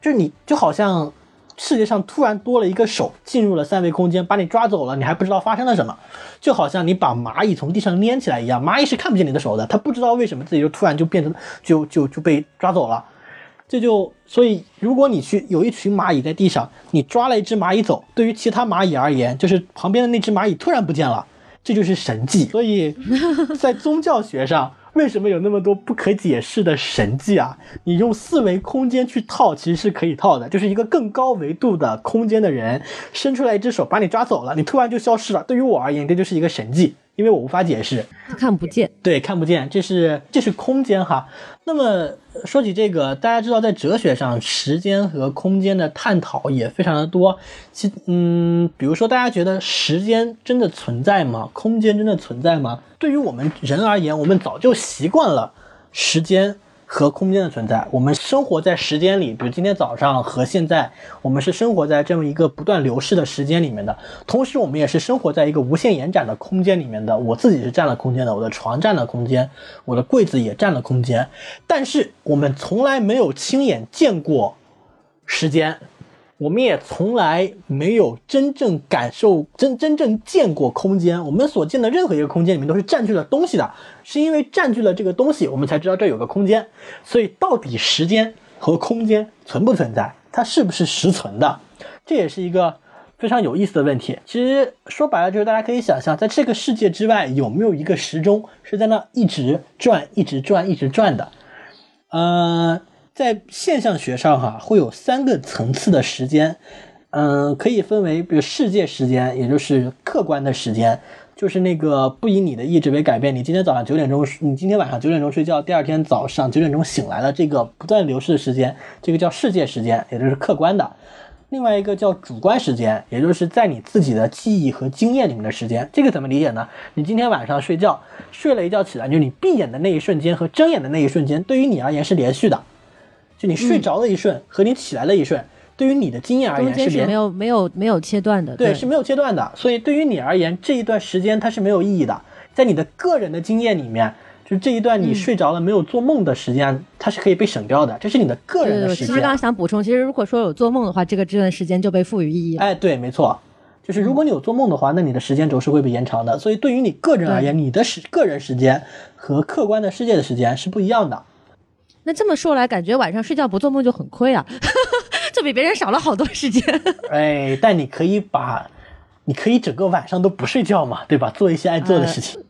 [SPEAKER 1] 就是你就好像世界上突然多了一个手进入了三维空间，把你抓走了，你还不知道发生了什么，就好像你把蚂蚁从地上拈起来一样，蚂蚁是看不见你的手的，它不知道为什么自己就突然就变成就就就被抓走了。这就所以，如果你去有一群蚂蚁在地上，你抓了一只蚂蚁走，对于其他蚂蚁而言，就是旁边的那只蚂蚁突然不见了，这就是神迹。所以 在宗教学上，为什么有那么多不可解释的神迹啊？你用四维空间去套，其实是可以套的，就是一个更高维度的空间的人伸出来一只手把你抓走了，你突然就消失了。对于我而言，这就是一个神迹，因为我无法解释。
[SPEAKER 3] 看不见。
[SPEAKER 1] 对，看不见，这是这是空间哈。那么呃说起这个，大家知道在哲学上，时间和空间的探讨也非常的多。其嗯，比如说大家觉得时间真的存在吗？空间真的存在吗？对于我们人而言，我们早就习惯了时间和空间的存在。我们生活在时间里，比如今天早上和现在，我们是生活在这么一个不断流逝的时间里面的。同时，我们也是生活在一个无限延展的空间里面的。我自己是占了空间的，我的床占了空间，我的柜子也占了空间。但是，我们从来没有亲眼见过时间，我们也从来没有真正感受、真真正见过空间。我们所见的任何一个空间里面都是占据了东西的，是因为占据了这个东西，我们才知道这有个空间。所以，到底时间和空间存不存在？它是不是实存的？这也是一个非常有意思的问题。其实说白了，就是大家可以想象，在这个世界之外，有没有一个时钟是在那一直转、一直转、一直转的？呃，在现象学上哈、会有三个层次的时间，嗯、可以分为比如世界时间，也就是客观的时间，就是那个不以你的意志为改变，你今天早上九点钟，你今天晚上九点钟睡觉，第二天早上九点钟醒来了，这个不断流逝的时间，这个叫世界时间，也就是客观的。另外一个叫主观时间，也就是在你自己的记忆和经验里面的时间。这个怎么理解呢？你今天晚上睡觉，睡了一觉起来，就是你闭眼的那一瞬间和睁眼的那一瞬间，对于你而言是连续的。就你睡着的一瞬和你起来的一瞬，对于你的经验而
[SPEAKER 3] 中
[SPEAKER 1] 言是
[SPEAKER 3] 间是
[SPEAKER 1] 连
[SPEAKER 3] 没有没有没有切断的，
[SPEAKER 1] 对，是没有阶段的。所以对于你而言，这一段时间它是没有意义的。在你的个人的经验里面，就是这一段
[SPEAKER 3] 嗯
[SPEAKER 1] 你睡着了没有做梦的时间，它是可以被省掉的，这是你的个
[SPEAKER 3] 对
[SPEAKER 1] 人
[SPEAKER 3] 对
[SPEAKER 1] 的
[SPEAKER 3] 对，
[SPEAKER 1] 时
[SPEAKER 3] 其
[SPEAKER 1] 间。
[SPEAKER 3] 实刚刚想补充，其实如果说有做梦的话，这个这段时间就被赋予意义了。
[SPEAKER 1] 哎，对，没错，就是
[SPEAKER 3] 嗯
[SPEAKER 1] 如果你有做梦的话，那你的时间轴是会被延长的。所以对于你个人而言，你的时个人时间和客观的世界的时间是不一样的。
[SPEAKER 3] 那这么说来，感觉晚上睡觉不做梦就很亏啊， 就比别人少了好多时间。
[SPEAKER 1] 哎，但你可以把，你可以整个晚上都不睡觉嘛，对吧？做一些爱
[SPEAKER 3] 哎
[SPEAKER 1] 做的事情。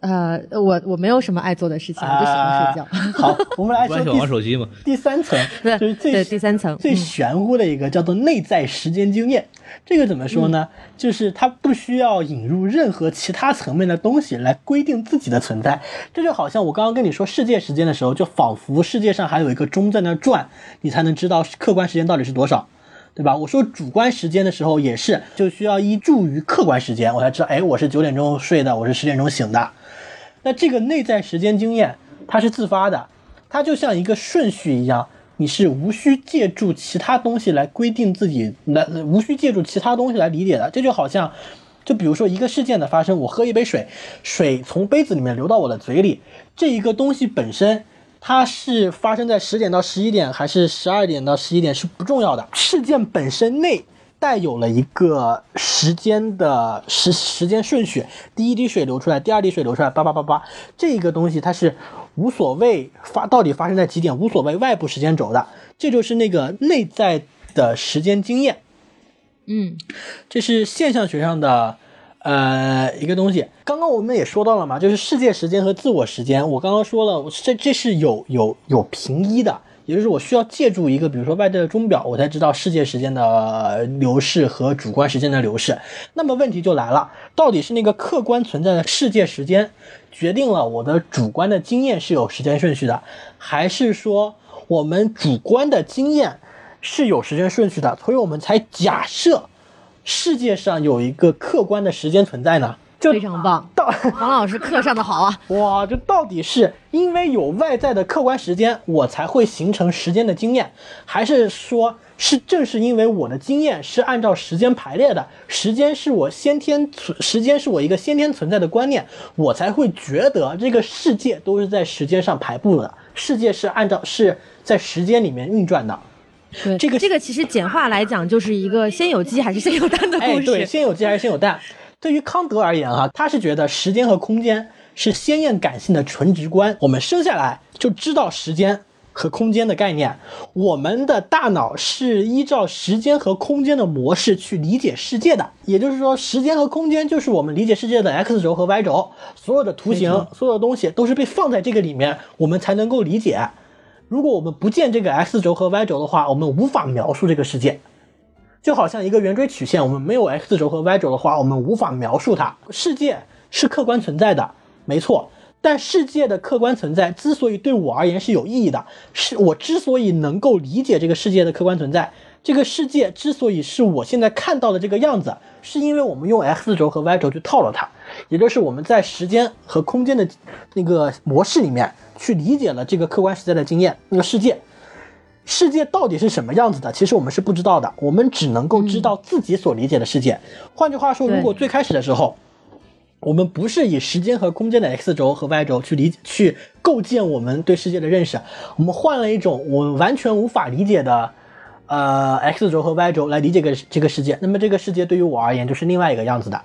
[SPEAKER 3] 呃，我我没有什么爱做的事情，我就喜欢睡觉。，
[SPEAKER 1] 啊好，我们来
[SPEAKER 2] 没
[SPEAKER 1] 说
[SPEAKER 2] 关系，
[SPEAKER 1] 第
[SPEAKER 2] 玩手机嘛。
[SPEAKER 1] 第三层
[SPEAKER 3] 对
[SPEAKER 1] 就是最
[SPEAKER 3] 对第三层
[SPEAKER 1] 最
[SPEAKER 3] 嗯
[SPEAKER 1] 玄乎的一个叫做内在时间经验。这个怎么说呢？
[SPEAKER 3] 嗯
[SPEAKER 1] 就是它不需要引入任何其他层面的东西来规定自己的存在。这就好像我刚刚跟你说世界时间的时候，就仿佛世界上还有一个钟在那儿转，你才能知道客观时间到底是多少。对吧？我说主观时间的时候也是，就需要依助于客观时间，我才知道，哎，我是九点钟睡的，我是十点钟醒的。那这个内在时间经验，它是自发的，它就像一个顺序一样，你是无需借助其他东西来规定自己，来无需借助其他东西来理解的。这就好像，就比如说一个事件的发生，我喝一杯水，水从杯子里面流到我的嘴里，这一个东西本身。它是发生在十点到十一点，还是十二点到十一点是不重要的。事件本身内带有了一个时间的时时间顺序，第一滴水流出来，第二滴水流出来，叭叭叭叭，这个东西它是无所谓发到底发生在几点，无所谓外部时间轴的，这就是那个内在的时间经验。
[SPEAKER 3] 嗯，
[SPEAKER 1] 这是现象学上的呃一个东西。刚刚我们也说到了嘛，就是世界时间和自我时间。我刚刚说了，这这是有有有平一的，也就是我需要借助一个，比如说外在的钟表，我才知道世界时间的呃流逝和主观时间的流逝。那么问题就来了，到底是那个客观存在的世界时间决定了我的主观的经验是有时间顺序的，还是说我们主观的经验是有时间顺序的，所以我们才假设世界上有一个客观的时间存在呢？就
[SPEAKER 5] 非常棒，
[SPEAKER 1] 到。
[SPEAKER 5] 王老师课上的好啊，
[SPEAKER 1] 哇，这到底是因为有外在的客观时间，我才会形成时间的经验，还是说是正是因为我的经验是按照时间排列的，时间是我先天存，时间是我一个先天存在的观念，我才会觉得这个世界都是在时间上排布的，世界是按照是在时间里面运转的。
[SPEAKER 5] 对
[SPEAKER 1] 这个
[SPEAKER 5] 这个其实简化来讲就是一个先有鸡还是先有蛋的
[SPEAKER 1] 哎，
[SPEAKER 5] 故
[SPEAKER 1] 对，
[SPEAKER 5] 事，
[SPEAKER 1] 先有鸡还是先有蛋？对于康德而言啊，他是觉得时间和空间是先验感性的纯直观，我们生下来就知道时间和空间的概念，我们的大脑是依照时间和空间的模式去理解世界的，也就是说，时间和空间就是我们理解世界的 x 轴和 y 轴，所有的图形、所有的东西都是被放在这个里面，我们才能够理解。如果我们不见这个 x 轴和 y 轴的话，我们无法描述这个世界。就好像一个圆锥曲线，我们没有 x 轴和 y 轴的话，我们无法描述它。世界是客观存在的，没错。但世界的客观存在之所以对我而言是有意义的，是我之所以能够理解这个世界的客观存在，这个世界之所以是我现在看到的这个样子，是因为我们用 x 轴和 y 轴去套了它，也就是我们在时间和空间的那个模式里面去理解了这个客观时代的经验，那个世界。世界到底是什么样子的，其实我们是不知道的，我们只能够知道自己所理解的世界。换句话说，
[SPEAKER 5] 对
[SPEAKER 1] 如果最开始的时候，我们不是以时间和空间的 x 轴和 y 轴去理去构建我们对世界的认识，我们换了一种我们完全无法理解的，呃 x 轴和 y 轴来理解个这个世界，那么这个世界对于我而言就是另外一个样子的。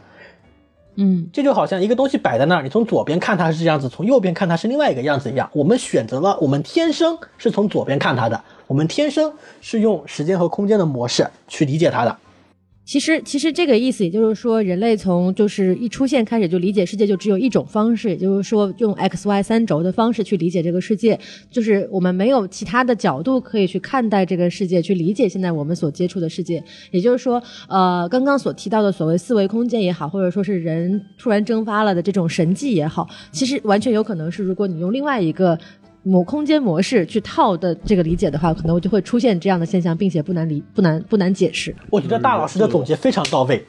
[SPEAKER 5] 嗯，
[SPEAKER 1] 这就好像一个东西摆在那儿，你从左边看它是这样子，从右边看它是另外一个样子一样。我们选择了，我们天生是从左边看它的，我们天生是用时间和空间的模式去理解它的。
[SPEAKER 5] 其实，其实这个意思，也就是说，人类从就是一出现开始就理解世界就只有一种方式，也就是说，用 x、y 三轴的方式去理解这个世界，就是我们没有其他的角度可以去看待这个世界，去理解现在我们所接触的世界。也就是说，呃，刚刚所提到的所谓四维空间也好，或者说是人突然蒸发了的这种神迹也好，其实完全有可能是，如果你用另外一个某空间模式去套的这个理解的话，可能就会出现这样的现象，并且不难理不难不难解释。
[SPEAKER 1] 我觉得大老师的总结非常到位。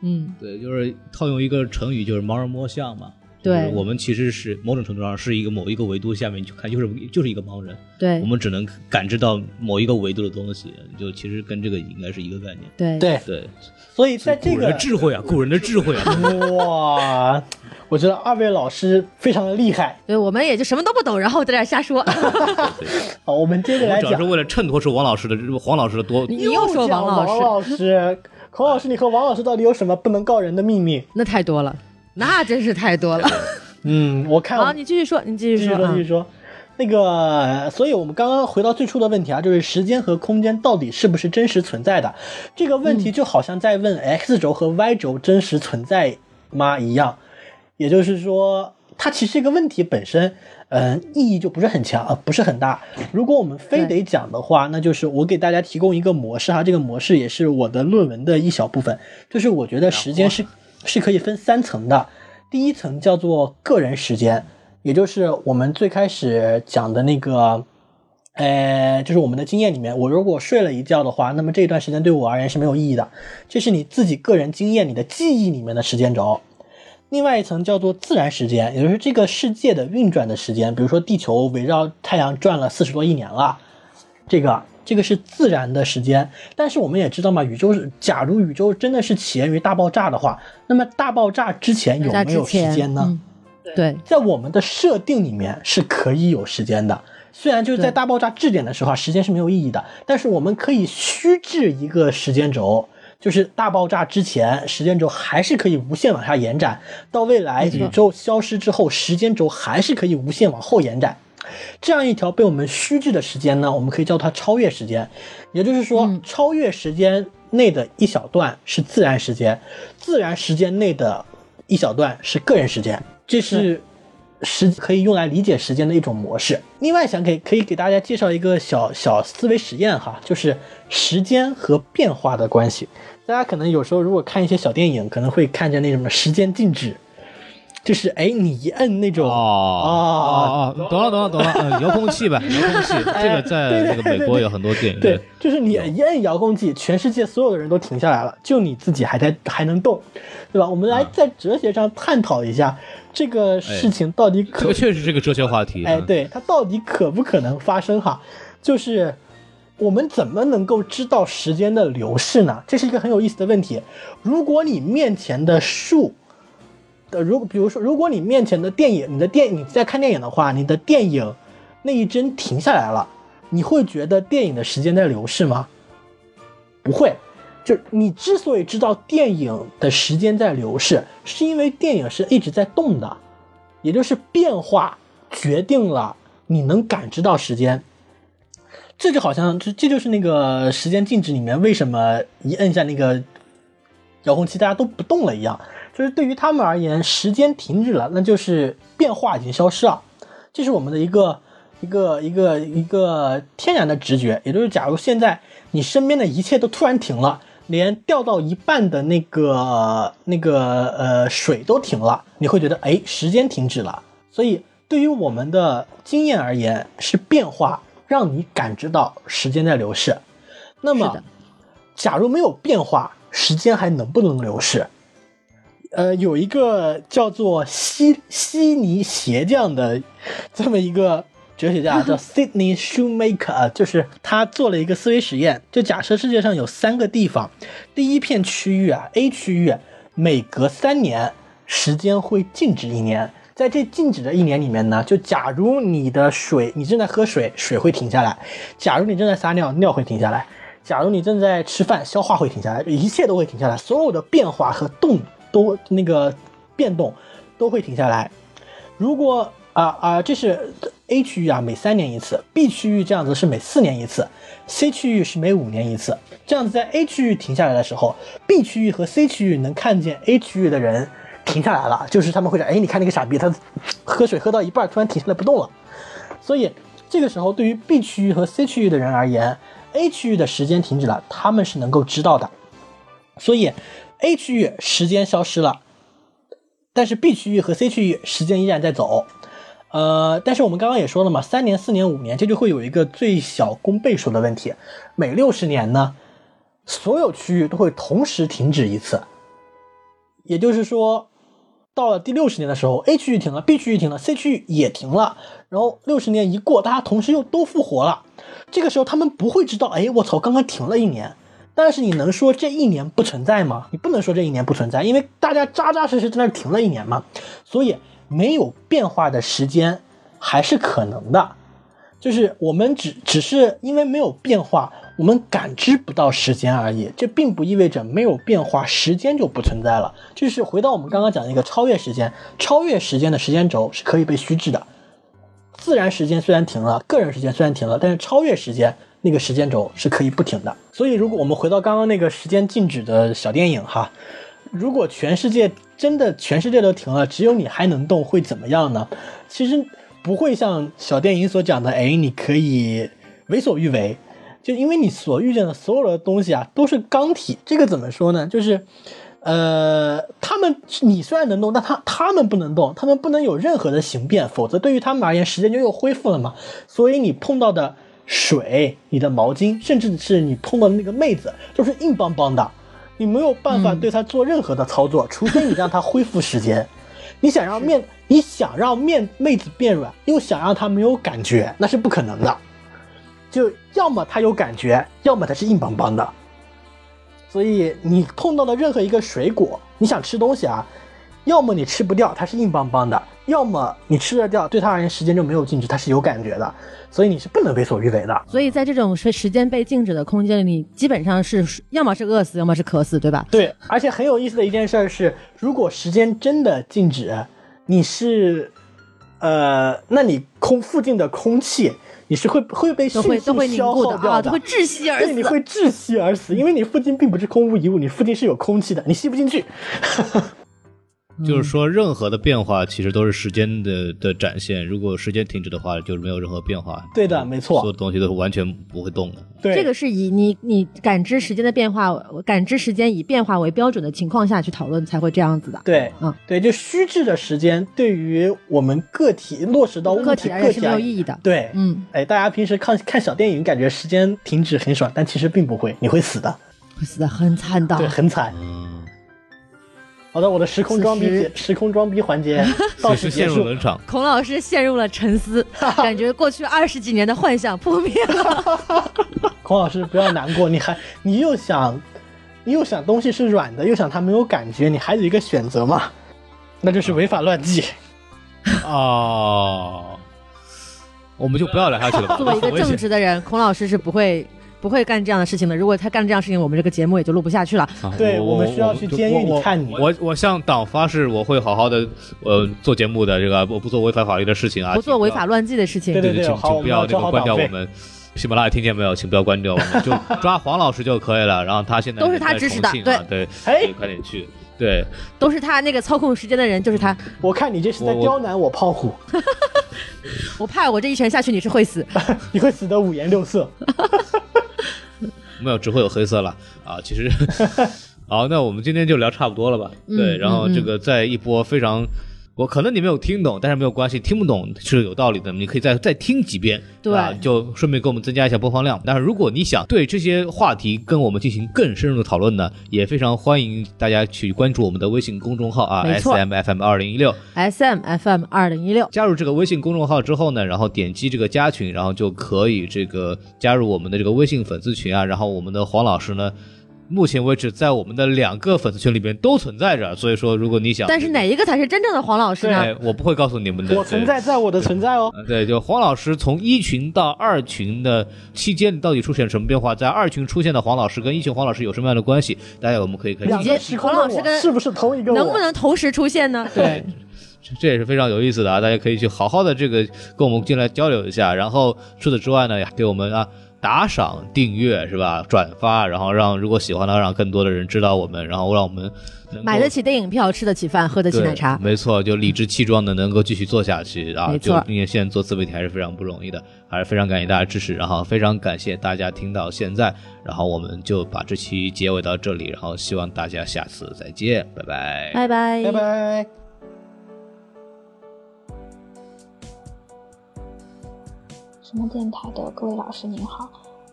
[SPEAKER 5] 嗯。
[SPEAKER 2] 对，就是套用一个成语，就是盲人摸象嘛。
[SPEAKER 5] 对
[SPEAKER 2] 就是我们其实是某种程度上是一个某一个维度下面去看，就是就是一个盲人，
[SPEAKER 5] 对
[SPEAKER 2] 我们只能感知到某一个维度的东西，就其实跟这个应该是一个概念。
[SPEAKER 5] 对，
[SPEAKER 1] 对，
[SPEAKER 2] 对，
[SPEAKER 1] 所以在这
[SPEAKER 2] 古人的
[SPEAKER 1] 个
[SPEAKER 2] 智慧啊，古人的智慧啊，
[SPEAKER 1] 哇，啊我觉得二位老师非常的厉害。
[SPEAKER 5] 对我们也就什么都不懂，然后在这儿瞎说。
[SPEAKER 1] 好，我们接着
[SPEAKER 2] 我
[SPEAKER 1] 来
[SPEAKER 2] 们主要
[SPEAKER 1] 讲
[SPEAKER 2] 是。为了衬托出王老师的黄老师的多。
[SPEAKER 5] 你又说
[SPEAKER 1] 讲
[SPEAKER 5] 王
[SPEAKER 1] 王
[SPEAKER 5] 老师，
[SPEAKER 1] 老师，孔老师，你和王老师到底有什么不能告人的秘密？
[SPEAKER 5] 那太多了，那真是太多 了。
[SPEAKER 1] 嗯，我看
[SPEAKER 5] 好，你继续说，你继
[SPEAKER 1] 继
[SPEAKER 5] 续
[SPEAKER 1] 续
[SPEAKER 5] 说
[SPEAKER 1] 说，
[SPEAKER 5] 啊
[SPEAKER 1] 继。续说。那个，所以我们刚刚回到最初的问题啊，就是时间和空间到底是不是真实存在的？这个问题就好像在问 x 轴和 y 轴真实存在吗一样，也就是说，它其实这个问题本身，嗯、意义就不是很强，呃，不是很大。如果我们非得讲的话，那就是我给大家提供一个模式哈，这个模式也是我的论文的一小部分，就是我觉得时间是是可以分三层的，第一层叫做个人时间，也就是我们最开始讲的那个。呃，就是我们的经验里面，我如果睡了一觉的话，那么这一段时间对我而言是没有意义的。这是你自己个人经验、你的记忆里面的时间轴。另外一层叫做自然时间，也就是这个世界的运转的时间，比如说地球围绕太阳转了四十多亿年了，这个这个是自然的时间。但是我们也知道嘛，宇宙是，假如宇宙真的是起源于大爆炸的话，那么大爆炸之前有
[SPEAKER 5] 在
[SPEAKER 1] 没
[SPEAKER 5] 之
[SPEAKER 1] 有时
[SPEAKER 5] 前，
[SPEAKER 1] 间呢？
[SPEAKER 5] 嗯对，
[SPEAKER 1] 在我们的设定里面是可以有时间的。虽然就是
[SPEAKER 5] 对
[SPEAKER 1] 在大爆炸质点的时候啊，时间是没有意义的，但是我们可以虚制一个时间轴，就是大爆炸之前，时间轴还是可以无限往下延展，到未来
[SPEAKER 5] 没错
[SPEAKER 1] 宇宙消失之后，时间轴还是可以无限往后延展。这样一条被我们虚制的时间呢，我们可以叫它超越时间，也就是说，超越时间内的一小段是自然时间，自然时间内的一小段是个人时间，这是时可以用来理解时间的一种模式。另外，想给可以给大家介绍一个小小思维实验哈，就是时间和变化的关系。大家可能有时候如果看一些小电影，可能会看见那什么时间静止，就是哎，你一摁那种
[SPEAKER 2] 哦哦哦，懂了懂了懂了，呃遥控器吧，遥 控器，这个在那个美国有很多电影，
[SPEAKER 1] 哎对，就是你一摁遥控器，全世界所有的人都停下来了，就你自己还在还能动，对吧？我们来
[SPEAKER 2] 啊
[SPEAKER 1] 在哲学上探讨一下这个事情到底
[SPEAKER 2] 哎这
[SPEAKER 1] 可
[SPEAKER 2] 个确实是个哲学话题。
[SPEAKER 1] 哎，
[SPEAKER 2] 嗯，
[SPEAKER 1] 对，它到底可不可能发生哈？就是我们怎么能够知道时间的流逝呢？这是一个很有意思的问题。如果你面前的树，呃，如比如说，如果你面前的电影，你的电你在看电影的话，你的电影那一帧停下来了，你会觉得电影的时间在流逝吗？不会。就是你之所以知道电影的时间在流逝，是因为电影是一直在动的，也就是变化决定了你能感知到时间。这就好像这这就是那个时间静止里面为什么一摁下那个遥控器大家都不动了一样，就是对于他们而言，时间停止了，那就是变化已经消失了，这是我们的一个一个一个一个天然的直觉，也就是假如现在你身边的一切都突然停了。连掉到一半的那个那个呃水都停了，你会觉得哎，时间停止了。所以对于我们的经验而言，是变化让你感知到时间在流逝。那么，假如没有变化，时间还能不能流逝？呃，有一个叫做悉悉尼鞋匠的这么一个哲学家啊叫 Sydney Shoemaker，啊就是他做了一个思维实验，就假设世界上有三个地方，第一片区域啊 A 区域，每隔三年时间会静止一年，在这静止的一年里面呢，就假如你的水，你正在喝水，水会停下来；假如你正在撒尿，尿会停下来；假如你正在吃饭，消化会停下来，一切都会停下来，所有的变化和动都那个变动都会停下来。如果啊啊、这是 A 区域啊，每三年一次；B 区域这样子是每四年一次；C 区域是每五年一次。这样子在 A 区域停下来的时候，B 区域和 C 区域能看见 A 区域的人停下来了，就是他们会说：“哎，你看那个傻逼，他喝水喝到一半突然停下来不动了。”所以这个时候，对于 B 区域和 C 区域的人而言，A 区域的时间停止了，他们是能够知道的。所以 A 区域时间消失了，但是 B 区域和 C 区域时间依然在走。呃，但是我们刚刚也说了嘛，三年、四年、五年，这就会有一个最小公倍数的问题。每六十年呢，所有区域都会同时停止一次。也就是说，到了第六十年的时候，A 区域停了，B 区域停了，C 区域也停了。然后六十年一过，大家同时又都复活了。这个时候他们不会知道，哎，我操，刚刚停了一年。但是你能说这一年不存在吗？你不能说这一年不存在，因为大家扎扎实实在那儿停了一年嘛，所以没有变化的时间还是可能的。就是我们只只是因为没有变化，我们感知不到时间而已。这并不意味着没有变化，时间就不存在了。就是回到我们刚刚讲的一个超越时间，超越时间的时间轴是可以被虚制的。自然时间虽然停了，个人时间虽然停了，但是超越时间那个时间轴是可以不停的。所以，如果我们回到刚刚那个时间静止的小电影哈，如果全世界真的全世界都停了，只有你还能动，会怎么样呢？其实不会像小电影所讲的，哎，你可以为所欲为，就因为你所遇见的所有的东西啊，都是刚体。这个怎么说呢？就是，呃，他们你虽然能动，但他他们不能动，他们不能有任何的形变，否则对于他们而言，时间就又恢复了嘛。所以你碰到的水、你的毛巾，甚至是你碰到的那个妹子，都是硬邦邦的，你没有办法对它做任何的操作，除非你让它恢复时间。你想让面，你想让面妹子变软，又想让她没有感觉，那是不可能的。就要么它有感觉，要么它是硬邦邦的。所以你碰到的任何一个水果，你想吃东西啊，要么你吃不掉，它是硬邦邦的；要么你吃得掉，对它而言时间就没有静止，它是有感觉的。所以你是不能为所欲为的。
[SPEAKER 5] 所以在这种时时间被静止的空间里，你基本上是要么是饿死，要么是渴死，对吧？
[SPEAKER 1] 对，而且很有意思的一件事儿是，如果时间真的静止，你是，呃，那你空附近的空气，你是会会被
[SPEAKER 5] 都
[SPEAKER 1] 迅
[SPEAKER 5] 会都
[SPEAKER 1] 速
[SPEAKER 5] 会凝
[SPEAKER 1] 消
[SPEAKER 5] 固
[SPEAKER 1] 耗
[SPEAKER 5] 的
[SPEAKER 1] 掉
[SPEAKER 5] 啊，都会窒息而
[SPEAKER 1] 对，你
[SPEAKER 5] 死。
[SPEAKER 1] 会窒息而死，因为你附近并不是空无一物，你附近是有空气的，你吸不进去。
[SPEAKER 2] 就是说，任何的变化其实都是时间的的展现。如果时间停止的话，就是没有任何变化。
[SPEAKER 1] 对的没错
[SPEAKER 2] 所有东西都是完全不会动的。
[SPEAKER 1] 对，
[SPEAKER 5] 这个是以你你感知时间的变化，感知时间以变化为标准的情况下去讨论才会这样子的。
[SPEAKER 1] 对，
[SPEAKER 5] 嗯
[SPEAKER 1] 对，就虚制的时间对于我们个体落实到物体
[SPEAKER 5] 个
[SPEAKER 1] 个
[SPEAKER 5] 体
[SPEAKER 1] 体
[SPEAKER 5] 而言是没有
[SPEAKER 1] 义。
[SPEAKER 5] 意义的。
[SPEAKER 1] 对，
[SPEAKER 5] 嗯，
[SPEAKER 1] 哎，大家平时看看小电影，感觉时间停止很爽，但其实并不会，你会死的，
[SPEAKER 5] 会死的很惨的
[SPEAKER 1] 对，。很惨。
[SPEAKER 2] 嗯，
[SPEAKER 1] 好的，我的时空装逼
[SPEAKER 5] 此时
[SPEAKER 1] 节，时空装逼环 节到
[SPEAKER 2] 此
[SPEAKER 1] 此
[SPEAKER 2] 时
[SPEAKER 1] 结
[SPEAKER 2] 陷入
[SPEAKER 1] 束。
[SPEAKER 2] 冷场。
[SPEAKER 5] 孔老师陷入了沉思，感觉过去二十几年的幻想破灭了。
[SPEAKER 1] 孔老师不要难过，你还你又想，你又想东西是软的，又想它没有感觉，你还有一个选择嘛，那就是违法乱纪。
[SPEAKER 2] 哦，我们就不要聊下去了 吧。
[SPEAKER 5] 作为一个
[SPEAKER 2] 很危险
[SPEAKER 5] 正直的人，孔老师是不会不会干这样的事情的。如果他干这样的事情，我们这个节目也就录不下去了。
[SPEAKER 2] 啊
[SPEAKER 1] 对
[SPEAKER 2] 我
[SPEAKER 1] 我们需要去监狱里看你
[SPEAKER 2] 我我我向党发誓，我会好好的呃做节目的，这个我不做违反法律的事情啊，
[SPEAKER 5] 不做
[SPEAKER 2] 请
[SPEAKER 5] 违法乱纪的事情。
[SPEAKER 1] 对
[SPEAKER 2] 对
[SPEAKER 1] 对
[SPEAKER 2] 请
[SPEAKER 1] 好我
[SPEAKER 2] 请不
[SPEAKER 1] 们要
[SPEAKER 2] 要
[SPEAKER 1] 做
[SPEAKER 2] 这
[SPEAKER 1] 好
[SPEAKER 2] 个关掉
[SPEAKER 1] 党
[SPEAKER 2] 我
[SPEAKER 1] 费
[SPEAKER 2] 们。喜马拉雅听见没有？请不要关掉我们，就抓黄老师就可以了。然后他现在
[SPEAKER 5] 都是
[SPEAKER 2] 人
[SPEAKER 5] 他
[SPEAKER 2] 在
[SPEAKER 5] 指使
[SPEAKER 2] 重
[SPEAKER 5] 的
[SPEAKER 2] 庆
[SPEAKER 5] 对
[SPEAKER 2] 啊对，
[SPEAKER 1] 哎
[SPEAKER 2] 所以快点去。对，
[SPEAKER 5] 都是他那个操控时间的人，就是他。
[SPEAKER 1] 我看你这是在
[SPEAKER 2] 我我
[SPEAKER 1] 刁难我胖虎，
[SPEAKER 5] 我怕我这一拳下去你是会死。
[SPEAKER 1] 你会死得五颜六色。
[SPEAKER 2] 没有只会有黑色了啊。其实，好，那我们今天就聊差不多了吧？
[SPEAKER 5] 嗯
[SPEAKER 2] 对，然后这个在一波非常。我可能你没有听懂，但是没有关系，听不懂是有道理的，你可以再再听几遍，
[SPEAKER 5] 对
[SPEAKER 2] 啊，就顺便给我们增加一下播放量。但是如果你想对这些话题跟我们进行更深入的讨论呢，也非常欢迎大家去关注我们的微信公众号啊
[SPEAKER 5] 没
[SPEAKER 2] ，S
[SPEAKER 5] 错
[SPEAKER 2] M F M 二零一六。
[SPEAKER 5] S M F M 二零一六，
[SPEAKER 2] 加入这个微信公众号之后呢，然后点击这个加群，然后就可以这个加入我们的这个微信粉丝群啊。然后我们的黄老师呢，目前为止在我们的两个粉丝群里边都存在着，所以说如果你想，
[SPEAKER 5] 但是哪一个才是真正的黄老师呢？
[SPEAKER 2] 哎，我不会告诉你们的。
[SPEAKER 1] 啊我存在，在我的存在哦。
[SPEAKER 2] 对。对，就黄老师从一群到二群的期间到底出现什么变化？在二群出现的黄老师跟一群黄老师有什么样的关系？大家我们可以可以
[SPEAKER 1] 两
[SPEAKER 5] 呃你这
[SPEAKER 1] 个时空
[SPEAKER 5] 黄老
[SPEAKER 1] 的
[SPEAKER 5] 师
[SPEAKER 1] 我
[SPEAKER 5] 跟
[SPEAKER 1] 是不是同一个我？
[SPEAKER 5] 能不能同时出现呢？
[SPEAKER 1] 对，
[SPEAKER 2] 这也是非常有意思的啊，大家可以去好好的这个跟我们进来交流一下。然后除此之外呢，也给我们啊打赏、订阅是吧？转发，然后让如果喜欢的，让更多的人知道我们，然后让我们能够
[SPEAKER 5] 买得起电影票，吃得起饭，喝得起
[SPEAKER 2] 对嗯
[SPEAKER 5] 奶茶。
[SPEAKER 2] 没错，就理直气壮的能够继续做下去啊！
[SPEAKER 5] 没
[SPEAKER 2] 就
[SPEAKER 5] 错
[SPEAKER 2] 因为现在做自媒体还是非常不容易的，还是非常感谢大家支持，然后非常感谢大家听到现在，然后我们就把这期结尾到这里，然后希望大家下次再见，拜拜。
[SPEAKER 5] 拜拜
[SPEAKER 1] 拜拜。
[SPEAKER 6] 什么电台的各位老师您好，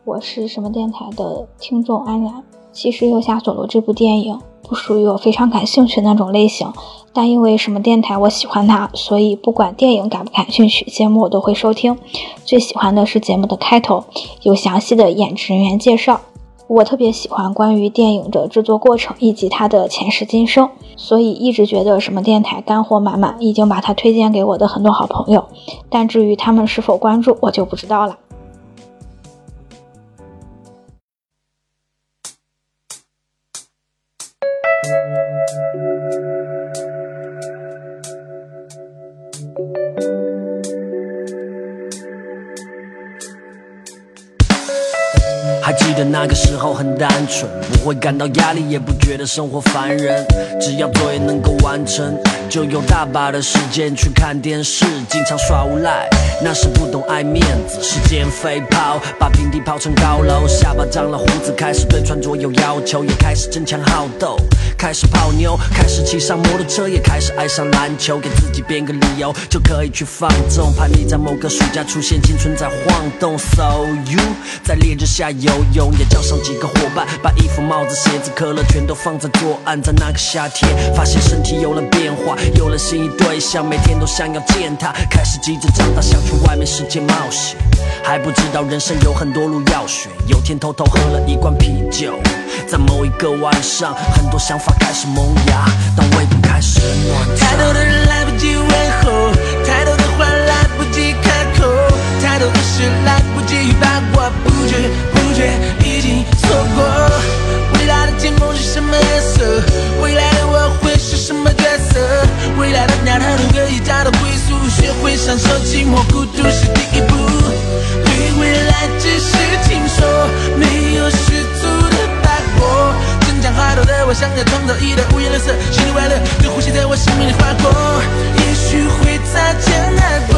[SPEAKER 6] 我是什么电台的听众安然。其实《右下左罗》这部电影不属于我非常感兴趣的那种类型，但因为什么电台我喜欢它，所以不管电影感不感兴趣，节目我都会收听。最喜欢的是节目的开头，有详细的演职人员介绍。我特别喜欢关于电影的制作过程以及它的前世今生，所以一直觉得什么电台干货满满，已经把它推荐给我的很多好朋友。但至于他们是否关注，我就不知道了。
[SPEAKER 7] 还记得那个时候很单纯，不会感到压力，也不觉得生活烦人。只要作业能够完成，就有大把的时间去看电视，经常耍无赖。那时不懂爱面子，时间飞抛，把平地抛成高楼。下巴长了胡子，开始对穿着有要求，也开始争强好斗，开始泡妞，开始骑上摩托车，也开始爱上篮球，给自己编个理由就可以去放纵。叛逆在某个暑假出现，青春在晃动。So you 在烈日下游泳，也叫上几个伙伴，把衣服、帽子、鞋子、可乐全都放在桌案。在那个夏天，发现身体有了变化，有了心仪对象，每天都想要见他，开始急着长大，想去外面世界冒险。还不知道人生有很多路要选，有天偷偷喝了一罐啤酒，在某一个晚上，很多想法开始萌芽，当胃部开始暖
[SPEAKER 8] 太多
[SPEAKER 7] 场。
[SPEAKER 8] 的人来不及问候，太多的话来不及开口，太多的事来不及预把握，不知不觉已经错过。未来的天空是什么颜色？未来的我会是什么角色？未来的鸟它都可以找到归宿，学会享受寂寞孤独是第一步。对未来只是听说，没有十足的把握。成长好多的我我想要创造一段五颜六色、喜怒哀乐，都呼吸在我生命里划过。也许会擦肩而过，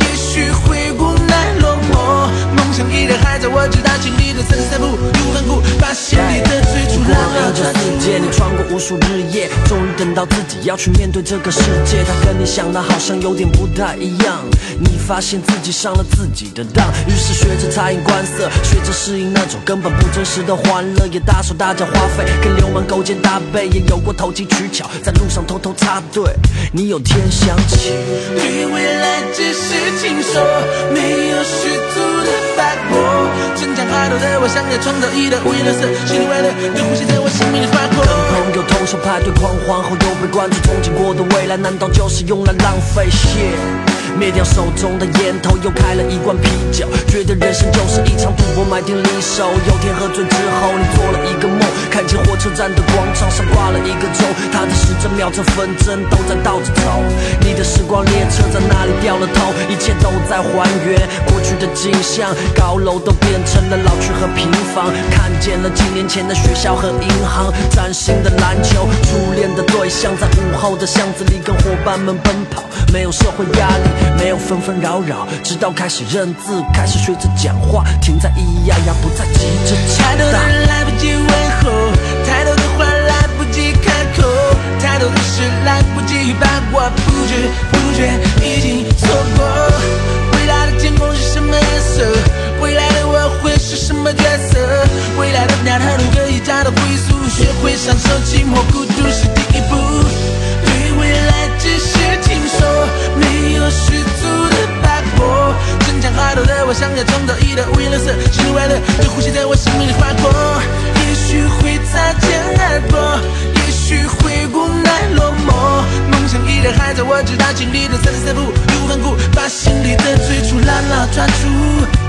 [SPEAKER 8] 也许会无奈落寞，梦想依然还在我直到经历了三十三步，义无反顾，把心里的最初
[SPEAKER 7] 过
[SPEAKER 8] 浪
[SPEAKER 7] 了
[SPEAKER 8] 漫
[SPEAKER 7] 这
[SPEAKER 8] 传递。
[SPEAKER 7] 世界，你穿过无数日夜，终于等到自己要去面对这个世界。它跟你想的好像有点不太一样，你发现自己上了自己的当，于是学着察言观色，学着适应那种根本不真实的欢乐，也大手大脚花费，跟流氓勾肩搭背，也有过投机取巧，在路上偷偷插队。你有天想起，
[SPEAKER 8] 对未来只是听说，没有十足的把握。逞强爱斗的我，想要创造一段五颜六色、喜怒哀乐，都呼吸在我生命里划过。
[SPEAKER 7] 朋友同手派对狂欢后又被关注，憧憬过的未来难道就是用来浪费？shit，灭掉手中的烟头，又开了一罐啤酒，觉得人生就是一场赌博，买点离手。有天喝醉之后，你做了一个梦，看见火车站的广场上挂了一个钟，它的时针、秒针、分针都在倒着走。你的时光列车在那里掉了头，一切都在还原过去的景象，高楼都变成了老去和平房，看见了几年前的学校和银行，崭新的篮球，初恋的对象在午后的巷子里跟伙伴们奔跑，没有社会压力，没有纷纷扰扰，直到开始认字，开始学着讲话，停在咿咿呀呀，不再急着
[SPEAKER 8] 太多
[SPEAKER 7] 长
[SPEAKER 8] 的
[SPEAKER 7] 大。
[SPEAKER 8] 人来不及问候，太多的话来不及开口，太多的事来不及把握，不知不觉已经错过。未来的天空是什么颜色？未来的我会是什么角色？未来的鸟它如何以它的归宿？学会享受寂寞孤独是第一步。对未来只是听说，没有十足的把握。逞强好斗的我，想要创造一段五颜六色、喜怒哀乐，都呼吸在我生命里划过。也许会擦肩而过，也许会无奈落寞。梦想依然还在我直到经历的三十三步，义无反顾，把心里的最初牢牢抓住。